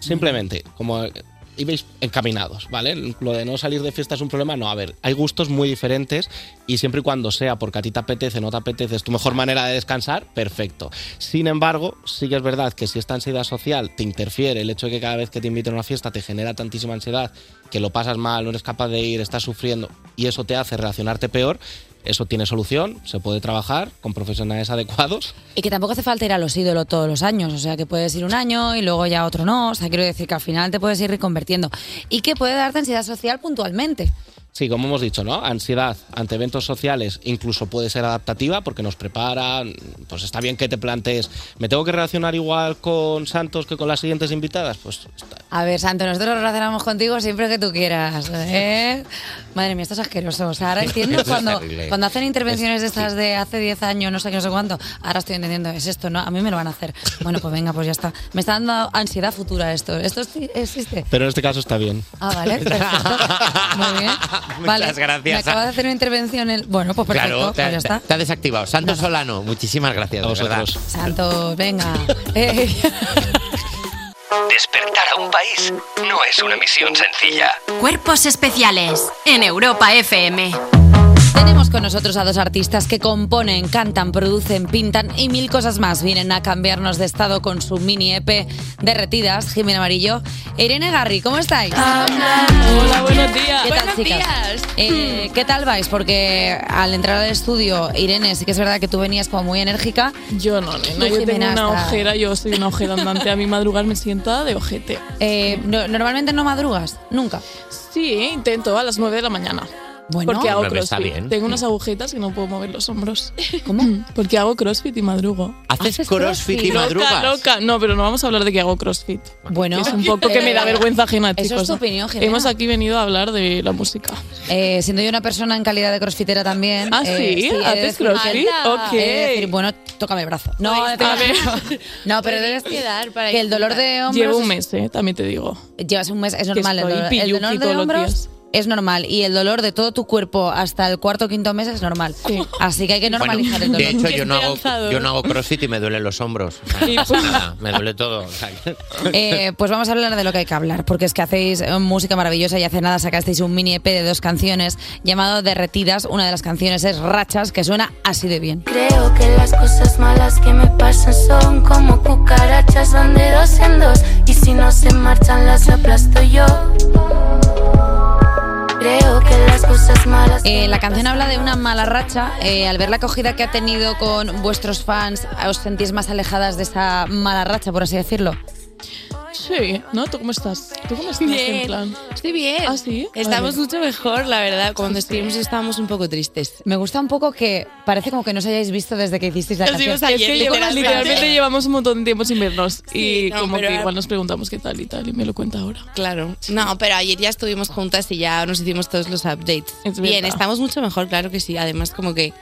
Speaker 10: Simplemente, como eh, ibais encaminados, ¿vale? Lo de no salir de fiesta es un problema, no, a ver, hay gustos muy diferentes y siempre y cuando sea porque a ti te apetece, no te apetece, es tu mejor manera de descansar, perfecto. Sin embargo, sí que es verdad que si esta ansiedad social te interfiere, el hecho de que cada vez que te inviten a una fiesta te genera tantísima ansiedad, que lo pasas mal, no eres capaz de ir, estás sufriendo y eso te hace relacionarte peor, eso tiene solución, se puede trabajar con profesionales adecuados.
Speaker 3: Y que tampoco hace falta ir a los ídolos todos los años, o sea, que puedes ir un año y luego ya otro no, o sea, quiero decir que al final te puedes ir reconvertiendo. Y que puede darte ansiedad social puntualmente.
Speaker 10: Sí, como hemos dicho, ¿no? Ansiedad ante eventos sociales incluso puede ser adaptativa porque nos prepara, pues está bien que te plantees, ¿me tengo que relacionar igual con Santos que con las siguientes invitadas? Pues está-
Speaker 3: A ver, Santo, nosotros nos relacionamos contigo siempre que tú quieras. ¿eh? Madre mía, esto es asqueroso. O sea, ahora entiendo
Speaker 10: Esto es
Speaker 3: cuando,
Speaker 10: terrible.
Speaker 3: cuando hacen intervenciones de estas de hace 10 años, no sé qué, no sé cuánto. Ahora estoy entendiendo, es esto, ¿no? A mí me lo van a hacer. Bueno, pues venga, pues ya está. Me está dando ansiedad futura esto. Esto sí existe.
Speaker 10: pero en este caso está bien.
Speaker 3: Ah, vale, perfecto. Muy bien.
Speaker 4: Muchas
Speaker 3: Vale, Me
Speaker 4: gracias.
Speaker 3: acabas de hacer una intervención. en- Bueno, pues perfecto.
Speaker 4: claro,
Speaker 3: pues
Speaker 4: te,
Speaker 3: ya está.
Speaker 4: te- te ha desactivado. Santos Solano, muchísimas gracias. de verdad.
Speaker 3: Santo, venga. Eh,
Speaker 1: Despertar a un país no es una misión sencilla.
Speaker 3: Cuerpos especiales en Europa FM. Tenemos con nosotros a dos artistas que componen, cantan, producen, pintan y mil cosas más. Vienen a cambiarnos de estado con su mini EP Derretidas, Jimena Amarillo. e Irene Garri, ¿cómo estáis? Hola,
Speaker 24: buenos días.
Speaker 3: ¿Qué tal,
Speaker 24: Buenos
Speaker 3: chicas?
Speaker 24: días. Mm.
Speaker 3: Eh, ¿Qué tal vais? Porque al entrar al estudio, Irene, sí que es verdad que tú venías como muy enérgica.
Speaker 24: Yo no, No, yo tengo una ojera, yo soy una ojera andante. A mí madrugar me sienta de ojete.
Speaker 3: ¿Normalmente Eh, no madrugas? ¿Nunca?
Speaker 24: Sí, intento a las 9 de la mañana.
Speaker 3: Bueno.
Speaker 24: porque hago
Speaker 4: Hombre, está
Speaker 24: crossfit.
Speaker 4: bien.
Speaker 24: Tengo unas agujetas y no puedo mover los hombros.
Speaker 3: ¿Cómo?
Speaker 24: Porque hago crossfit y madrugo.
Speaker 4: ¿Haces ¿Haces crossfit y crossfit? madrugas?
Speaker 24: Loca, loca. No, pero no vamos a hablar de que hago crossfit.
Speaker 3: Bueno.
Speaker 24: es un poco que me da
Speaker 3: pero-
Speaker 24: vergüenza ajena,
Speaker 3: Eh, Eso es
Speaker 24: chicos.
Speaker 3: tu opinión, Jimena.
Speaker 24: Hemos aquí venido a hablar de la música.
Speaker 3: Eh, siendo yo una persona en calidad de crossfitera también.
Speaker 24: Ah,
Speaker 3: eh,
Speaker 24: sí,
Speaker 3: he de
Speaker 24: ¿Haces
Speaker 3: decir-
Speaker 24: crossfit?
Speaker 3: Anda.
Speaker 24: Ok. Pues,
Speaker 3: He de decir, bueno, tócame el brazo. No, pero- no, pero debes que el dolor de hombros
Speaker 24: Llevo un
Speaker 3: es-
Speaker 24: mes, eh, también te digo.
Speaker 3: Llevas un mes, es
Speaker 24: Que
Speaker 3: normal. El
Speaker 24: estoy
Speaker 3: dolor, el
Speaker 24: pilluqui
Speaker 3: dolor
Speaker 24: todos
Speaker 3: de
Speaker 24: los
Speaker 3: hombros
Speaker 24: días.
Speaker 3: es normal y el dolor de todo tu cuerpo hasta el cuarto o quinto mes es normal. Así que hay que
Speaker 4: Bueno,
Speaker 3: normalizar el
Speaker 4: de
Speaker 3: dolor.
Speaker 4: hecho, yo no, hago, yo no hago crossfit y me duelen los hombros. O sea, no pasa
Speaker 3: pues.
Speaker 4: nada, me duele todo. o sea, que-
Speaker 3: Eh, pues vamos a hablar de lo que hay que hablar, porque es que hacéis eh, música maravillosa y hace nada sacasteis un mini EP de dos canciones llamado Derretidas. Una de las canciones es Rachas, que suena así de bien.
Speaker 13: Creo que las cosas malas que me pasan son como cucarachas, van de dos en dos. Y si no se marchan, las aplasto yo.
Speaker 25: creo que las cosas malas.
Speaker 3: Eh, la canción habla de una mala racha. Eh, al ver la acogida que ha tenido con vuestros fans, ¿os sentís más alejadas de esa mala racha, por así decirlo?
Speaker 24: Sí, ¿no? ¿Tú cómo estás? ¿Tú cómo estás en
Speaker 13: Bien.
Speaker 24: plan?
Speaker 13: Estoy bien.
Speaker 24: ¿Ah, sí?
Speaker 13: Estamos
Speaker 24: Vale.
Speaker 13: mucho mejor, la verdad. Cuando estuvimos estábamos un poco tristes.
Speaker 3: Me gusta un poco que parece como que no os hayáis visto desde que hicisteis la
Speaker 13: Nos
Speaker 3: canción.
Speaker 13: vimos ayer,
Speaker 24: Es que lleva- literalmente.
Speaker 13: llevamos un montón de tiempo sin vernos
Speaker 24: y como que igual nos preguntamos qué tal y tal y me lo cuenta ahora.
Speaker 13: Claro. No, pero ayer ya estuvimos juntas y ya nos hicimos todos los updates. Bien,
Speaker 24: verdad.
Speaker 13: estamos mucho mejor, claro que sí. Además, como que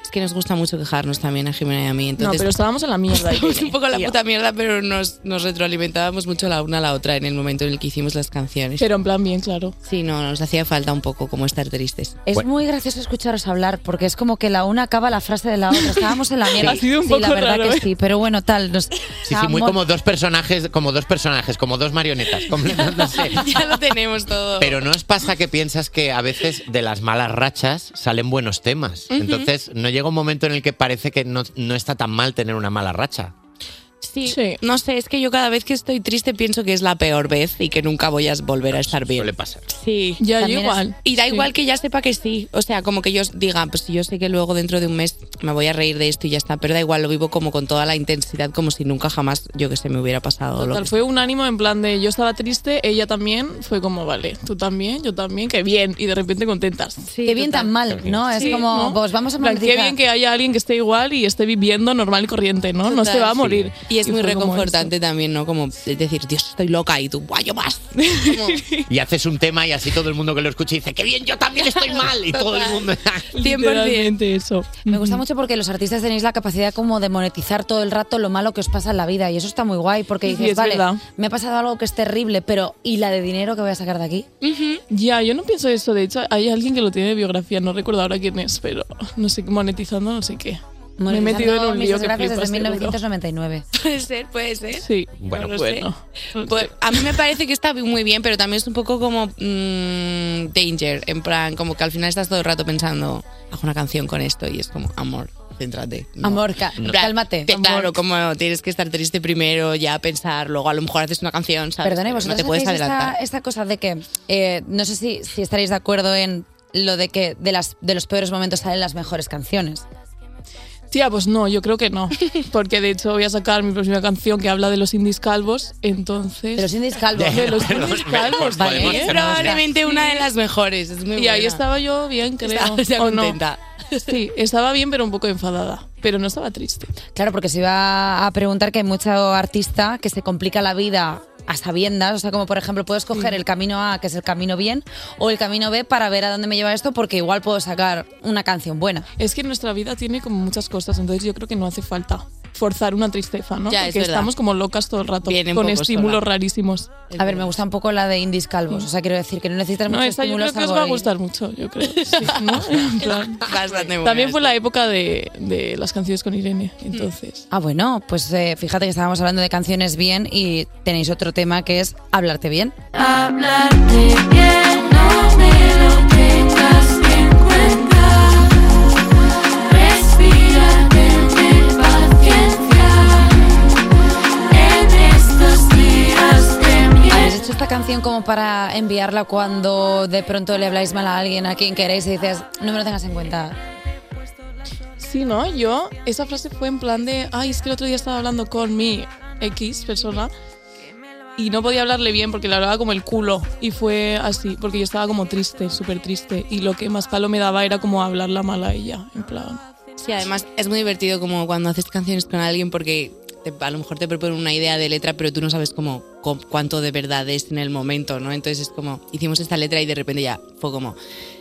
Speaker 13: es que nos gusta mucho quejarnos también a Jimena y a mí. Entonces,
Speaker 24: no, pero estábamos en la mierda. ayer,
Speaker 13: Estábamos un poco en la
Speaker 24: tía.
Speaker 13: puta mierda, pero nos, nos retroalimentábamos mucho la una a la otra en el momento en el que hicimos las canciones.
Speaker 24: Pero en plan bien, claro.
Speaker 13: Sí, no, nos hacía falta un poco como estar tristes.
Speaker 3: Es muy gracioso escucharos hablar porque es como que la una acaba la frase de la otra. Estábamos en la mierda.
Speaker 13: Ha sido un
Speaker 3: sí,
Speaker 13: poco
Speaker 3: la verdad
Speaker 13: raro,
Speaker 3: que
Speaker 13: ¿eh?
Speaker 3: sí, pero bueno, tal. Nos,
Speaker 4: Sí, sí, muy como dos personajes, como dos personajes, como dos marionetas. como- no, no sé.
Speaker 13: ya lo tenemos todo.
Speaker 4: Pero no os pasa que piensas que a veces de las malas rachas salen buenos temas.
Speaker 13: Ujú.
Speaker 4: Entonces, no llega un momento en el que parece que no, no está tan mal tener una mala racha.
Speaker 13: Sí, no sé, es que yo cada vez que estoy triste pienso que es la peor vez y que nunca voy a volver a estar bien. Suele
Speaker 4: pasar.
Speaker 13: Sí,
Speaker 24: Ya, yo También es- igual.
Speaker 13: Y da
Speaker 24: Sí.
Speaker 13: igual que ya sepa que sí. O sea, como que yo diga, pues yo sé que luego dentro de un mes me voy a reír de esto y ya está, pero da igual, lo vivo como con toda la intensidad, como si nunca jamás, yo que sé, me hubiera pasado. lo
Speaker 24: Total,
Speaker 13: que-
Speaker 24: fue un ánimo en plan de yo estaba triste, ella también, fue como, vale, tú también, yo también, qué bien, y de repente contentas.
Speaker 3: qué bien tan mal, ¿no? Es
Speaker 24: Sí,
Speaker 3: como,
Speaker 24: ¿no?
Speaker 3: pues vamos a
Speaker 24: En plan, Qué
Speaker 3: monetizar.
Speaker 24: bien que haya alguien que esté igual y esté viviendo normal y corriente, ¿no? No se
Speaker 13: Total,
Speaker 24: va a
Speaker 13: sí.
Speaker 24: morir.
Speaker 13: Y es muy
Speaker 24: fue como
Speaker 13: reconfortante también, ¿no? Como decir, Dios, estoy loca y tú, guay, yo más.
Speaker 4: Y haces un tema y así todo el mundo que lo escucha dice, qué bien, yo también estoy mal. Y todo el mundo...
Speaker 24: eso. Literalmente eso.
Speaker 3: Me gusta mucho porque los artistas tenéis la capacidad como de monetizar todo el rato lo malo que os pasa en la vida y eso está muy guay porque
Speaker 24: Sí,
Speaker 3: dices,
Speaker 24: es
Speaker 3: vale,
Speaker 24: verdad.
Speaker 3: me ha pasado algo que es terrible, pero ¿y la de dinero que voy a sacar de aquí?
Speaker 24: Ya, yo no pienso eso. De hecho, hay alguien que lo tiene de biografía, no recuerdo ahora quién es, pero no sé, monetizando no sé qué. Me he metido en
Speaker 3: Monetizando
Speaker 24: un
Speaker 3: mis
Speaker 24: lío que este
Speaker 3: desgracias
Speaker 24: flipas,
Speaker 3: desde
Speaker 24: seguro.
Speaker 3: 1999.
Speaker 13: Puede ser, puede ser.
Speaker 24: Sí.
Speaker 13: Bueno,
Speaker 24: no lo
Speaker 13: pues
Speaker 24: sé.
Speaker 13: no. Pues, a mí me parece que está muy bien, pero también es un poco como mm, danger, en plan, como que al final estás todo el rato pensando, haz una canción con esto y es como, amor, céntrate. No.
Speaker 3: Amor, ca-
Speaker 13: En plan,
Speaker 3: cálmate.
Speaker 13: te- claro, como tienes que estar triste primero, ya pensar, luego a lo mejor haces una canción, ¿sabes?
Speaker 3: Perdone,
Speaker 13: Pero
Speaker 3: vosotros
Speaker 13: no te puedes
Speaker 3: hacéis esta,
Speaker 13: adelantar.
Speaker 3: esta cosa de que, eh, no sé si, si estaréis de acuerdo en lo de que de, las, de los peores momentos salen las mejores canciones.
Speaker 24: Tía, pues no, yo creo que no. Porque de hecho voy a sacar mi próxima canción que habla de los indies calvos, entonces... De los
Speaker 3: indies calvos.
Speaker 24: De los
Speaker 13: Perdón,
Speaker 24: indies
Speaker 13: mejor
Speaker 24: calvos,
Speaker 13: pues podemos
Speaker 24: ¿vale?
Speaker 13: Es cerrar. probablemente una de las mejores, es muy
Speaker 24: Y ahí
Speaker 13: buena.
Speaker 24: estaba yo bien, creo.
Speaker 13: Estaba ya
Speaker 24: ¿o no?
Speaker 13: contenta.
Speaker 24: Sí, estaba bien, pero un poco enfadada. Pero no estaba triste.
Speaker 3: Claro, porque se iba a preguntar que hay mucho artista que se complica la vida a sabiendas, o sea, como por ejemplo puedes coger el camino A, que es el camino bien, o el camino B para ver a dónde me lleva esto, porque igual puedo sacar una canción buena.
Speaker 24: Es que nuestra vida tiene como muchas cosas, entonces yo creo que no hace falta forzar una tristeza, ¿no?
Speaker 3: Ya, es
Speaker 24: Porque
Speaker 3: verdad.
Speaker 24: estamos como locas todo el rato,
Speaker 3: Viene un
Speaker 24: con
Speaker 3: poco
Speaker 24: estímulos
Speaker 3: sola.
Speaker 24: rarísimos.
Speaker 3: A ver, me gusta un poco la de Indies Calvos, o sea, quiero decir que no necesitas
Speaker 24: No,
Speaker 3: mucho
Speaker 24: esa yo
Speaker 3: estímulo,
Speaker 24: creo que os
Speaker 3: salvo
Speaker 24: va a
Speaker 3: el-
Speaker 24: gustar mucho, yo creo. sí, ¿no? En plan-
Speaker 13: Bastante buena.
Speaker 24: También fue la época de, de las canciones con Irene, entonces.
Speaker 3: Ah, bueno, pues eh, fíjate que estábamos hablando de canciones bien y tenéis otro tema que es Hablarte Bien.
Speaker 25: Hablarte bien, no me lo tengas en cuenta. Respira, tener paciencia. En estos días de
Speaker 3: ¿Habéis
Speaker 25: miedo.
Speaker 3: hecho esta canción como para enviarla cuando de pronto le habláis mal a alguien, a quien queréis y dices, no me lo tengas en cuenta?
Speaker 24: Sí, ¿no? Yo, esa frase fue en plan de, ay, es que el otro día estaba hablando con mi X persona y no podía hablarle bien porque le hablaba como el culo y fue así, porque yo estaba como triste, súper triste y lo que más palo me daba era como hablarla mal a ella, en plan.
Speaker 13: Sí, además es muy divertido como cuando haces canciones con alguien porque te- a lo mejor te proponen una idea de letra, pero tú no sabes como co- cuánto de verdad es en el momento, ¿no? Entonces es como, hicimos esta letra y de repente ya fue como,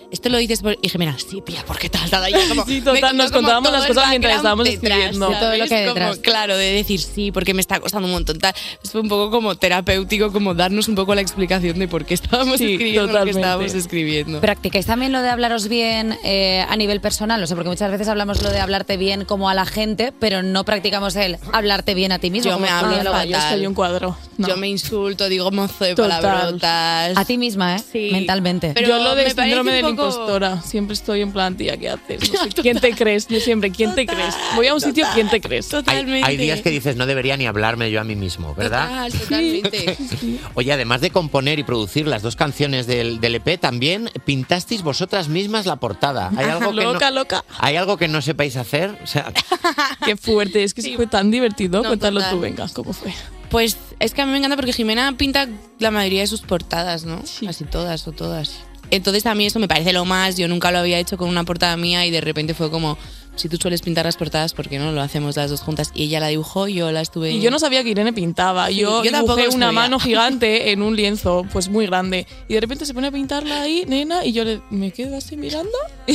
Speaker 13: esto lo dices por... Y dije, mira, sí, pía, ¿por qué tal? tal? Y yo como,
Speaker 24: Sí, total,
Speaker 13: me contó
Speaker 24: nos
Speaker 13: como
Speaker 24: contábamos
Speaker 13: todo
Speaker 24: las
Speaker 13: el
Speaker 24: cosas mientras
Speaker 13: background
Speaker 24: estábamos
Speaker 13: detrás,
Speaker 24: escribiendo.
Speaker 13: ¿sabes?
Speaker 24: Todo lo que hay
Speaker 13: Como,
Speaker 24: detrás.
Speaker 13: claro, de decir sí, porque me está costando un montón tal. Pues fue un poco como terapéutico, como darnos un poco la explicación de por qué estábamos
Speaker 24: Sí,
Speaker 13: escribiendo lo que
Speaker 24: totalmente.
Speaker 13: estábamos escribiendo.
Speaker 3: ¿Practicáis también lo de hablaros bien eh, a nivel personal? O sea, porque muchas veces hablamos lo de hablarte bien como a la gente, pero no practicamos el hablarte bien a ti mismo.
Speaker 13: Yo
Speaker 3: como
Speaker 13: me
Speaker 3: tu
Speaker 13: hablo
Speaker 3: diálogo.
Speaker 13: fatal. Yo soy un
Speaker 24: cuadro.
Speaker 13: Yo me insulto, digo mozo de
Speaker 24: Total.
Speaker 13: palabrotas.
Speaker 3: A ti misma, ¿eh? Mentalmente.
Speaker 13: Pero
Speaker 24: yo lo de
Speaker 13: me parece
Speaker 24: síndrome de la
Speaker 13: un poco-
Speaker 24: impostora. Siempre estoy en plan, tía, ¿qué haces? No sé, ¿Quién te crees? Yo siempre, ¿quién te crees? Voy a un sitio, ¿quién te crees?
Speaker 4: Hay, hay días que dices, "Ah". no debería ni hablarme yo a mí mismo, ¿verdad?
Speaker 24: totalmente.
Speaker 4: Oye, además de componer y producir las dos canciones del, del EP, también pintasteis vosotras mismas la portada.
Speaker 13: Ah,
Speaker 4: ¿Hay algo que
Speaker 24: loca,
Speaker 4: no,
Speaker 24: loca.
Speaker 4: ¿Hay algo que no sepáis hacer? O sea,
Speaker 24: Qué fuerte, es que fue tan divertido.
Speaker 13: No,
Speaker 24: Cuéntalo
Speaker 13: total.
Speaker 24: tú, venga, ¿cómo fue?
Speaker 13: Pues es que a mí me encanta porque Jimena pinta la mayoría de sus portadas, ¿no? Casi todas o todas. Entonces a mí eso me parece lo más, yo nunca lo había hecho con una portada mía y de repente fue como, si tú sueles pintar las portadas, ¿por qué no lo hacemos las dos juntas? Y ella la dibujó, yo la estuve...
Speaker 24: Y yo no sabía que Irene pintaba.
Speaker 13: Sí,
Speaker 24: yo
Speaker 13: yo tampoco
Speaker 24: dibujé
Speaker 13: lo
Speaker 24: una
Speaker 13: sabía.
Speaker 24: mano gigante en un lienzo, pues muy grande. Y de repente se pone a pintarla ahí, nena, y yo le, me quedo así mirando.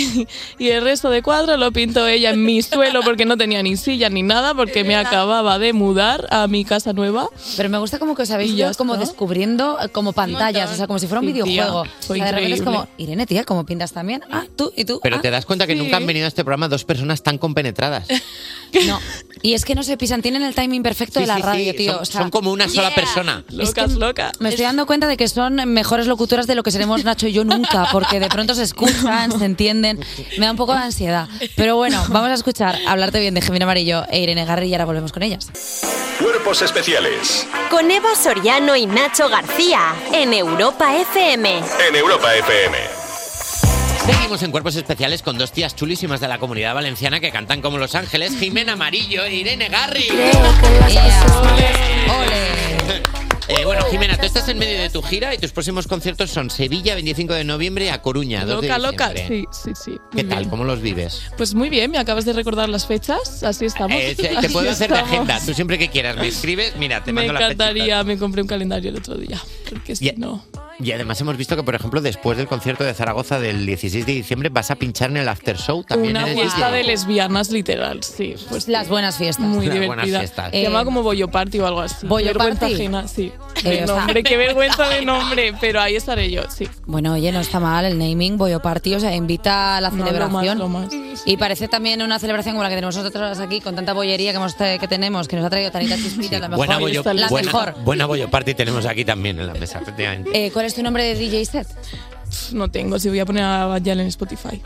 Speaker 24: y el resto de cuadro lo pintó ella en mi suelo porque no tenía ni silla ni nada, porque me acababa de mudar a mi casa nueva.
Speaker 3: Pero me gusta como que os habéis
Speaker 24: Y ya
Speaker 3: ido como
Speaker 24: está.
Speaker 3: descubriendo eh, como pantallas, o sea, como si fuera un
Speaker 24: Sí, tía,
Speaker 3: videojuego.
Speaker 24: fue
Speaker 3: O sea, de repente es
Speaker 24: increíble.
Speaker 3: como, Irene, tía, ¿cómo pintas también? Ah, tú y tú.
Speaker 4: pero
Speaker 3: ah.
Speaker 4: te das cuenta que nunca han venido a este programa dos personas tan compenetradas.
Speaker 3: No. Y es que no se pisan, tienen el timing
Speaker 4: Sí,
Speaker 3: perfecto de la
Speaker 4: sí, sí,
Speaker 3: radio, tío.
Speaker 4: son,
Speaker 3: o sea,
Speaker 4: son como una sola persona.
Speaker 24: Locas, locas.
Speaker 3: Me estoy dando cuenta de que son mejores locutoras de lo que seremos Nacho y yo nunca, porque de pronto se escuchan, se entienden. Me da un poco de ansiedad. Pero bueno, vamos a escuchar hablarte bien de Gemina Amarillo e Irene Garri y ahora volvemos con ellas.
Speaker 8: Cuerpos especiales
Speaker 2: Con Eva Soriano y Nacho García en Europa FM.
Speaker 8: en Europa FM.
Speaker 4: Seguimos en cuerpos especiales con dos tías chulísimas de la comunidad valenciana que cantan como Los Ángeles, Jimena Amarillo e Irene Garri. Eh, bueno, Jimena, tú estás en medio de tu gira y tus próximos conciertos son Sevilla, 25 de noviembre, a Coruña, 2 de
Speaker 24: Loca, loca.
Speaker 4: diciembre.
Speaker 24: Sí, sí, sí.
Speaker 4: ¿Qué
Speaker 24: muy
Speaker 4: tal?
Speaker 24: bien.
Speaker 4: ¿Cómo los vives?
Speaker 24: Pues muy bien, me acabas de recordar las fechas, así estamos.
Speaker 4: Eh, te- te
Speaker 24: Así
Speaker 4: puedo hacer de
Speaker 24: estamos.
Speaker 4: agenda. Tú siempre que quieras me escribes, mira, te
Speaker 24: Me
Speaker 4: mando la
Speaker 24: encantaría, me compré un calendario el otro día. Porque si no.
Speaker 4: Y además hemos visto que, por ejemplo, después del concierto de Zaragoza del 16 de diciembre vas a pinchar en el after show también.
Speaker 24: Una
Speaker 4: en el
Speaker 24: fiesta
Speaker 4: sitio.
Speaker 24: de lesbianas, literal, sí. Pues
Speaker 3: Las buenas fiestas.
Speaker 24: Muy
Speaker 4: Las buenas
Speaker 24: divertida.
Speaker 4: fiestas.
Speaker 24: Se Llamaba como Bollo Party o algo así.
Speaker 3: ¿Bollo
Speaker 24: vergüenza
Speaker 3: party?
Speaker 24: ajena, sí.
Speaker 3: Eh,
Speaker 24: De
Speaker 3: o sea-
Speaker 24: nombre, qué vergüenza de nombre, pero ahí estaré yo, sí.
Speaker 3: Bueno, oye, no está mal el naming, Boyo Party, o sea, invita a la
Speaker 24: No,
Speaker 3: celebración.
Speaker 24: lo más, lo
Speaker 3: Y parece también una celebración como la que tenemos nosotros aquí, con tanta bollería que, hemos, que tenemos, que nos ha traído Tanita Chispita, la mejor.
Speaker 4: Buena bollo,
Speaker 3: la
Speaker 4: buena,
Speaker 3: mejor.
Speaker 4: buena bollo party tenemos aquí también en la mesa, efectivamente.
Speaker 3: Eh, ¿Cuál es tu nombre de DJ set?
Speaker 24: Pff, No tengo, si voy a poner a Bad Gyal en Spotify.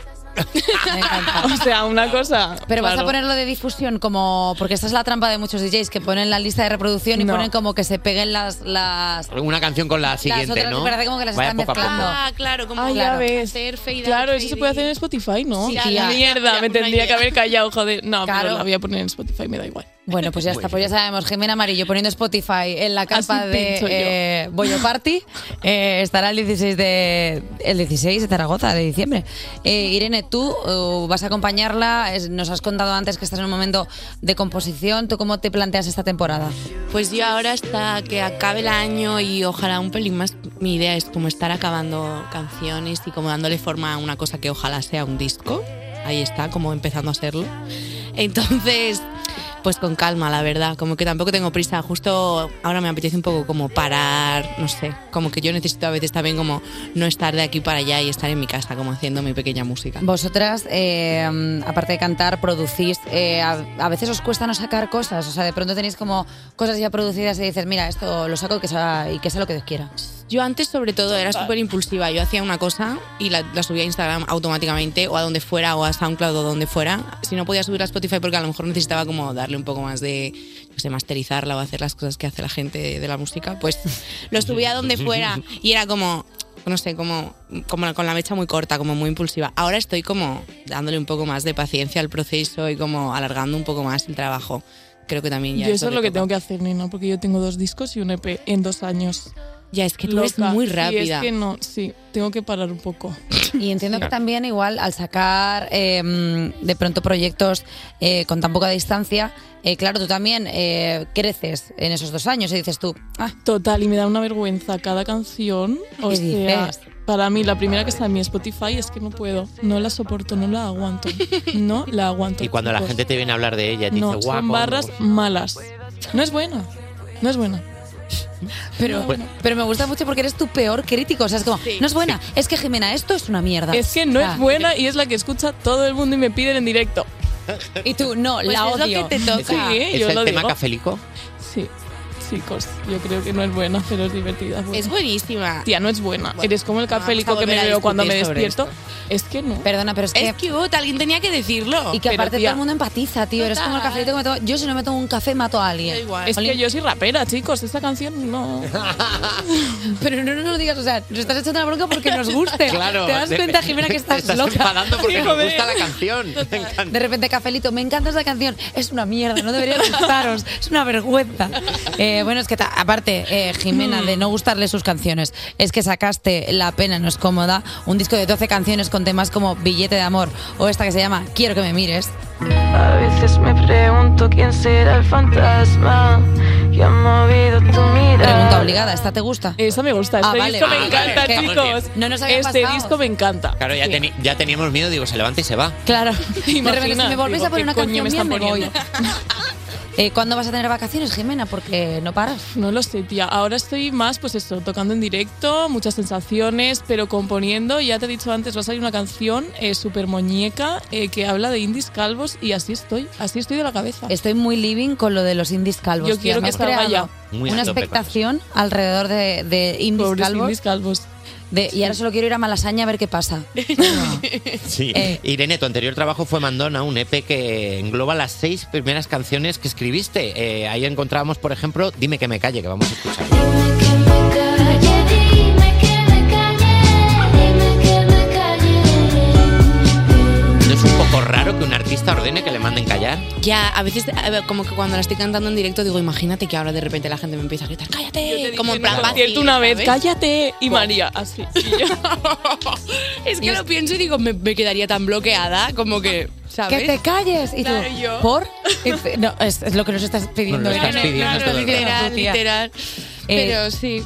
Speaker 24: o sea, una cosa.
Speaker 3: Pero vas a
Speaker 24: claro.
Speaker 3: ponerlo de difusión como. Porque esta es la trampa de muchos DJs que ponen la lista de reproducción y
Speaker 4: No.
Speaker 3: ponen como que se peguen las. las
Speaker 4: Una canción con la siguiente,
Speaker 3: otras
Speaker 4: ¿no?
Speaker 3: me parece como que las
Speaker 4: Vaya
Speaker 3: están
Speaker 4: poco a poco.
Speaker 3: mezclando.
Speaker 13: Ah, claro, como
Speaker 24: Ah, ya
Speaker 13: claro,
Speaker 24: ves.
Speaker 13: hacer fade out,
Speaker 24: Claro, eso
Speaker 13: fade
Speaker 24: se puede
Speaker 13: in.
Speaker 24: hacer en Spotify, ¿no?
Speaker 13: Sí, tía.
Speaker 24: mierda, me tendría que haber callado, joder. No,
Speaker 3: Claro.
Speaker 24: pero la voy a poner en Spotify, me da igual.
Speaker 3: Bueno, pues ya está, pues ya sabemos, Jimena Amarillo poniendo Spotify en la capa
Speaker 24: Así
Speaker 3: de
Speaker 24: pincho yo.
Speaker 3: eh, Bollo Party, eh, estará el 16
Speaker 6: Eh,
Speaker 3: de el 16 de Zaragoza de diciembre. Eh, Irene, tú eh, vas a acompañarla, es- nos has contado antes que estás en un momento de composición, ¿tú cómo te planteas esta temporada?
Speaker 13: Pues yo ahora hasta que acabe el año y ojalá un pelín más, mi idea es como estar acabando canciones y como dándole forma a una cosa que ojalá sea un disco. Ahí está, como empezando a serlo. Entonces, pues con calma, la verdad, como que tampoco tengo prisa, justo ahora me apetece un poco como parar, no sé, como que yo necesito a veces también como no estar de aquí para allá y estar en mi casa como haciendo mi pequeña música.
Speaker 3: Vosotras, eh, aparte de cantar, producís, eh, a, a veces os cuesta no sacar cosas, o sea, de pronto tenéis como cosas ya producidas y dices, mira, esto lo saco y que sea, y que sea lo que Dios quiera.
Speaker 13: Yo antes sobre todo era súper impulsiva. Yo hacía una cosa y la, la subía a Instagram automáticamente o a donde fuera o a SoundCloud o donde fuera. Si no podía subirla a Spotify porque a lo mejor necesitaba como darle un poco más de, no sé, masterizarla o hacer las cosas que hace la gente de, de la música, pues lo subía a donde fuera y era como, no sé, como, como la- con la mecha muy corta, como muy impulsiva. Ahora estoy como dándole un poco más de paciencia al proceso y como alargando un poco más el trabajo. Creo que también ya
Speaker 24: yo eso es
Speaker 13: le
Speaker 24: lo que
Speaker 13: toca.
Speaker 24: tengo que hacer, Nina, porque yo tengo dos discos y un EP en dos años.
Speaker 13: Ya, es que tú eres muy
Speaker 24: Sí, es
Speaker 13: rápida.
Speaker 24: que no, sí, tengo que parar un poco.
Speaker 3: Y entiendo que también igual al sacar eh, mm, de pronto proyectos eh, con tan poca distancia, eh, claro, tú también eh, creces en esos dos años y dices tú, "Ah,
Speaker 24: Total, y me da una vergüenza cada canción. O
Speaker 3: ¿Qué
Speaker 24: sea,
Speaker 3: dices?
Speaker 24: para mí, la primera que está en mi Spotify es que no puedo. No la soporto, no la aguanto. No la aguanto.
Speaker 4: Y cuando la
Speaker 24: chicos.
Speaker 4: gente te viene a hablar de ella, te
Speaker 24: No,
Speaker 4: dice, guau,
Speaker 24: son
Speaker 4: guau,
Speaker 24: barras malas. No es buena. No es buena.
Speaker 3: pero,
Speaker 4: Bueno.
Speaker 3: pero me gusta mucho porque eres tu peor crítico, o sea, es como, no es buena, es que Jimena, esto es una mierda.
Speaker 24: Es que no
Speaker 3: O sea,
Speaker 24: es buena y es la que escucha todo el mundo y me piden en directo.
Speaker 3: Y tú, no,
Speaker 24: Pues
Speaker 3: la
Speaker 24: es lo
Speaker 3: odio.
Speaker 24: que te toca.
Speaker 4: ¿Es
Speaker 24: Sí, ¿eh?
Speaker 4: el
Speaker 24: yo lo
Speaker 4: tema
Speaker 24: digo.
Speaker 4: cafélico?
Speaker 24: Sí. chicos. Yo creo que no es buena, pero es divertida.
Speaker 13: Es buenísima.
Speaker 24: Tía, no es buena.
Speaker 13: Bueno,
Speaker 24: Eres como el
Speaker 13: vamos a
Speaker 24: capelico que me
Speaker 13: volver a
Speaker 24: veo cuando me
Speaker 13: discutir sobre
Speaker 24: despierto. Es que no.
Speaker 3: Perdona, pero es que.
Speaker 13: Es cute, alguien tenía que decirlo.
Speaker 3: Y que
Speaker 13: Pero,
Speaker 3: aparte
Speaker 13: tía,
Speaker 3: todo el mundo empatiza, tío. Eres como el cafecito que me tomo. Yo si no me tomo un café mato a alguien.
Speaker 24: Es que
Speaker 3: Jolín.
Speaker 24: yo soy rapera, chicos. Esta canción no.
Speaker 3: Pero no nos lo digas, o sea, nos estás echando la bronca porque nos guste.
Speaker 24: Claro,
Speaker 3: Te das
Speaker 24: te-
Speaker 3: cuenta, Jimena, que
Speaker 24: te
Speaker 3: estás,
Speaker 24: estás
Speaker 3: loca. Este
Speaker 24: enfadando porque nos
Speaker 3: Joder.
Speaker 24: gusta la
Speaker 4: canción. Me encanta.
Speaker 3: De repente, Cafelito, me encanta esa canción. Es una mierda, no debería gustaros. Es una vergüenza. Eh, bueno, es que ta- aparte, eh, Jimena, de no gustarle sus canciones, es que sacaste La pena no es cómoda, un disco de 12 canciones con temas como Billete de amor o esta que se llama Quiero que me mires.
Speaker 14: A veces me pregunto quién será el fantasma que ha movido tu
Speaker 3: Pregunta
Speaker 14: mirada.
Speaker 3: obligada, ¿esta te gusta?
Speaker 24: Esta me gusta,
Speaker 3: Ah,
Speaker 24: este
Speaker 3: vale,
Speaker 24: disco me
Speaker 3: vale,
Speaker 24: encanta,
Speaker 3: vale.
Speaker 24: chicos.
Speaker 3: No nos había
Speaker 24: este
Speaker 3: pasado.
Speaker 24: disco me encanta.
Speaker 4: Claro, ya, teni- ya teníamos miedo, digo, se levanta y se va.
Speaker 3: Claro. de repente,
Speaker 24: Imagina,
Speaker 3: si me volvéis a
Speaker 24: digo,
Speaker 3: poner
Speaker 24: ¿qué
Speaker 3: una
Speaker 24: coño
Speaker 3: canción
Speaker 24: me
Speaker 3: mía,
Speaker 24: están
Speaker 3: me voy.
Speaker 24: poniendo?
Speaker 3: Eh, ¿Cuándo vas a tener vacaciones, Jimena? Porque no paras.
Speaker 24: No lo sé, tía. Ahora estoy más, pues esto, tocando en directo, muchas sensaciones, pero componiendo. Ya te he dicho antes, va a salir una canción eh, súper muñeca eh, que habla de indies calvos y así estoy, así estoy de la cabeza.
Speaker 3: Estoy muy living con lo de los indies calvos.
Speaker 24: Yo
Speaker 3: tía.
Speaker 24: quiero
Speaker 3: Me
Speaker 24: que
Speaker 3: has
Speaker 24: salga
Speaker 3: creado
Speaker 24: ya.
Speaker 4: Muy
Speaker 3: una
Speaker 4: a tope con
Speaker 3: expectación alrededor de, de indies
Speaker 24: Pobres
Speaker 3: calvos.
Speaker 24: indies calvos.
Speaker 3: De- Y ahora solo quiero ir a Malasaña a ver qué pasa.
Speaker 4: Sí.
Speaker 3: Eh.
Speaker 4: Irene, tu anterior trabajo fue Mandona, un EP que engloba las seis primeras canciones que escribiste. Eh, ahí encontramos, por ejemplo, Dime que me calle, que vamos a escuchar. ¿No es un poco raro que un artista ordene que le manden callar?
Speaker 24: Eh,
Speaker 13: Ya, a veces, a ver, como que cuando la estoy cantando en directo, digo, imagínate que ahora de repente la gente me empieza a gritar, cállate. Como en plan,
Speaker 24: Cierto
Speaker 13: vacil,
Speaker 24: una vez,
Speaker 13: ¿sabes?
Speaker 24: cállate.
Speaker 3: Pues
Speaker 24: Y María, así.
Speaker 13: Es que lo pienso y digo, me, me quedaría tan bloqueada, como que, ¿sabes?
Speaker 3: Que te calles. Y tú,
Speaker 13: Claro, yo.
Speaker 3: ¿por? Y dice, No, es, es lo que nos estás
Speaker 4: Nos
Speaker 3: pidiendo.
Speaker 4: lo estás
Speaker 3: Irene.
Speaker 4: pidiendo todo el rato.
Speaker 13: literal,
Speaker 3: tía.
Speaker 13: literal.
Speaker 3: Eh,
Speaker 13: Pero sí.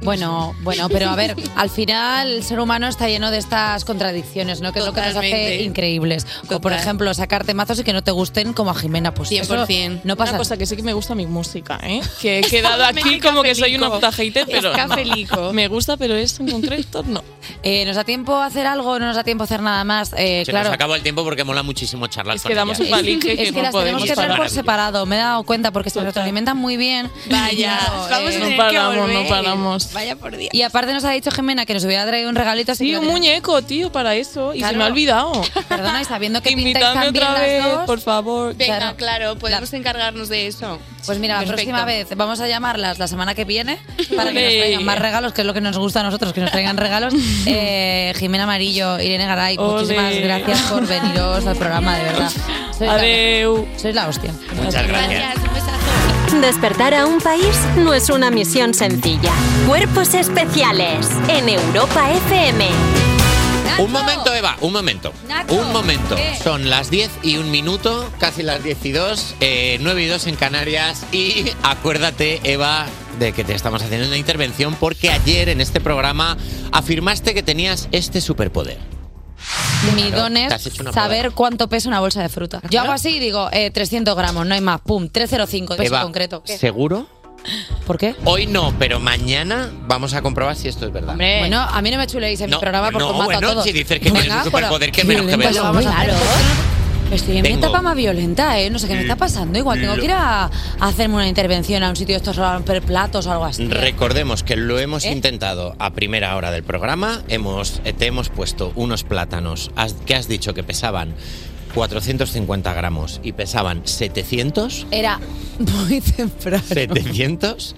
Speaker 3: Bueno, bueno, pero a ver, al final el ser humano está lleno de estas contradicciones, ¿no? Que es lo que nos hace
Speaker 13: Totalmente.
Speaker 3: increíbles. Como por
Speaker 13: Total.
Speaker 3: ejemplo, sacarte mazos y que no te gusten como a Jimena, pues eso
Speaker 13: 100%.
Speaker 3: no pasa.
Speaker 24: Una cosa que sí que me gusta mi música, ¿eh? Que he quedado aquí como que soy una puta hater, pero. no. Me gusta, pero es en concreto no.
Speaker 3: Eh, ¿Nos da tiempo a hacer algo o no nos da tiempo a hacer nada más? Eh,
Speaker 4: Se
Speaker 3: claro.
Speaker 4: nos acabó el tiempo porque mola muchísimo charlar
Speaker 24: Es
Speaker 4: con
Speaker 24: que damos
Speaker 4: ella.
Speaker 24: un palinque
Speaker 3: Es que las tenemos que hacer por separado, me he dado cuenta porque se retroalimentan muy bien. eh,
Speaker 13: Vaya, vamos a
Speaker 24: no
Speaker 13: tener que
Speaker 24: paramos,
Speaker 13: volver.
Speaker 24: no paramos.
Speaker 13: Vaya por Dios.
Speaker 3: Y aparte nos ha dicho Jimena que nos hubiera traído un regalito así.
Speaker 24: Sí, un muñeco, tío, para eso. Y se me ha
Speaker 3: Claro.
Speaker 24: olvidado.
Speaker 3: Perdona, y sabiendo que pintáis
Speaker 24: Invitadme
Speaker 3: tan bien
Speaker 24: otra
Speaker 3: las
Speaker 24: vez,
Speaker 3: dos,
Speaker 24: por favor.
Speaker 13: Venga,
Speaker 3: Claro.
Speaker 13: claro, podemos encargarnos de eso.
Speaker 3: Pues mira, la próxima vez vamos a llamarlas la semana que viene para que nos
Speaker 13: Ole.
Speaker 3: traigan más regalos, que es lo que nos gusta a nosotros, que nos traigan regalos. Eh, Jimena Amarillo, Irene Garay,
Speaker 24: Ole.
Speaker 3: muchísimas gracias por veniros al programa, de verdad. Sois
Speaker 24: Adeu.
Speaker 3: La, sois la hostia.
Speaker 4: Muchas gracias.
Speaker 2: Despertar a un país no es una misión sencilla. Cuerpos especiales en Europa FM.
Speaker 4: Un momento, Eva, un momento.
Speaker 2: Nacho,
Speaker 4: un momento.
Speaker 2: ¿qué?
Speaker 4: Son las 10 y un minuto, casi las 10 y 2, eh, 9 y 2 en Canarias. Y acuérdate, Eva, de que te estamos haciendo una intervención porque ayer en este programa afirmaste que tenías este superpoder.
Speaker 3: Mi don
Speaker 4: Te
Speaker 3: es
Speaker 4: has hecho una
Speaker 3: saber cuánto pesa una bolsa de fruta. Yo hago así y digo, eh, 300 gramos, no hay más, pum, 305, de
Speaker 4: Eva,
Speaker 3: peso concreto.
Speaker 4: ¿Seguro?
Speaker 3: ¿Por qué?
Speaker 4: Hoy no, pero mañana vamos a comprobar si esto es verdad.
Speaker 3: Bueno, a mí no me chuleéis en
Speaker 4: No,
Speaker 3: mi programa porque
Speaker 4: no,
Speaker 3: os mato
Speaker 4: bueno,
Speaker 3: a todos.
Speaker 4: si dices que tienes un
Speaker 3: pero-
Speaker 4: superpoder, que menos que
Speaker 3: Violenta,
Speaker 4: verlo.
Speaker 3: lo vamos a hacer. Estoy en mi
Speaker 4: Tengo. Mm,
Speaker 3: etapa más violenta, ¿eh? No sé qué me está pasando. Igual tengo que ir a, a hacerme una intervención a un sitio de estos a romper platos o algo así.
Speaker 4: Recordemos que lo hemos
Speaker 3: ¿Eh?
Speaker 4: intentado a primera hora del programa. Hemos, eh, te hemos puesto unos plátanos has- que has dicho que pesaban 450 gramos y pesaban 700.
Speaker 3: Era muy temprano.
Speaker 4: 700.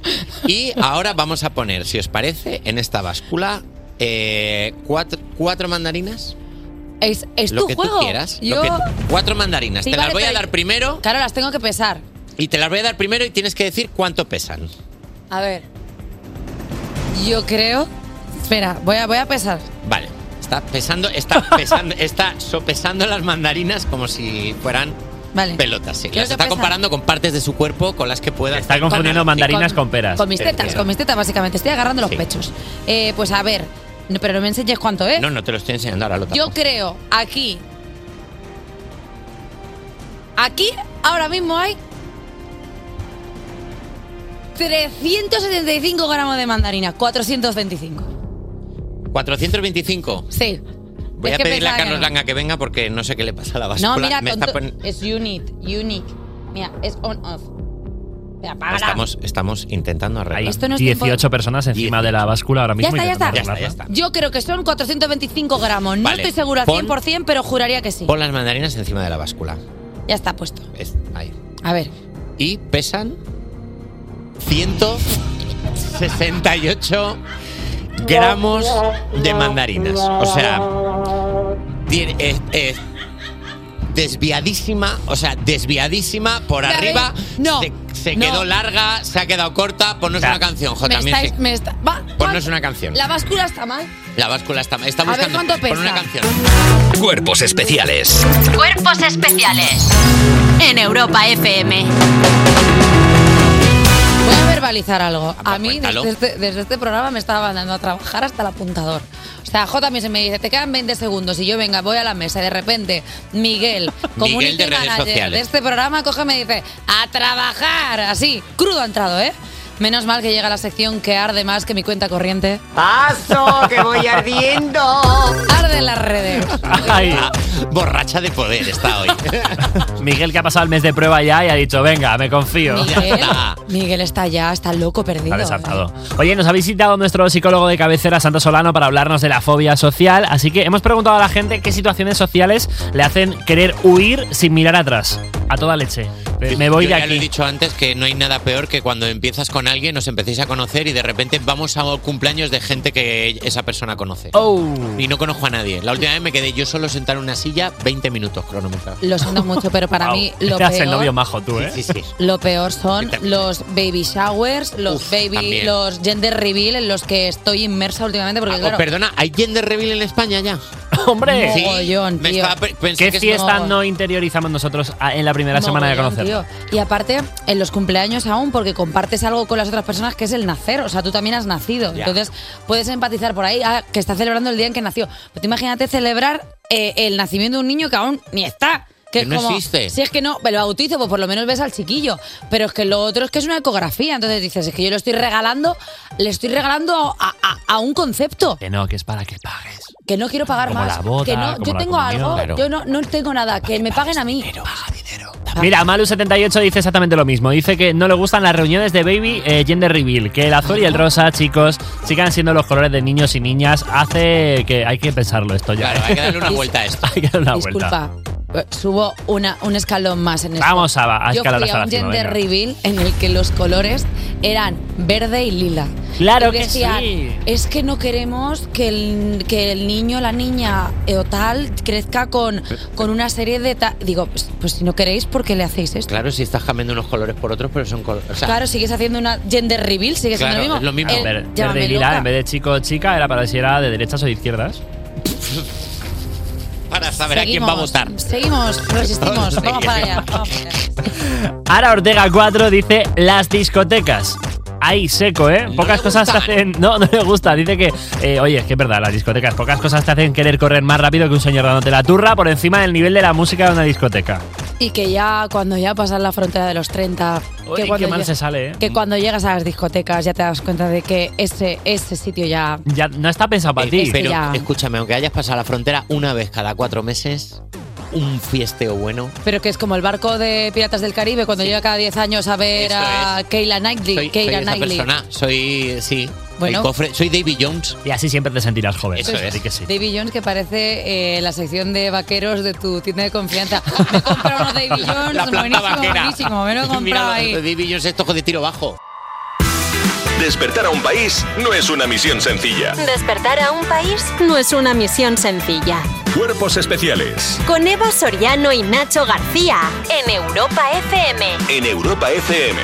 Speaker 4: Y ahora vamos a poner, si os parece, en esta báscula eh, cuatro, cuatro mandarinas.
Speaker 3: Es, es
Speaker 4: lo
Speaker 3: tu
Speaker 4: que
Speaker 3: juego.
Speaker 4: tú quieras. lo
Speaker 3: Yo...
Speaker 4: que- cuatro mandarinas.
Speaker 3: Sí,
Speaker 4: te las
Speaker 3: vale,
Speaker 4: voy a
Speaker 3: pero-
Speaker 4: dar primero
Speaker 3: Claro, las tengo que pesar.
Speaker 4: y te las voy a dar primero y tienes que decir cuánto pesan.
Speaker 3: A ver. Yo creo. Espera, voy a, voy a pesar.
Speaker 4: Vale. Está pesando, está pesando, está sopesando las mandarinas como si fueran
Speaker 3: Vale.
Speaker 4: pelotas. sí.
Speaker 3: Creo
Speaker 4: Las
Speaker 3: que
Speaker 4: está
Speaker 3: pesa.
Speaker 4: comparando con partes de su cuerpo con las que pueda.
Speaker 21: Está confundiendo mandarinas con peras.
Speaker 3: Con mis tetas, con mis tetas, básicamente. Estoy agarrando los pechos. Eh, pues a ver. No, pero no me enseñes cuánto es.
Speaker 4: No, no te lo estoy enseñando ahora. Lo
Speaker 3: Yo
Speaker 4: tapo.
Speaker 3: creo aquí. Aquí ahora mismo hay 375 gramos de mandarina, 425.
Speaker 4: 425.
Speaker 3: Sí.
Speaker 4: Voy
Speaker 3: Es
Speaker 4: a
Speaker 3: que
Speaker 4: pedirle a
Speaker 3: pensaba que
Speaker 4: Carlos
Speaker 3: no.
Speaker 4: Langa que venga porque no sé qué le pasa a la
Speaker 3: No,
Speaker 4: báscula.
Speaker 3: mira,
Speaker 4: Me está
Speaker 3: tonto-
Speaker 4: poni-
Speaker 3: es unit, unique. Mira, es on off.
Speaker 4: Estamos, estamos intentando arreglar.
Speaker 3: Esto no es 18 tiempo-
Speaker 4: personas encima de la
Speaker 21: báscula ahora
Speaker 3: Ya
Speaker 4: mismo.
Speaker 3: está, ya está.
Speaker 4: ya está.
Speaker 3: Yo creo que son 425 gramos. No
Speaker 4: Vale,
Speaker 3: estoy segura
Speaker 4: pon-
Speaker 3: 100%, pero juraría que sí.
Speaker 4: Pon las mandarinas encima de la báscula.
Speaker 3: Ya está puesto.
Speaker 4: Es- ahí.
Speaker 3: A ver.
Speaker 4: Y pesan 168 gramos de mandarinas. O sea, tiene- es, es eh, desviadísima, o sea, desviadísima por
Speaker 3: Ya
Speaker 4: arriba.
Speaker 3: No.
Speaker 4: Se, se
Speaker 3: no.
Speaker 4: quedó larga, se ha quedado corta. Ponnos una canción, J.
Speaker 3: Me estáis.
Speaker 4: Music.
Speaker 3: Me está- va,
Speaker 4: Ponnos una canción.
Speaker 3: la báscula está mal.
Speaker 4: La báscula está, está
Speaker 3: A ver
Speaker 4: buscando.
Speaker 3: cuánto
Speaker 4: Pon
Speaker 3: pesa.
Speaker 4: una canción. Cuerpos especiales.
Speaker 7: Cuerpos especiales en Europa FM.
Speaker 3: Voy a verbalizar algo.
Speaker 4: Ah, pues
Speaker 3: A mí,
Speaker 7: cuéntalo.
Speaker 3: desde este, desde este programa, me estaba mandando a trabajar hasta el apuntador. O sea, J se me dice, te quedan 20 segundos y yo venga, voy a la mesa y de repente Miguel, community
Speaker 4: de redes
Speaker 3: manager
Speaker 4: sociales.
Speaker 3: de este programa, coge y me dice, a trabajar, así, crudo ha entrado, ¿eh? Menos mal que llega la sección que arde más que mi cuenta corriente.
Speaker 18: ¡Paso, que voy ardiendo!
Speaker 3: Arden las redes.
Speaker 4: Ah, borracha de poder está hoy.
Speaker 21: Miguel que ha pasado el mes de prueba ya y ha dicho, venga, me confío.
Speaker 3: Miguel, Miguel está ya, está loco perdido.
Speaker 21: Está desatado.
Speaker 3: eh.
Speaker 21: Oye, nos ha visitado nuestro psicólogo de cabecera, Santo Solano, para hablarnos de la fobia social. Así que hemos preguntado a la gente qué situaciones sociales le hacen querer huir sin mirar atrás. A toda leche. Me voy
Speaker 4: Yo
Speaker 21: de
Speaker 4: Ya lo he
Speaker 21: aquí.
Speaker 4: dicho antes que no hay nada peor que cuando empiezas con alguien, os empecéis a conocer y de repente vamos a cumpleaños de gente que esa persona conoce.
Speaker 3: Oh.
Speaker 21: ¡Uh!
Speaker 4: Y no conozco a nadie. La última vez me quedé yo solo sentado en una silla 20 minutos cronometrados.
Speaker 3: Lo siento mucho, pero para mí lo
Speaker 21: Este
Speaker 4: Eras
Speaker 3: peor...
Speaker 21: majo tú,
Speaker 4: ¿eh? Sí, sí. sí.
Speaker 3: Lo peor son los baby showers, los baby,
Speaker 4: también.
Speaker 3: los gender reveal en los que estoy inmersa últimamente porque
Speaker 4: Oh,
Speaker 3: claro.
Speaker 4: perdona, ¿hay gender reveal en España ya?
Speaker 21: ¡Hombre!
Speaker 4: Sí,
Speaker 3: Mogollón,
Speaker 4: me
Speaker 3: tío.
Speaker 4: estaba pe- pensé
Speaker 21: ¿Qué
Speaker 4: que
Speaker 21: fiesta
Speaker 4: esto-
Speaker 21: no interiorizamos nosotros a- en la primera semana de
Speaker 3: Mogollón,
Speaker 21: conocer?
Speaker 3: tío. Y aparte, en los cumpleaños aún, porque compartes algo con las otras personas que es el nacer. O sea, tú también has nacido.
Speaker 21: Ya.
Speaker 3: Entonces, puedes empatizar por ahí ah, que está celebrando el día en que nació. Pero tú imagínate celebrar eh, el nacimiento de un niño que aún ni está.
Speaker 4: Que
Speaker 3: Que, es
Speaker 4: no
Speaker 3: como,
Speaker 4: existe.
Speaker 3: Si es que no, me lo bautizo, pues por lo menos ves al chiquillo. Pero es que lo otro es que es una ecografía. Entonces dices, es que yo le estoy regalando, le estoy regalando a, a- a un concepto.
Speaker 21: Que no, que es para que pague.
Speaker 3: Que no quiero pagar
Speaker 21: Como
Speaker 3: más.
Speaker 21: la boda,
Speaker 3: que no,
Speaker 21: como
Speaker 3: yo
Speaker 21: la
Speaker 3: tengo
Speaker 21: comunión.
Speaker 3: algo,
Speaker 21: Claro.
Speaker 3: yo no, no tengo nada, que me paguen a mí. Ah.
Speaker 21: Mira, Malu78 dice exactamente lo mismo. Dice que no le gustan las reuniones de Baby eh, Gender Reveal. Que el azul y el rosa, chicos, sigan siendo los colores de niños y niñas. Hace que hay que pensarlo esto ya. ¿eh?
Speaker 4: Claro, hay que darle una vuelta a esto.
Speaker 21: hay que darle una
Speaker 3: Disculpa,
Speaker 21: Ah, vuelta.
Speaker 3: eh, subo una, un escalón más en esto.
Speaker 21: Vamos a- a
Speaker 3: Yo
Speaker 21: escalar
Speaker 3: fui
Speaker 21: hasta
Speaker 3: a
Speaker 21: la
Speaker 3: un
Speaker 21: cima,
Speaker 3: gender
Speaker 21: venga.
Speaker 3: reveal en el que los colores eran verde y lila.
Speaker 21: Claro
Speaker 3: Y
Speaker 21: que
Speaker 3: decían,
Speaker 21: sí.
Speaker 3: Es que no queremos que el, que el niño, la niña eh, o tal crezca con, con una serie de... ta-". Digo, pues, pues si no queréis, ¿por qué le hacéis esto?
Speaker 4: Claro, si estás cambiando unos colores por otros, pero son colores. O sea,
Speaker 3: Claro, sigues haciendo una gender reveal, sigues haciendo lo mismo. El-
Speaker 21: Ver-
Speaker 3: llámame
Speaker 21: Verde y lila,
Speaker 3: loca.
Speaker 21: en vez de chico o chica, era para ver si era de derechas o de izquierdas.
Speaker 4: Para saber a quién va a
Speaker 21: Seguimos.
Speaker 4: votar.
Speaker 3: Seguimos, resistimos, vamos para allá.
Speaker 21: Ara Ortega 4 dice las discotecas. Ahí seco, ¿eh? Pocas cosas te hacen... No, no le gusta. Dice que... eh, oye, es que es verdad, las discotecas. Pocas cosas te hacen querer correr más rápido que un señor dándote la turra por encima del nivel de la música de una discoteca.
Speaker 3: Y que ya cuando ya pasas la frontera de los 30,
Speaker 21: Uy,
Speaker 3: que, cuando
Speaker 21: qué mal
Speaker 3: lle-
Speaker 21: se sale, ¿eh?
Speaker 3: que cuando llegas a las discotecas ya te das cuenta de que ese, ese sitio ya...
Speaker 21: Ya no está pensado para ti.
Speaker 4: Eh, Pero
Speaker 3: ya.
Speaker 4: escúchame, aunque hayas pasado la frontera una vez cada cuatro meses, un fiesteo bueno.
Speaker 3: Pero que es como el barco de Piratas del Caribe cuando llega cada 10 años a ver a Keira Knightley.
Speaker 4: Soy esa
Speaker 3: Keira Knightley.
Speaker 4: persona, soy, sí,
Speaker 3: Bueno.
Speaker 4: el cofre, soy David Jones.
Speaker 21: Y así siempre te sentirás joven.
Speaker 4: Eso es.
Speaker 3: Davy Jones que parece eh, la sección de vaqueros de tu tienda de confianza. Me he comprado unos Davy Jones,
Speaker 4: La planta
Speaker 3: buenísimo,
Speaker 4: vaquera.
Speaker 3: buenísimo, me lo he comprado
Speaker 4: Mira,
Speaker 3: ahí.
Speaker 4: David Jones es tojo de tiro bajo.
Speaker 8: Despertar a un país no es una misión sencilla.
Speaker 2: Despertar a un país no es una misión sencilla.
Speaker 8: Cuerpos especiales
Speaker 2: Con Eva Soriano y Nacho García en Europa FM.
Speaker 8: en Europa FM.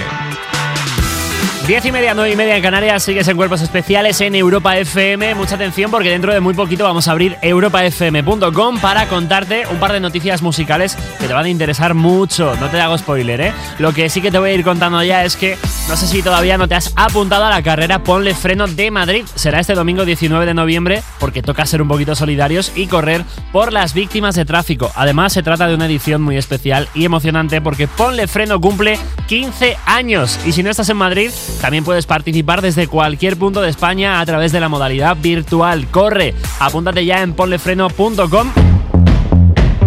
Speaker 21: Diez y media, nueve y media en Canarias, sigues en Cuerpos Especiales en Europa FM. Mucha atención porque dentro de muy poquito vamos a abrir europafm.com para contarte un par de noticias musicales que te van a interesar mucho. No te hago spoiler, ¿eh? Lo que sí que te voy a ir contando ya es que no sé si todavía no te has apuntado a la carrera Ponle Freno de Madrid. Será este domingo 19 de noviembre porque toca ser un poquito solidarios y correr por las víctimas de tráfico. Además, se trata de una edición muy especial y emocionante porque Ponle Freno cumple 15 años. Y si no estás en Madrid, también puedes participar desde cualquier punto de España a través de la modalidad virtual. Corre, apúntate ya en ponlefreno.com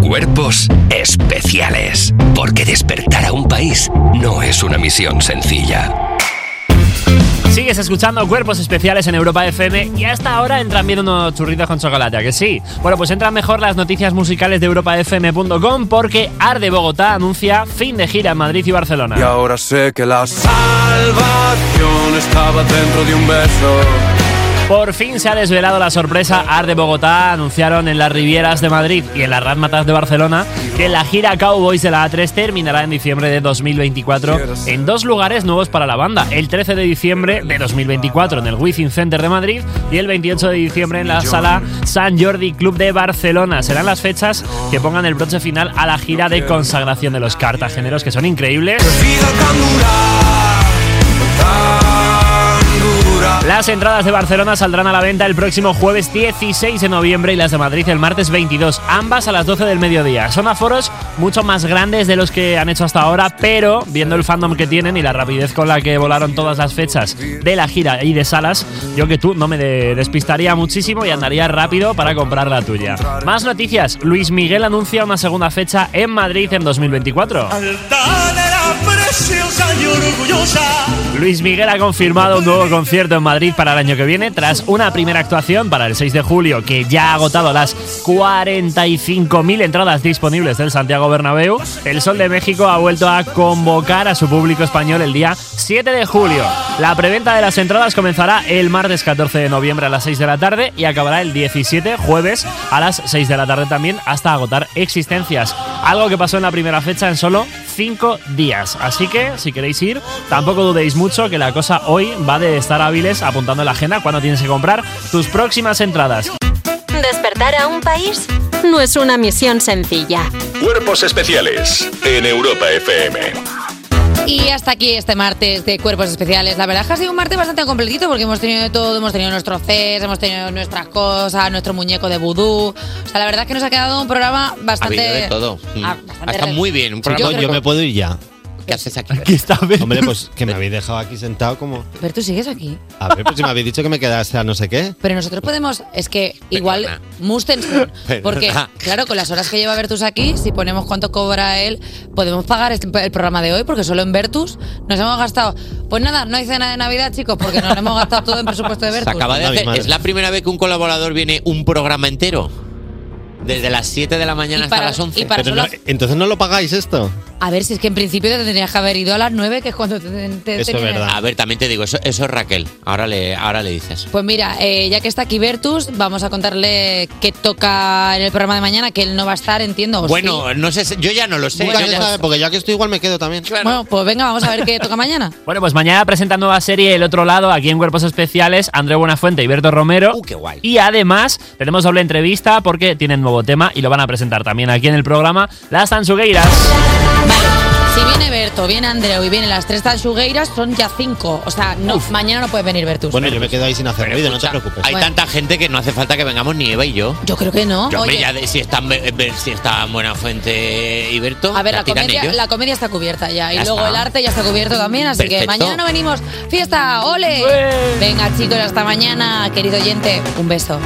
Speaker 1: Cuerpos especiales.
Speaker 26: Porque despertar a un país no es una misión sencilla.
Speaker 21: Sigues escuchando Cuerpos Especiales en Europa FM y hasta ahora entran bien unos churritos con chocolate, ¿a que sí? Bueno, pues entran mejor las noticias musicales de europafm.com porque Arde Bogotá anuncia fin de gira en Madrid y Barcelona.
Speaker 1: Y ahora sé que la salvación estaba dentro de un beso.
Speaker 21: Por fin se ha desvelado la sorpresa. Arde Bogotá anunciaron en las Rivieras de Madrid y en las Ramatas de Barcelona que la gira Cowboys de la A3 terminará en diciembre de 2024 en dos lugares nuevos para la banda. El 13 de diciembre de 2024 en el Within Center de Madrid y el 28 de diciembre en la sala San Jordi Club de Barcelona. Serán las fechas que pongan el broche final a la gira de consagración de los cartageneros que son increíbles. Las entradas de Barcelona saldrán a la venta el próximo jueves 16 de noviembre y las de Madrid el martes 22, ambas a las 12 del mediodía. Son aforos mucho más grandes de los que han hecho hasta ahora, pero viendo el fandom que tienen y la rapidez con la que volaron todas las fechas de la gira y de salas, yo que tú no me de- despistaría muchísimo y andaría rápido para comprar la tuya. Más noticias, Luis Miguel anuncia una segunda fecha en Madrid en 2024.
Speaker 1: preciosa y orgullosa.
Speaker 21: Luis Miguel ha confirmado un nuevo concierto en Madrid para el año que viene tras una primera actuación para el 6 de julio que ya ha agotado las 45.000 entradas disponibles del Santiago Bernabéu. El Sol de México ha vuelto a convocar a su público español el día 7 de julio. La preventa de las entradas comenzará el martes 14 de noviembre a las 6 de la tarde y acabará el 17 jueves a las 6 de la tarde también hasta agotar existencias. Algo que pasó en la primera fecha en solo 5 días. Así que si queréis ir, tampoco dudéis mucho que la cosa hoy va de estar hábiles apuntando en la agenda cuando tienes que comprar tus próximas entradas.
Speaker 2: Despertar a un país no es una misión sencilla.
Speaker 8: Cuerpos especiales en Europa FM.
Speaker 3: Y hasta aquí este martes de Cuerpos Especiales. La verdad es que ha sido un martes bastante completito porque hemos tenido de todo, hemos tenido nuestros CES, hemos tenido nuestras cosas, nuestro muñeco de vudú. O sea, la verdad es que nos ha quedado un
Speaker 4: Ha
Speaker 3: programa
Speaker 4: habido
Speaker 3: bastante...
Speaker 4: de todo.
Speaker 3: Ah, bastante
Speaker 4: Está
Speaker 3: re-
Speaker 4: muy bien. Un programa
Speaker 3: Yo creo-
Speaker 15: me puedo ir ya.
Speaker 4: ¿Qué haces aquí?
Speaker 15: Hombre, pues que me habéis dejado aquí sentado como.
Speaker 3: Pero tú sigues aquí.
Speaker 15: A ver, pues si me habéis dicho que me quedase a no sé qué.
Speaker 3: Pero nosotros podemos, es que igual Mustenson, porque claro, con las horas que lleva Vertus aquí, si ponemos cuánto cobra él, podemos pagar este- el programa de hoy, porque solo en Vertus nos hemos gastado. Pues nada, no hay cena de Navidad, chicos, porque nos lo hemos gastado todo en presupuesto de
Speaker 4: Se
Speaker 3: Vertus.
Speaker 4: acaba de hacer- es la primera vez que un colaborador viene un programa entero. Desde las 7 de la mañana hasta
Speaker 3: para-
Speaker 4: las 11.
Speaker 3: y para Pero solo- no-
Speaker 15: entonces no lo pagáis esto.
Speaker 3: A ver, si es que en principio te tendrías que haber ido a las 9, que es cuando te, te- tenían-
Speaker 4: A ver, también te digo, eso, eso es Raquel. Ahora le, ahora le dices.
Speaker 3: Pues mira, eh, ya que está aquí Vertus, vamos a contarle qué toca en el programa de mañana, que él no va a estar, entiendo. ¿o sí?
Speaker 4: bueno, no sé, si- yo ya no lo sé.
Speaker 3: Nunca
Speaker 4: yo
Speaker 3: se
Speaker 4: ya-
Speaker 3: sabe,
Speaker 15: porque ya que estoy igual me quedo también.
Speaker 3: Bueno, pues venga, vamos a ver qué toca mañana.
Speaker 21: Bueno, pues mañana presenta nueva serie El Otro Lado aquí en Cuerpos Especiales, André Buenafuente y Berto Romero.
Speaker 4: Uh, qué guay.
Speaker 21: Y además tenemos doble entrevista porque tienen nuevo tema y lo van a presentar también aquí en el programa Las Tansugueiras.
Speaker 3: Si viene Berto, viene Andreu y vienen las tres tanchugueiras, son ya cinco. O sea, no, mañana no puedes venir Bertus.
Speaker 15: Bueno, yo me quedo ahí sin hacer ruido, no te preocupes.
Speaker 4: Hay tanta gente que no hace falta que vengamos ni Eva y yo.
Speaker 3: Yo creo que no.
Speaker 4: Yo, hombre,
Speaker 3: Oye.
Speaker 4: ya de- si están Be- Be- si están Buenafuente y Berto,
Speaker 3: a ver,
Speaker 4: la
Speaker 3: la
Speaker 4: tiran
Speaker 3: comedia,
Speaker 4: ellos.
Speaker 3: la comedia está cubierta ya. Y
Speaker 4: Ya
Speaker 3: luego
Speaker 4: está.
Speaker 3: el arte ya está cubierto también. Así que
Speaker 4: Perfecto.
Speaker 3: mañana no venimos. ¡Fiesta! ¡Ole! Venga, chicos, hasta mañana, querido oyente. Un beso.